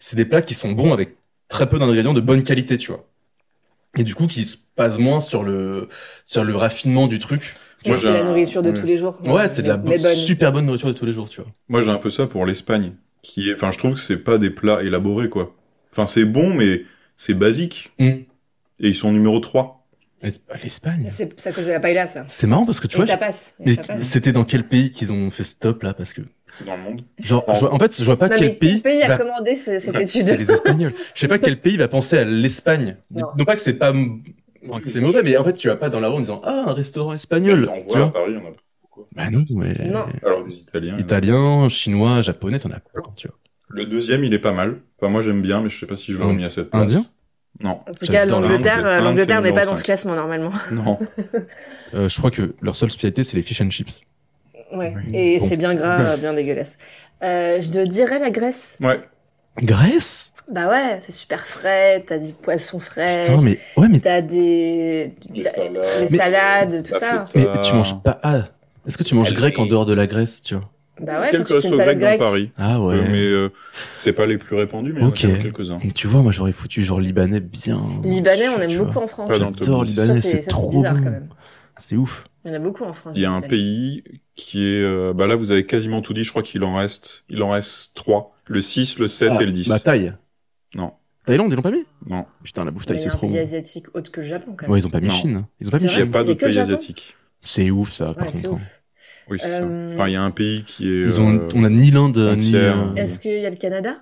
c'est des plats qui sont bons avec très peu d'ingrédients de bonne qualité, tu vois. Et du coup, qui se basent moins sur le, sur le raffinement du truc.
Et
Moi,
c'est
j'ai
la
un-
nourriture de
oui.
tous les jours.
Ouais, c'est de la
mais- mais
bonne,
bonne.
super bonne nourriture de tous les jours, tu vois.
Moi, j'ai un peu ça pour l'Espagne, qui est. Enfin, je trouve que c'est pas des plats élaborés, quoi. Enfin, c'est bon, mais c'est basique.
Hum.
Et ils sont numéro 3.
L'Es- L'Espagne.
C'est c'est à cause de la paella, ça.
C'est marrant parce que tu
Et
vois,
tapas.
j'ai-
Et
mais
tapas.
c'était dans quel pays qu'ils ont fait stop là parce que
C'est dans le monde.
genre je vois- en fait je vois pas
Non, mais
quel pays
a
va-
commandé ce- cette
c'est
étude
les Espagnols je sais pas quel pays va penser à l'Espagne non.
Non.
pas que c'est pas enfin, que c'est mauvais mais en fait tu vas pas dans la rue en disant ah un restaurant espagnol
On voit
tu
à
vois
Paris, on a pas.
bah non mais
Non.
Alors, des Italiens. il y en a.
italien chinois japonais t'en as plein tu vois
Le deuxième, il est pas mal. Enfin, moi, j'aime bien, mais je sais pas si je l'aurais
Un-
mis à cette place.
Indien
Non.
En tout cas,
J'adore l'Inde,
c'est
l'Angleterre,
l'Inde,
euh, l'Angleterre
c'est
n'est pas
numéro
dans
cinq.
ce classement normalement.
Non.
Euh, je crois que leur seule spécialité c'est les fish and chips
Ouais.
Oui.
Et
Bon.
c'est
*laughs*
bien gras, euh, bien dégueulasse. Euh, je te dirais la Grèce.
Ouais.
Grèce
Bah ouais, c'est super frais, t'as du poisson frais,
putain mais ouais mais
t'as des... t'as- les salades, tout ça.
mais
euh,
tu manges pas ah est-ce que tu manges
Elle
grec en
est-
dehors de la Grèce tu vois
Bah ouais, quand
quelques
tu te fais une
restos
salade
grecs dans Paris.
grecque.
ah ouais
Euh, mais euh, c'est pas les plus répandus, mais il y en a
Ok.
quand même quelques-uns.
Mais Tu vois, moi j'aurais foutu genre libanais bien.
Libanais, on
Tu
aime
vois.
beaucoup en France.
Pas dans le top
J'adore
10.
libanais,
Ça, c'est-
c'est
ça, c'est
trop
bizarre,
bon.
quand même.
C'est ouf.
Il y en a beaucoup en France.
Il y a un
libanais.
pays qui est. euh, bah là, vous avez quasiment tout dit. Je crois qu'il en reste. Il en reste trois. Le 6, le 7 et le 10.
Ah, Ma taille. Ah,
Non.
Thaïlande, ils l'ont pas mis
Non.
Putain, la bouffe
Mais
thaï,
Il y
c'est
a un
trop
pays
bon.
asiatique autre que le Japon, quand même.
Ouais, ils ont pas mis
Non.
Chine. Ils ont pas
C'est
mis
Il n'y a
vrai
Chine.
pas
Il y a
d'autres
que le
pays
Japon.
asiatiques.
C'est ouf ça, par
Ouais, c'est
contre. hein.
ouf.
Oui, c'est ça.
Euh,
Enfin, il y a un pays qui est.
Ils ont,
euh,
on a ni l'Inde, ni.
frontière.
euh,
Est-ce qu'il y a le Canada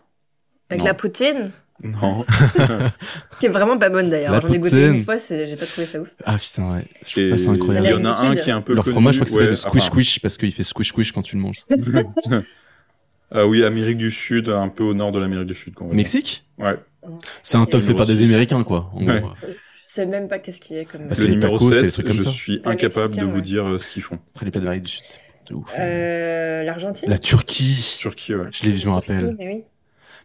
Avec
Non.
la poutine
Non.
Ah,
Qui est vraiment pas bonne d'ailleurs.
La
J'en ai goûté une
poutine.
fois, c'est- j'ai pas trouvé ça ouf.
Ah putain, ouais. Je trouve
Et
pas ça
Il y
incroyable.
en a
L'Amérique
un
du
qui est un peu.
Leur
connu,
fromage, je crois que ça
ouais,
s'appelle le squish
enfin,
squish parce qu'il fait squish squish quand tu le
*laughs*
manges.
Ah oui, Amérique du Sud, un peu au nord de l'Amérique du Sud. qu'on va dire.
Mexique Bah,
Ouais.
C'est un
Et
top fait
numéro
par des
six.
Américains, quoi. en
Ouais.
gros.
Je sais même pas qu'est-ce qu'il y a comme.
Bah, c'est
Le
les
numéro
tacos, c'est les
7,
trucs comme
je
ça.
suis
Les
incapable de
Mexicains,
vous
ouais.
dire euh, ce qu'ils font.
Après les plats d'Amérique du Sud, c'est de ouf.
Euh, L'Argentine
La Turquie.
Turquie, ouais.
Je l'ai vu, je me rappelle.
Mais oui.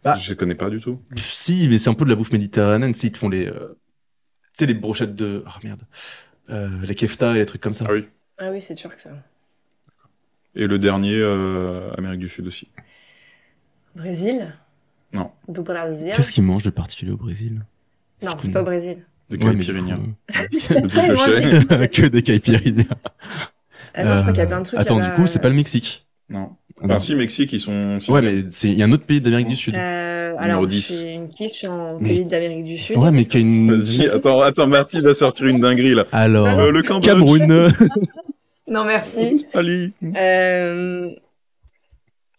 Ah.
Je les connais pas du tout.
Si, mais c'est un peu de la bouffe méditerranéenne. Si, ils te font les. euh, tu sais, les brochettes de. Oh merde. Euh, les kefta et les trucs comme ça.
Ah oui.
Ah oui, c'est turc ça.
Et le dernier, euh, Amérique du Sud
*laughs*
aussi.
Brésil
Non.
Du Brasil
Qu'est-ce qu'ils mangent de particulier au Brésil
Non, c'est pas au Brésil.
Des
Ouais, mais
Pyrénées.
du
Ouais, moi, je l'ai-
coup, euh, *laughs* Que des caipirinhas.
Ah non, je crois qu'il y a
Euh,
plein de trucs.
Attends, du
là-bas. euh.
coup, c'est pas le Mexique.
Non.
Ah, non.
Enfin, si, Mexique, ils sont. si.
Ouais, mais c'est- il y a un autre pays d'Amérique du Sud.
Euh,
Numéro
alors,
10.
c'est une quiche en
Mais-
pays d'Amérique du Sud.
Ouais, mais qui a une.
Vas-y, attends, attends, Marty va sortir une dinguerie là. Euh,
Alors.
le Cambodge.
Cameroun.
*laughs*
*laughs*
Non, Ah merci.
Australie.
Euh,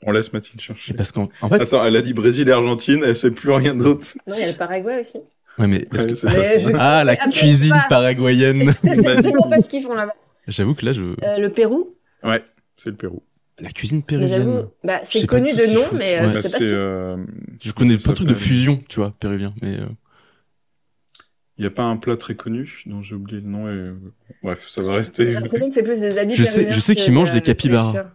On laisse Mathilde chercher.
Et Parce qu'en en fait.
*laughs* Attends, elle a dit Brésil et Argentine, elle sait plus rien d'autre.
Non, il y a le Paraguay aussi.
Ouais, mais. est-ce que-
Ouais, c'est
Mais
pas ça.
je-
Ah, la
c'est absolument
cuisine
pas-
paraguayenne.
*laughs* Je sais
Vas-y.
absolument pas ce qu'ils font là-bas.
J'avoue que là, je.
Euh, le Pérou,
Ouais,
hein.
c'est le Pérou.
La cuisine
mais
péruvienne.
j'avoue, bah,
Je sais
c'est
pas
connu
tout ce
de
qu'ils
nom,
foutent.
mais euh,
Ouais.
je
Bah,
sais
c'est,
pas ce qu'ils
euh,
Je connais
Ça
pas truc de
s'appelle-
fusion, tu vois, péruvien. Mais. euh,
Il n'y a pas un plat très connu dont j'ai oublié le nom et... euh, Bref, ça va rester.
J'ai l'impression que c'est plus des habits
Je sais-
péruviens
je sais
que
qu'ils mangent des
la
capybaras.
nourriture.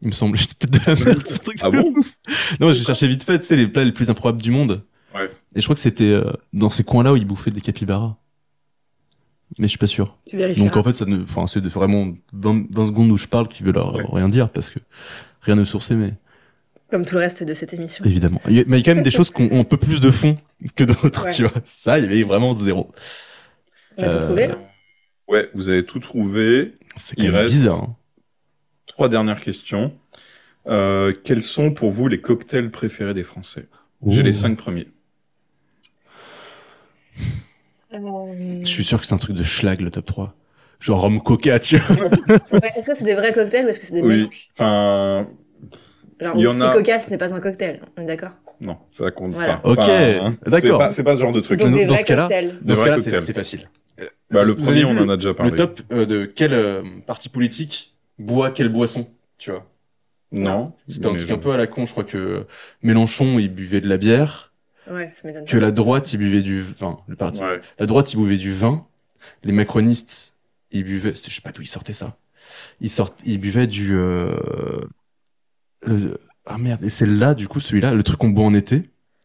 Il me semble, *laughs* j'étais peut-être de la merde, ce truc.
Ah bon
*laughs* Non, j'ai cherché vite fait, tu sais, les plats les plus improbables du monde.
Ouais.
Et je crois que c'était euh, dans ces coins-là où ils bouffaient des capybaras. Mais je suis pas sûr.
Tu vérifieras.
Donc en fait, ça ne, enfin, c'est de- vraiment 20, 20 secondes où je parle qui veut leur
Ouais.
rien dire parce que rien ne sourcé, mais
Comme tout le reste de cette émission.
évidemment. Il y a- Mais il y a quand même des choses qu'on on peut plus de fond que d'autres,
Ouais.
tu vois. Ça, il y avait vraiment zéro.
On a tout
Euh,
trouvé, là.
Ouais, vous avez tout trouvé.
C'est quand
Il
même
reste-
bizarre. hein.
Trois dernières questions. Euh, quels sont pour vous les cocktails préférés des Français J'ai
Oh.
les cinq premiers. Euh,
Je suis sûr que c'est un truc de schlag le top 3. Genre rhum coca, tu vois.
Ouais, Est-ce que c'est des vrais cocktails ou est-ce que c'est des
Oui.
mélanges
Enfin,
Genre,
Il y en
whisky
a-
coca, ce n'est pas un cocktail, on est d'accord
non, ça compte
Voilà.
pas.
Ok,
Enfin, hein.
d'accord.
C'est pas, c'est pas ce genre de truc.
dans-
Donc, des
dans
vrais
ce cas-là-
cocktails.
Des
Dans ce
vrais
cas-là, c'est
cocktails.
c'est facile.
Bah, le
Vous
premier,
avez
on
vu
en a déjà parlé.
Le top euh, de quel euh, parti politique boit quelle boisson, tu vois.
Non.
C'était un
mais
truc
je-
un peu à la con, je crois que euh, Mélenchon, il buvait de la bière,
Ouais, ça m'étonne
que
pas.
la droite, il buvait du vin, le parti.
Ouais.
La droite, ils buvaient du vin. Les macronistes, ils buvaient, je sais pas d'où ils sortaient ça. Ils sortent, ils buvaient du, euh, le- ah merde, et c'est là, du coup, celui-là, le truc qu'on boit en été.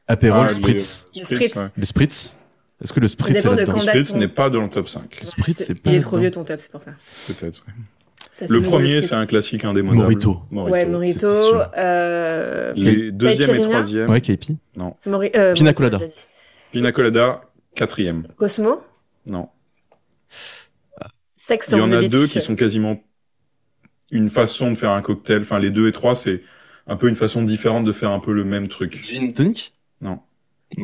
Apérol,
Ah, les-
spritz.
Le spritz.
ouais.
Le spritz? Est-ce que le spritz est
dépend de
Le
là-dedans?
Quand
spritz
date-t-on
n'est pas dans le top 5,
Le spritz,
C'est-
c'est pas
Il est trop vieux
là-dedans.
ton top, c'est pour ça.
peut-être.
Ça, Ah, c'est
Le
nouveau,
premier,
spritz.
c'est un classique indémodable.
Morito.
Ouais,
Morito.
Morito.
c'est sûr.
Euh...
Les deuxième et
Caipirinha.
troisième.
Ouais, Kepi.
Mori- euh,
Pina
Morito,
colada.
j'ai déjà dit.
Pina Colada, quatrième.
Cosmo.
Non.
Sex
Il y
on
en
the
a
beach.
deux qui sont quasiment une façon de faire un cocktail. Enfin, les deux et trois, c'est un peu une façon différente de faire un peu le même truc.
Gin tonic?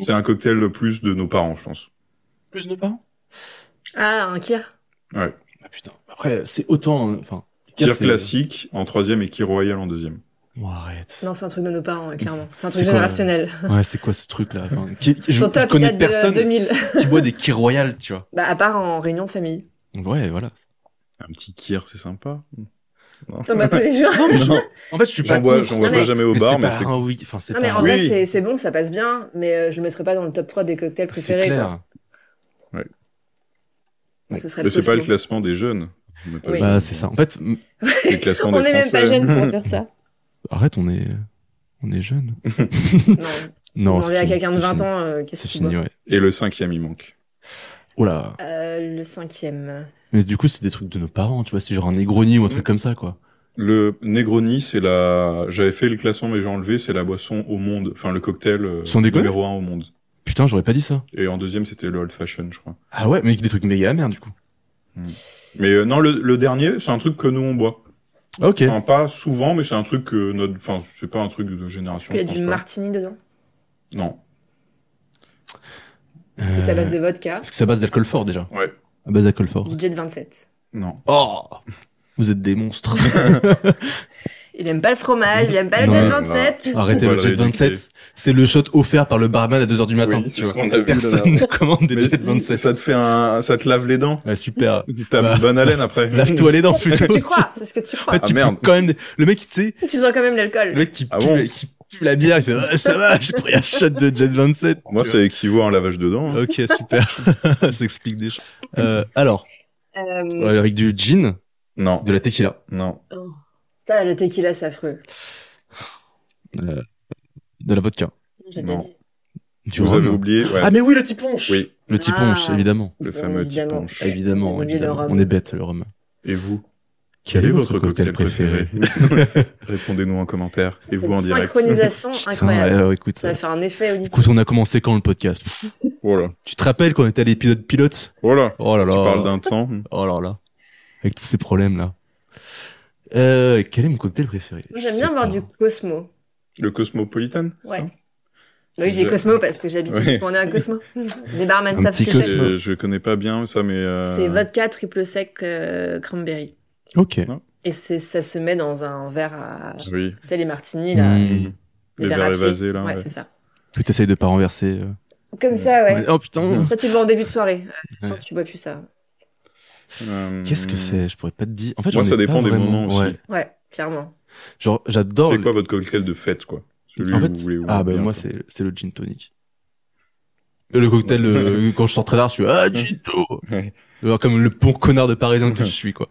C'est un cocktail le plus de nos parents, je pense.
Plus de parents?
Ah, un kir.
Ah putain. Après, c'est autant, euh, enfin.
Kir
c'est-
classique en troisième et Kir Royal en deuxième.
Oh, arrête.
Non, c'est un truc de nos parents, euh, clairement. C'est un truc
quoi,
générationnel.
Ouais, c'est quoi ce truc là? Enfin, qui- je, je
Ton top, il
connais
date de euh,
personne
2000.
qui boit des Kir Royal, tu vois.
*laughs* Bah, à part en réunion de famille.
Ouais, voilà.
Un petit Kir, c'est sympa. Non.
T'en bats bah, tous les jours.
*laughs* Non, mais je-
Non,
en fait, je suis
*laughs*
pas
J'en bois,
contre,
j'en
tu
bois
Non,
pas
mais-
jamais au
Mais
bar,
c'est
mais
pas
c'est
un oui, enfin c'est
Non, mais
pas
en
un
vrai,
Oui.
c'est- c'est bon, ça passe bien, mais euh, je le mettrai pas dans le top 3 des cocktails préférés.
c'est
quoi.
clair.
Enfin, Ce serait
mais
le
c'est pas le
Cosmo.
classement des jeunes. On n'est pas
Oui.
jeunes.
Bah c'est ça. En fait, m-
C'est le classement
On
des
est même pas
Français.
jeunes
*laughs*
pour dire ça.
arrête, on est on est jeune.
Non.
Non,
Demander à
fini,
quelqu'un de
c'est
20
fini.
ans euh, qu'est-ce
C'est
que tu
fini,
bois.
ouais.
Et le cinquième, il manque.
Oh là.
Euh, Le cinquième.
Mais du coup, c'est des trucs de nos parents, tu vois, c'est genre un Negroni ou
Mm.
un truc comme ça quoi.
Le Negroni, c'est la. J'avais fait le classement, mais j'ai enlevé. C'est la boisson au monde. Enfin, le cocktail euh,
Sans déconner
numéro un au monde.
Putain, j'aurais pas dit ça.
Et en deuxième, c'était le Old Fashion, je crois.
Ah ouais, mais des trucs méga amers du coup.
Mais euh, non, le, le dernier, c'est un truc que nous on boit.
OK.
Enfin, pas souvent, mais c'est un truc que notre. Enfin, c'est pas un truc de
Est-ce
génération.
qu'il y a
je
du
pense pas.
martini dedans
Non.
Est-ce que ça base
Euh,
de vodka
parce que ça base d'alcool fort déjà.
Ouais.
À base d'alcool fort.
DJ de 27.
Non.
Oh Vous êtes des monstres.
Il aime pas le fromage, il aime pas le
Non,
jet de
mais-
27.
Arrêtez
On va
le
le
Jet
rééduquer.
27, c'est le shot offert par le barman à 2h du matin,
Oui,
tu
c'est
vois.
ce qu'on a vu
Personne
là-bas.
ne commande des
Mais
Jet 27.
ça te fait un. Ça te lave les dents. *laughs*
Ouais, super.
T'as
Bah,
bonne haleine après.
*laughs* Lave-toi les dents plutôt.
Tu crois C'est ce que tu
En *laughs*
crois.
fait, tu
Ah, merde.
peux quand même. Le mec, tu sais,
Tu sens quand même l'alcool.
le mec qui pue,
Ah bon
la- qui pue la bière, il fait Ah, ça va, j'ai pris un shot de Jet 27.
Moi,
tu
ça équivaut à un lavage de dents.
vois.
hein.
Ok, super. *laughs* ça explique des choses. Euh, alors,
Euh, oh.
euh, avec du gin,
Non.
de la tequila,
Non.
putain, le tequila, c'est affreux.
de la vodka.
J'ai
Non.
déjà dit.
Du
Vous
rhum.
avez oublié. ouais.
Ah, mais oui, le tiponche
Oui,
Le tiponche,
Ah.
évidemment.
le
Bien
fameux type
évidemment.
ponche.
Évidemment,
On a oublié le
évidemment.
rhum.
On est bête, le rhum.
Et vous
Quel est votre cocktail préféré *laughs*
préféré Répondez-nous en commentaire. Et vous
Une
en direct.
synchronisation
Putain,
incroyable.
alors, écoute,
Ça va faire un effet auditif.
écoute, on a commencé quand le podcast Pff,
Voilà.
Tu te rappelles quand on était à l'épisode pilote
Voilà.
Oh là
Tu parles
là.
d'un temps.
Oh là là. Avec tous ces problèmes là. Euh, quel est mon cocktail préféré
Moi,
Je
J'aime
sais
bien boire
pas.
du Cosmo.
Le Cosmopolitan c'est
Ouais.
ça
Bah oui, je dis
Je-
Cosmo parce que j'ai l'habitude
Ouais.
de tourner un Cosmo. Les barman
Un
savent ce
petit
que
Cosmo.
c'est.
Euh, je connais pas bien ça, mais. euh,
C'est vodka triple sec euh, cranberry.
Ok.
Et c'est ça se met dans un verre à...
Oui.
Tu sais, les martinis, là.
Mm.
Mhm.
Les
Le
verres
verre
à pied.
évasé, là.
Ouais,
ouais.
c'est ça.
Tu t'essayes de pas renverser. euh.
Comme ça, ouais.
Oh putain.
Ça, tu le bois en début de soirée. Euh,
Ouais.
quand Tu bois plus ça.
Euh,
Qu'est-ce que c'est Je pourrais pas te dire. En fait,
Moi,
j'en ai
ça dépend
pas
des
vraiment.
moments aussi.
Ouais.
Ouais, clairement.
Genre, j'adore.
C'est
le-
quoi votre cocktail de fête, quoi Celui
En
où
fait,
vous voulez vous
ah bah
bien,
moi
quoi.
c'est c'est le gin tonic. Le
*laughs*
cocktail euh, quand je sors très tard, je suis ah gin to.
Ouais.
Alors, Comme le bon connard de Parisien
*laughs*
que je suis quoi.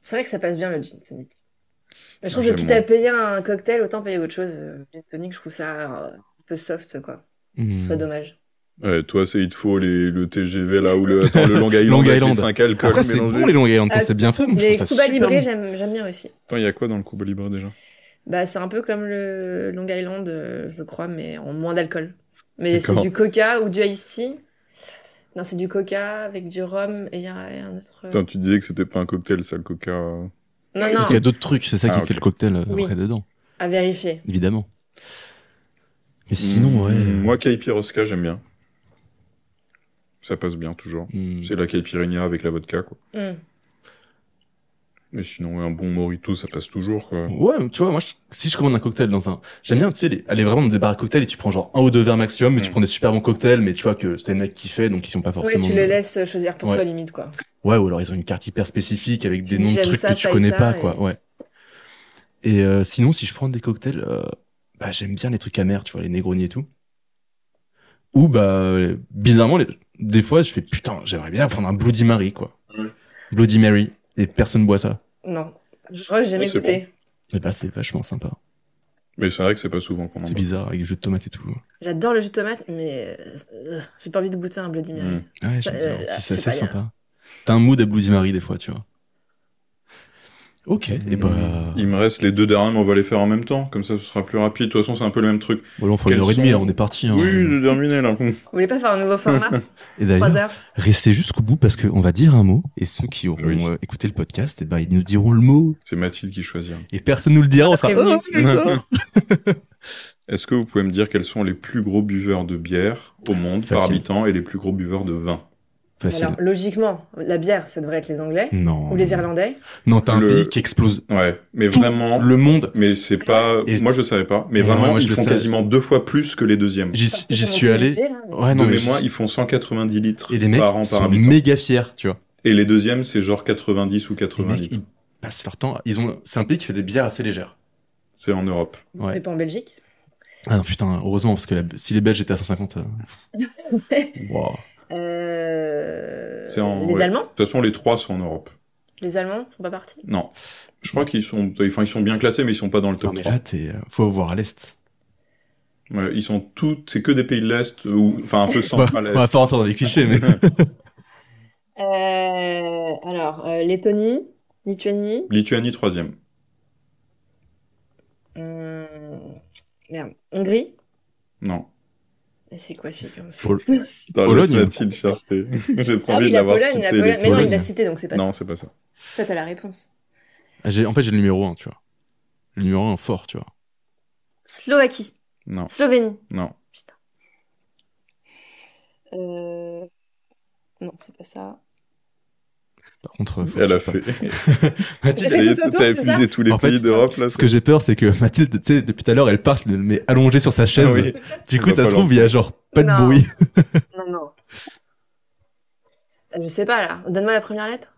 C'est vrai que ça passe bien le gin tonic. Mais je trouve que
J'aime
quitte
moins.
à payer un cocktail, autant payer autre chose. euh, Le gin tonic, je trouve ça euh, un peu soft, quoi.
Hmm.
C'est dommage.
Ouais, toi, c'est il te faut les, le TGV là ou le, attends, le
*laughs*
Long Island.
Long
avec les
Island.
cinq alcools
Après c'est
mélangés.
bon les hein, Long Island quand
Euh,
c'est bien fait. Moi, je
Les
trouve ça
Cuba
super
Libre,
bon.
j'aime j'aime bien aussi.
Attends, il y a quoi dans le Cuba Libre déjà
Bah, c'est un peu comme le Long Island, euh, je crois, mais en moins d'alcool. Mais c'est
D'accord.
du coca ou du iced tea. Non, c'est du coca avec du rhum et il y a un autre. euh,
Attends, tu disais que c'était pas un cocktail, ça, le coca. euh,
Non, non,
Parce qu'il y a d'autres trucs, c'est ça
Ah,
qui
ok.
fait le cocktail euh,
Oui.
après dedans,
à vérifier.
évidemment. Mais sinon ouais.
Mm, Moi, Caipirosca, j'aime bien. Ça passe bien, toujours.
Hmm.
C'est la caipirinha avec la vodka, quoi.
Hmm.
Mais sinon, ouais, un bon morito, ça passe toujours, quoi.
Ouais, tu vois, moi, je- si je commande un cocktail dans un, j'aime bien, tu sais, les- aller vraiment dans des bars à cocktails et tu prends genre un ou deux verres maximum, mais tu
Mm.
prends des super bons cocktails, mais tu vois que c'est le mec qui fait, donc ils sont pas
Ouais,
forcément.
tu les laisses choisir pour
Ouais.
toi, limite, quoi.
Ouais, ou alors ils ont une carte hyper spécifique avec des
Tu dis,
noms de
j'aime
trucs
ça,
que tu
ça et
connais
ça,
pas,
et-
quoi. Ouais. Et euh, sinon, si je prends des cocktails, euh, bah, j'aime bien les trucs amers, tu vois, les Negroni et tout. Ou bah, bizarrement, les- des fois, je fais putain, j'aimerais bien prendre un Bloody Mary, quoi.
Ouais.
Bloody Mary. Et personne boit ça.
Non, je crois que j'ai jamais
Oui, c'est
goûté.
Et bah, c'est vachement sympa.
Mais c'est vrai que c'est pas souvent qu'on en
C'est
boit.
bizarre avec du jus de tomate et tout.
J'adore le jus de tomate, mais euh, j'ai pas envie de goûter un Bloody Mary.
Mm.
Ouais, j'aime
Euh,
bien.
euh,
C'est-
c'est
c'est
pas
assez
bien.
sympa. T'as un mood à Bloody Mary des fois, tu vois. Ok, et bah.
Il me reste les deux derniers, mais on va les faire en même temps. Comme ça, ce sera plus rapide. De toute façon, c'est un peu le même truc.
Bon, là, on fera
Quels
une heure et demie,
sont-
là, on est parti. hein.
Oui, j'ai terminé là.
Vous voulez pas faire un nouveau
*laughs*
format
Et
Trois
d'ailleurs,
heures
restez jusqu'au bout parce qu'on va dire un mot. Et ceux qui auront
Oui.
euh, écouté le podcast, et ben, ils nous diront le mot.
C'est Mathilde qui choisit.
Et personne nous le dira, on sera.
Prévenu.
Ah, c'est ça
*laughs* Est-ce que vous pouvez me dire quels sont les plus gros buveurs de bière au monde par
Facile.
habitant et les plus gros buveurs de vin
Facile. Hmm.
Alors, logiquement, la bière, ça devrait être les Anglais
non.
ou les Irlandais.
Non, t'as un
Le-
pays qui explose
Ouais, mais
Tout
vraiment,
le monde.
mais c'est pas.
Et-
Moi, je savais pas. Mais
Et
vraiment,
ouais, moi, je
ils
le
font
sais.
quasiment deux fois plus que les deuxièmes.
J'y
Parce que
j'y
c'est
suis
mon
allé.
pays, là, mais-
Ouais, Ah non,
de
mais.
mémoire,
j'y-
ils font 190 litres
Et les mecs
par an par
sont
habitant.
méga fiers, tu vois.
Et les deuxièmes, c'est genre 90 ou
Les
80
mecs,
litres.
ils passent leur temps. Ils ont. C'est un pays qui fait des bières assez légères.
C'est en Europe.
Ouais.
Mais pas en Belgique.
Ah non, putain, heureusement parce que la- si les Belges étaient à 150. euh,
*laughs*
wow.
Euh,
C'est en-
Les
ouais.
Allemands
De toute façon, les trois sont en Europe.
Les Allemands font pas partie.
Non. Je crois qu'ils sont, enfin, ils sont bien classés, mais ils sont pas dans le
Non
top
mais
3.
là, t'es. euh, Faut voir à l'est.
Ouais, ils sont tous, c'est que des pays de l'Est, ou, enfin, un peu
On va-
central
on va pas entendre les
*laughs*
clichés, mais.
Euh, alors, euh, Lettonie, Lituanie.
Lituanie, troisième.
hum, Merde. Hongrie.
Non.
Et c'est quoi celui qui est en dessous
Faut-
Dans
Pologne. hein.
le Mathilde chercher. *laughs* J'ai trop
Ah
envie
oui,
de
la
l'avoir
Pologne,
cité.
la
les
Pologne. Mais non, il
Pologne.
l'a cité, donc c'est pas
Non, c'est pas ça.
ça. Toi, t'as la réponse.
Ah, j'ai- En fait, j'ai le numéro 1, tu vois. Le numéro 1 fort, tu vois.
Slovaquie,
Non,
Slovénie.
non.
Euh, Non, c'est pas ça.
Par contre, euh, faut
Elle
que
a
je sais
fait. *laughs*
pas. Mathilde,
J'ai fait
Ça y est,
tout autour,
T'as
c'est ça
épuisé tous les
En fait,
pays
c'est-
d'Europe, là.
ce que j'ai peur, c'est que Mathilde, tu sais, depuis tout à l'heure, elle parle, mais allongée sur sa
c'est-
chaise.
Ah oui.
Du
On
coup,
va
ça
pas
se trouve, il y a genre pas de
Non.
bruit.
Non, non. Euh, Je sais pas, là. Donne-moi la première lettre.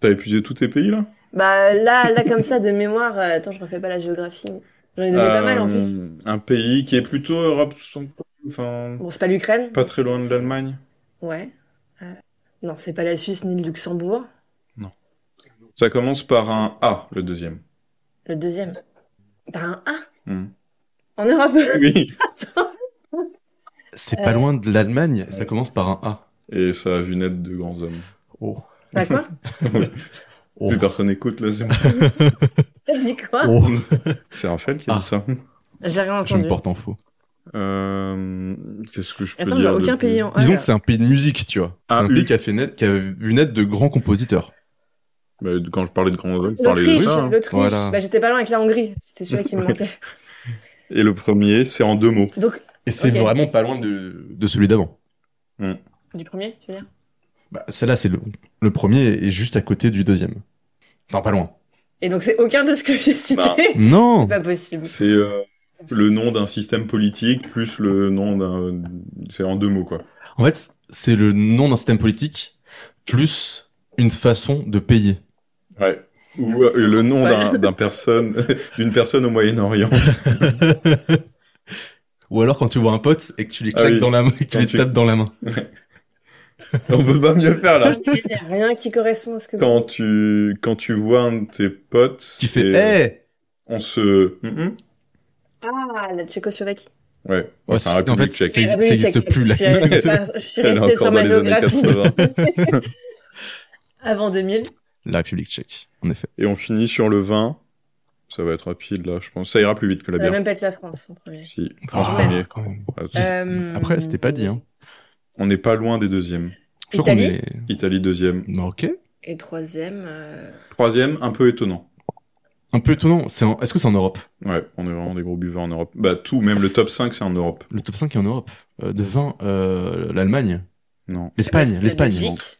T'as épuisé tous tes pays, là
Bah, là, là comme ça, de mémoire. euh, Attends, je refais pas la géographie. J'en ai donné pas mal, en plus.
Euh, Un pays qui est plutôt Europe centrale, enfin,
Bon, c'est pas l'Ukraine.
pas très loin de l'Allemagne.
Ouais. Euh, Non, c'est pas la Suisse ni le Luxembourg.
Ça commence par un A, le deuxième.
Le deuxième. Par un A.
Hmm.
En Europe. *laughs*
Oui.
Attends.
C'est
Euh.
pas loin de l'Allemagne, ça commence par un A.
Et ça a vu naître de grands hommes.
Oh.
Bah, quoi
Oh.
Plus personne écoute, là, c'est bon.
T'as dit quoi
Oh.
C'est Raphaël qui a
Ah.
dit ça.
J'ai
Je me
rien Ah, entendu.
porte en faux.
Euh, Qu'est-ce que je peux
Attends, j'ai
dire de
aucun
plus
pays en A.
Disons
là.
que c'est un pays de musique, tu vois. C'est
Ah,
un
oui.
pays qui a, fait naître- qui a vu naître de grands compositeurs.
Bah, Quand je parlais de grands hommes, je parlais de
L'Autriche,
ça. hein.
l'Autriche.
Voilà.
Bah, j'étais pas loin avec la Hongrie. C'était celui-là qui me manquait.
Et le premier, c'est en deux mots.
Donc,
Et c'est
Ok.
vraiment pas loin de, de celui d'avant.
du premier, tu veux dire
Bah, Celle-là, c'est le, le premier et juste à côté du deuxième. Enfin, pas loin.
Et donc, c'est aucun de ce que j'ai cité.
Bah,
Non
*laughs* C'est pas possible.
C'est euh, le nom d'un système politique plus le nom d'un. C'est en deux mots, quoi.
En fait, c'est le nom d'un système politique plus une façon de *laughs* payer.
Ouais. Ou euh, le nom d'un- d'un personne, *laughs* d'une personne au Moyen-Orient.
Ou alors quand tu vois un pote et que tu les
Ah
claques
oui.
dans la main, et que tu
Quand
les
tu-
tapes dans la main.
*laughs* On peut pas mieux faire là.
Il n'y a rien qui correspond à ce que vous
Quand
dites.
tu quand tu vois un de tes potes,
Qui fait
et
Eh
on se Mhm.
Ah, la Tchécoslovaquie.
ouais.
Ouais,
Enfin,
c'est- en fait,
République tchèque.
ça existe- ça existe plus, là.
*laughs*
Ah Je suis- je suis
Elle est
restée
encore
sur
dans
ma
les années
géographie
80.
*laughs* avant 2000.
La République tchèque, en effet.
Et on finit sur le vin. Ça va être rapide là, je pense. Ça ira plus vite que la
On va
bière.
même pas être la France en premier.
Si.
Ah,
premier.
quand même.
Attends.
Juste-
Euh,
Après, c'était pas dit. Hein.
On n'est pas loin des deuxièmes.
Je crois qu'on
Italie
est...
Italie deuxième,
Non, ok.
Et troisième. euh,
troisième, un peu étonnant.
Un peu étonnant. C'est en- Est-ce que c'est en Europe
Ouais, on est vraiment des gros buveurs en Europe. Bah tout, même le top 5 c'est en Europe.
Le top 5 est en Europe. Euh, de 20, euh, l'Allemagne.
Non,
L'Espagne,
la
l'Espagne.
Belgique.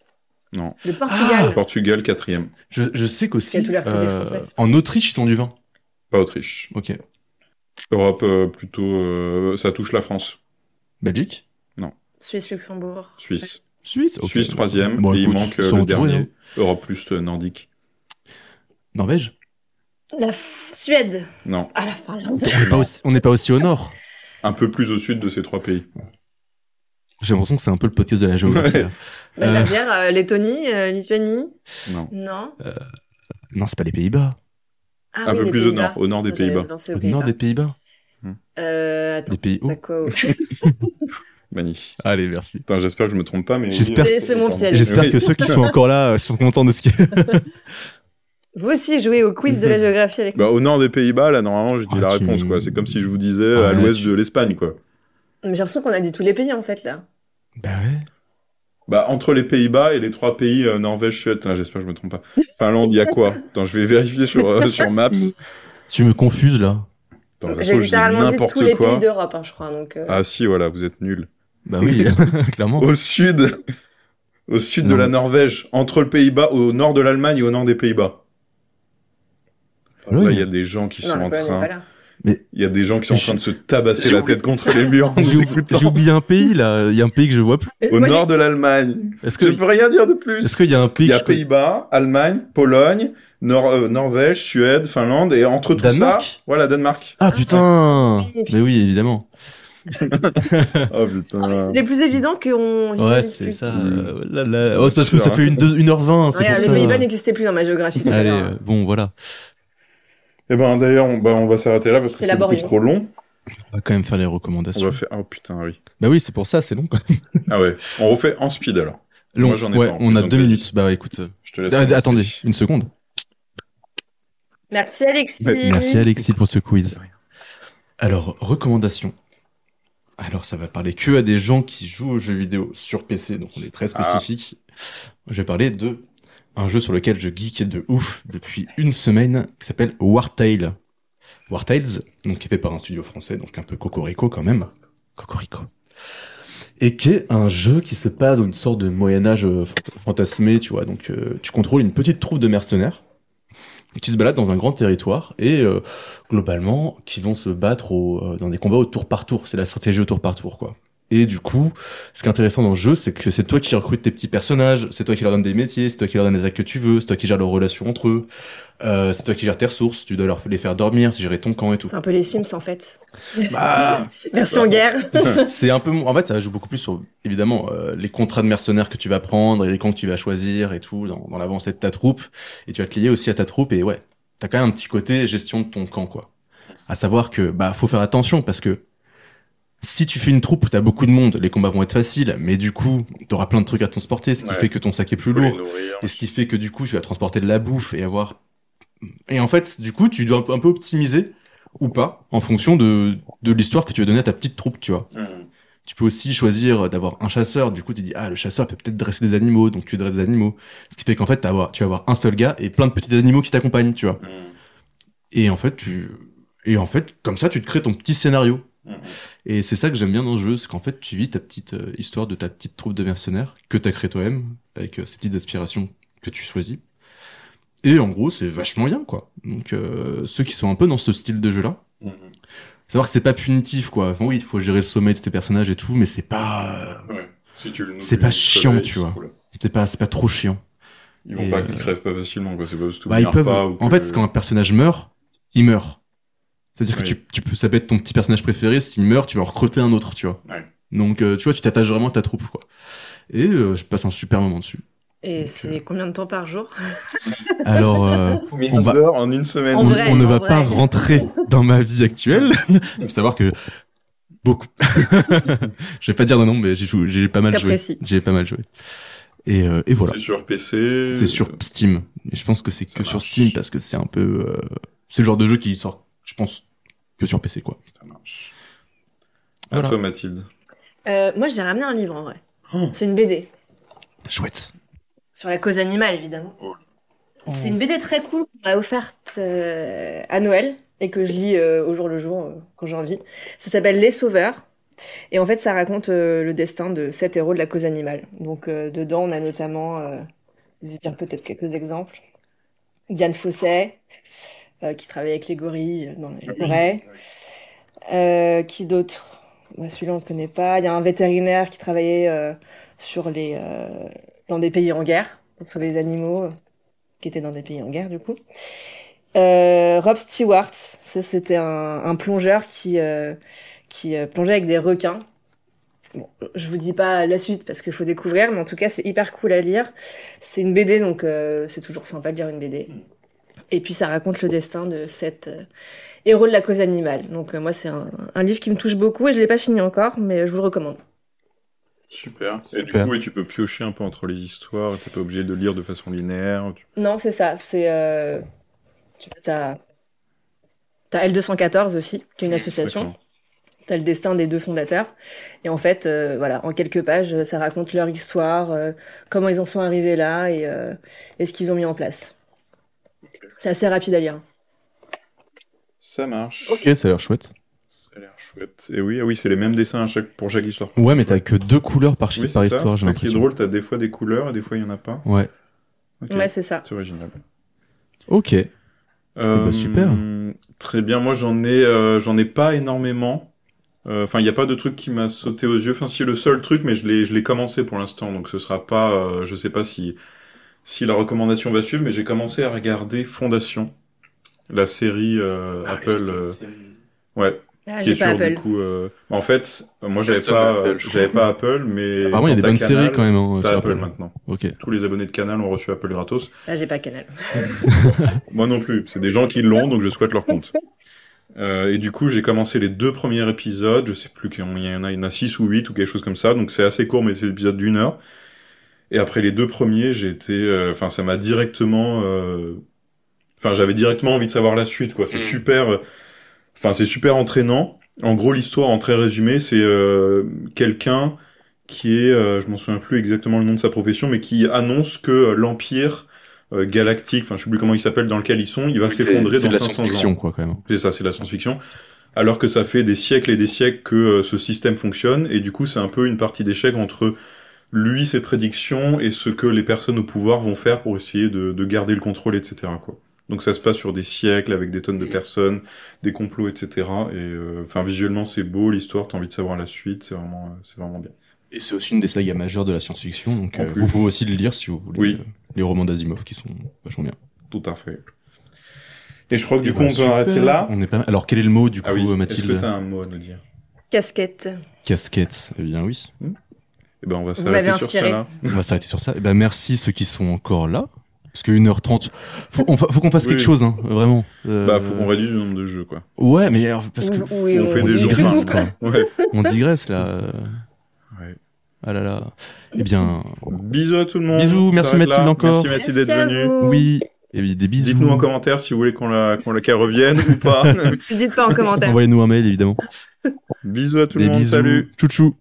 non.
Le Portugal.
Portugal quatrième,
Je, je sais
Il y
qu'aussi,
a tout l'article des
euh,
Français.
en Autriche, ils sont du vin.
pas Autriche.
Ok.
Europe euh, plutôt, euh, ça touche la France,
Belgique
Suisse, Luxembourg.
Suisse,
Suisse ok.
Suisse troisième,
Bon,
et il
écoute,
manque
ils
euh,
sont
le
entourés,
dernier,
hein.
Europe plus euh, nordique.
Norvège
La F- Suède.
Non,
Ah, la Finlande.
Euh.
On n'est pas aussi- on n'est pas aussi au nord.
un peu plus au sud de ces trois pays.
J'ai l'impression que c'est un peu le podcast de la géographie.
Ouais.
là.
Bah, la
Euh.
bière, euh, Lettonie, euh, Lituanie.
Non,
Non.
Non, c'est pas les Pays-Bas.
Ah,
un
oui,
peu
les
plus au
Pays-Bas.
nord, au nord des
J'avais
Pays-Bas.
lancé aux
Au nord des Pays-Bas.
Euh, attends.
Des pays hauts.
T'as quoi
Oh.
au-
Magnifique.
Allez, merci.
Attends, j'espère que je me trompe pas, mais
J'espère-
Et *laughs* c'est mon piège.
J'espère
Oui.
que ceux qui sont encore là euh, sont contents de ce *laughs* qui.
Vous aussi jouez au quiz de la géographie avec
Bah, au nord des Pays-Bas, là, normalement, j'ai dit
Ah,
la
tu-
réponse, quoi. C'est comme si je vous disais
Ah,
à
ouais,
l'ouest
tu-
de l'Espagne, quoi.
Mais j'ai l'impression qu'on a dit tous les pays en fait là.
bah ouais.
Bah, entre les Pays-Bas et les trois pays, euh, Norvège, Suède, Attends, j'espère que je me
*laughs*
trompe pas. Finlande, il y a quoi Attends, je vais vérifier sur, euh, sur Maps.
Tu me confuses là.
Attends, ça se
J'ai
trouve, je dis
littéralement dit tous
n'importe
les
quoi.
pays d'Europe, hein, je crois. Donc, euh,
Ah si, voilà, vous êtes nuls.
Bah
*laughs*
oui, *laughs* clairement.
Au sud, *laughs* au sud de
Non.
la Norvège, entre le Pays-Bas, au nord de l'Allemagne et au nord des Pays-Bas.
Pologne.
Là, il y a des gens qui
non,
sont
la
en
Pologne n'est
train,
pas là.
il y a des gens qui sont en
Je-
train de se tabasser
J'ai
la tête contre les
*laughs*
murs en
J'ai
nous
oublié, j'ai
écoutant.
oublié un pays là. Il y a un pays que je vois plus.
Euh,
Au
moi, j'ai-
nord de l'Allemagne.
Est-ce que
Je peux rien dire de plus.
est-ce qu'il y a un pays
Il y
que
a
je connais-
Pays-Bas, Allemagne, Pologne, Nor- euh, Norvège, Suède, Finlande et entre tout ça,
Danemark
voilà
*laughs*
Danemark.
Ah putain.
Oui, putain.
Mais oui, évidemment.
Oh
Ah, mais
putain.
c'est les plus évidents qu'on
Ouais,
visualise
c'est
plus.
ça.
Mm.
euh, là, là. Oh, c'est parce que
Sûr,
ça
hein.
fait une, deux- une heure vingt. C'est
Ouais,
pour
les
ça.
Pays-Bas n'existaient plus dans ma géographie. tout à
Allez,
l'heure, hein.
euh, bon, voilà.
Eh ben d'ailleurs, on, bah, on va s'arrêter là parce que
C'est
c'est beaucoup
laborieux.
trop long.
On va quand même faire les
On
recommandations.
va faire. Oh putain, oui.
Bah oui, c'est pour ça, c'est long. Quoi.
Ah ouais. On refait en speed alors.
Long.
Moi, j'en ai
ouais,
pas, en
on
plus,
a
donc
deux
vas-y.
minutes. Bah écoute. euh,
Je te laisse.
ah,
commencer.
attendez, une seconde.
Merci Alexis.
Merci Alexis pour ce quiz. Alors, recommandation. Alors, ça va parler que à des gens qui jouent aux jeux vidéo sur PC, donc on est très
Ah.
spécifique. Je vais parler de un jeu sur lequel je geek de ouf depuis une semaine, qui s'appelle Wartale. Wartales, donc qui est fait par un studio français, donc un peu cocorico quand même. Cocorico. Et qui est un jeu qui se passe dans une sorte de Moyen-Âge euh, fant- fantasmé, tu vois. Donc, euh, tu contrôles une petite troupe de mercenaires qui se baladent dans un grand territoire et euh, globalement, qui vont se battre au- euh, dans des combats au tour par tour. C'est la stratégie au tour par tour, quoi. Et du coup, ce qui est intéressant dans le jeu, c'est que c'est toi qui recrutes tes petits personnages, c'est toi qui leur donnes des métiers, c'est toi qui leur donnes les actes que tu veux, c'est toi qui gères leurs relations entre eux, euh, c'est toi qui gères tes ressources, tu dois leur les faire dormir, gérer ton camp et tout.
C'est un peu les Sims en fait.
*laughs* Bah,
*laughs* Version guerre.
c'est un peu mo- en fait ça joue beaucoup plus sur évidemment euh, les contrats de mercenaires que tu vas prendre et les camps que tu vas choisir et tout dans, dans l'avancée de ta troupe et tu vas te lier aussi à ta troupe et ouais t'as quand même un petit côté gestion de ton camp quoi à savoir que bah faut faire attention parce que si tu fais une troupe où t'as beaucoup de monde les combats vont être faciles mais du coup t'auras plein de trucs à transporter ce qui
Ouais.
fait que ton sac est plus
Faut les
lourd
nourrir.
et ce qui fait que du coup, tu vas transporter de la bouffe et avoir. Et en fait, du coup, tu dois un peu- un peu optimiser ou pas en fonction de, de l'histoire que tu veux donner à ta petite troupe, tu vois.
Hmm.
Tu peux aussi choisir d'avoir un chasseur. Du coup, tu dis, ah, le chasseur peut peut-être dresser des animaux, donc tu dresses des animaux. Ce qui fait qu'en fait, t'as avoir- tu vas avoir un seul gars et plein de petits animaux qui t'accompagnent, tu vois.
Hmm.
Et en fait, tu, et en fait, comme ça, tu te crées ton petit scénario.
Mhm.
Et c'est ça que j'aime bien dans le jeu, c'est qu'en fait, tu vis ta petite euh, histoire de ta petite troupe de mercenaires que t'as créée toi-même, avec euh, ces petites aspirations que tu choisis. Et en gros, c'est vachement bien, quoi. Donc, euh, ceux qui sont un peu dans ce style de jeu-là,
Hmm.
savoir que c'est pas punitif, quoi. Enfin, oui, il faut gérer le sommeil de tes personnages et tout, mais c'est pas, euh,
Ouais. Si tu le
C'est
nourris
pas
au
chiant,
soleil,
tu
c'est
vois.
cool.
c'est pas, c'est pas trop chiant.
Ils vont
Et,
pas,
euh,
ils crèvent pas facilement, quoi. C'est pas parce que
Bah, ils peuvent.
Pas, ou
En
que-
fait, quand un personnage meurt, il meurt. C'est-à-dire que
Oui.
tu, tu peux, ça peut être ton petit personnage préféré. S'il meurt, tu vas en recruter un autre, tu vois.
Ouais.
Donc, euh, tu vois, tu t'attaches vraiment à ta troupe, quoi. Et euh, je passe un super moment dessus.
Et
euh,
c'est combien de temps par jour
Alors, euh,
Combien
on va-
d'heures en une semaine.
*laughs* En
on,
vrai,
on ne va
vrai.
pas rentrer dans ma vie actuelle. *laughs* Il faut savoir que beaucoup. *laughs* je vais pas dire de nom, mais j'ai joué- j'ai pas mal
C'est
joué.
précis.
J'ai pas mal joué. Et, euh, et voilà.
C'est sur PC.
C'est sur Steam. Et je pense que c'est
ça
que sur
marche.
Steam parce que c'est un peu. euh, c'est le genre de jeu qui sort, je pense, que sur PC, quoi.
Ça marche.
Voilà.
À toi, Mathilde.
Euh, Moi j'ai ramené un livre en vrai.
Oh.
C'est une BD.
Chouette.
Sur la cause animale évidemment.
Oh.
C'est une BD très cool qu'on m'a offerte euh, à Noël et que je lis euh, au jour le jour euh, quand j'ai envie. Ça s'appelle Les Sauveurs. Et en fait, ça raconte euh, le destin de sept héros de la cause animale. Donc, euh, dedans, on a notamment, euh, je vais dire peut-être quelques exemples. Diane Fosset, euh, qui travaille avec les gorilles dans les forêts. Euh, qui d'autre Bah, Celui-là, on ne le connaît pas. Il y a un vétérinaire qui travaillait euh, sur les, euh, dans des pays en guerre, donc sur les animaux euh, qui étaient dans des pays en guerre, du coup. Euh, Rob Stewart, ça, c'était un, un plongeur qui, euh, qui euh, plongeait avec des requins. Bon, je vous dis pas la suite parce qu'il faut découvrir, mais en tout cas, c'est hyper cool à lire. C'est une BD, donc euh, c'est toujours sympa de lire une BD. Et puis, ça raconte le destin de sept euh, héros de la cause animale. Donc, euh, moi, c'est un, un livre qui me touche beaucoup et je l'ai pas fini encore, mais je vous le recommande.
Super. Et du
Super.
coup, oui, tu peux piocher un peu entre les histoires, t'es pas obligé de lire de façon linéaire. tu-
Non, c'est ça. C'est. Euh... tu vois, T'as t'as L214 aussi, qui est une association.
D'accord.
T'as le destin des deux fondateurs. Et en fait, euh, voilà, en quelques pages, ça raconte leur histoire, euh, comment ils en sont arrivés là et, euh, et ce qu'ils ont mis en place. C'est assez rapide à lire.
Ça marche.
Ok, ça a l'air chouette.
Ça a l'air chouette. Et oui, ah oui, c'est les mêmes dessins à chaque... pour chaque histoire.
Ouais, mais t'as que deux couleurs par, chi-
Oui,
par
c'est ça.
histoire,
C'est
j'ai
ça qui est
l'impression.
drôle, t'as des fois des couleurs et des fois il y en a pas.
Ouais.
Ok.
Ouais, c'est ça.
C'est original.
Ok.
Euh,
bah, super.
Très bien. Moi, j'en ai, euh, j'en ai pas énormément. Euh, Enfin, il n'y a pas de truc qui m'a sauté aux yeux. Enfin, si le seul truc, mais je l'ai, je l'ai commencé pour l'instant, donc ce sera pas. euh, je sais pas si, si la recommandation va suivre, mais j'ai commencé à regarder Fondation, la série euh,
Ah,
Apple. euh, ouais,
Ah,
qui est
j'ai pas
sur du
Apple.
coup. euh, En fait, moi, j'avais
Personne
pas,
n'a Apple, je crois.
j'avais pas Apple, mais
Apparemment, il y a des
quand
bonnes
t'as
séries
Canal,
quand même hein,
T'as
sur
Apple
Apple.
maintenant.
Ok.
Tous les abonnés de Canal ont reçu Apple gratos.
Ah, j'ai pas Canal.
Moi non plus. C'est des gens qui l'ont, donc je souhaite leur compte. Euh, et du coup, j'ai commencé les deux premiers épisodes. Je sais plus combien il y en a. Il y en a 6 ou 8 ou quelque chose comme ça. Donc c'est assez court, mais c'est l'épisode d'une heure. Et après les deux premiers, j'ai été. euh, Enfin, ça m'a directement. euh, Enfin, j'avais directement envie de savoir la suite, quoi. C'est
Mm.
super. euh, Enfin, c'est super entraînant. En gros, l'histoire, en très résumé, c'est euh, quelqu'un qui est, euh, je m'en souviens plus exactement le nom de sa profession, mais qui annonce que euh, l'empire euh, galactique, enfin je sais plus comment il s'appelle, dans lequel ils sont, il va
Oui, c'est-
s'effondrer
c'est
dans
de la
500
Fiction,
ans.
quoi, quand même. hein.
C'est ça, c'est de la science-fiction. Alors que ça fait des siècles et des siècles que euh, ce système fonctionne, et du coup c'est un peu une partie d'échec entre lui, ses prédictions, et ce que les personnes au pouvoir vont faire pour essayer de, de garder le contrôle, etc. Quoi. Donc ça se passe sur des siècles, avec des tonnes de personnes, des complots, etc. Et euh, enfin visuellement c'est beau, l'histoire, t'as envie de savoir la suite, c'est vraiment, euh, c'est vraiment bien.
Et c'est aussi une des sagas majeures de la science-fiction, donc
En
euh,
plus.
vous pouvez aussi le lire si vous voulez.
Oui.
euh, Les romans d'Asimov qui sont vachement bien.
Tout à fait. Et je crois que du
Eh
coup
ben,
on peut
super.
arrêter là.
On est pas... mal. Alors quel est le mot du coup,
Ah oui,
euh,
est-ce que
Mathilde
t'as un mot à nous dire
Casquette.
Casquette. Eh bien oui.
Eh ben, on va
m'avez
s'arrêter sur ça
inspiré.
là.
On va s'arrêter sur ça. Eh ben merci ceux qui sont encore là. Parce que 1h30, faut, on fa- faut qu'on fasse
Oui,
quelque
oui.
chose, hein, vraiment. Euh,
Bah, faut qu'on réduise le nombre de jeux, quoi.
Ouais, mais alors, parce que
Oui, oui,
on fait
on
des jours
digresse,
simples.
quoi.
Ouais.
on digresse là. euh,
*laughs* Ouais.
Ah là là. Eh bien,
Bisous à tout le monde.
Bisous,
On
merci
s'arrête
Mathilde
là.
encore.
Merci Mathilde
Merci
d'être
à
venue.
vous.
oui. Eh bien, des bisous.
Dites-nous en commentaire si vous voulez qu'on la, qu'on la qu'elle revienne ou pas.
*laughs*
Dites pas en
*laughs*
commentaire.
Envoyez-nous un mail évidemment.
bisous à tout
des
le monde.
bisous.
Salut.
Chouchou.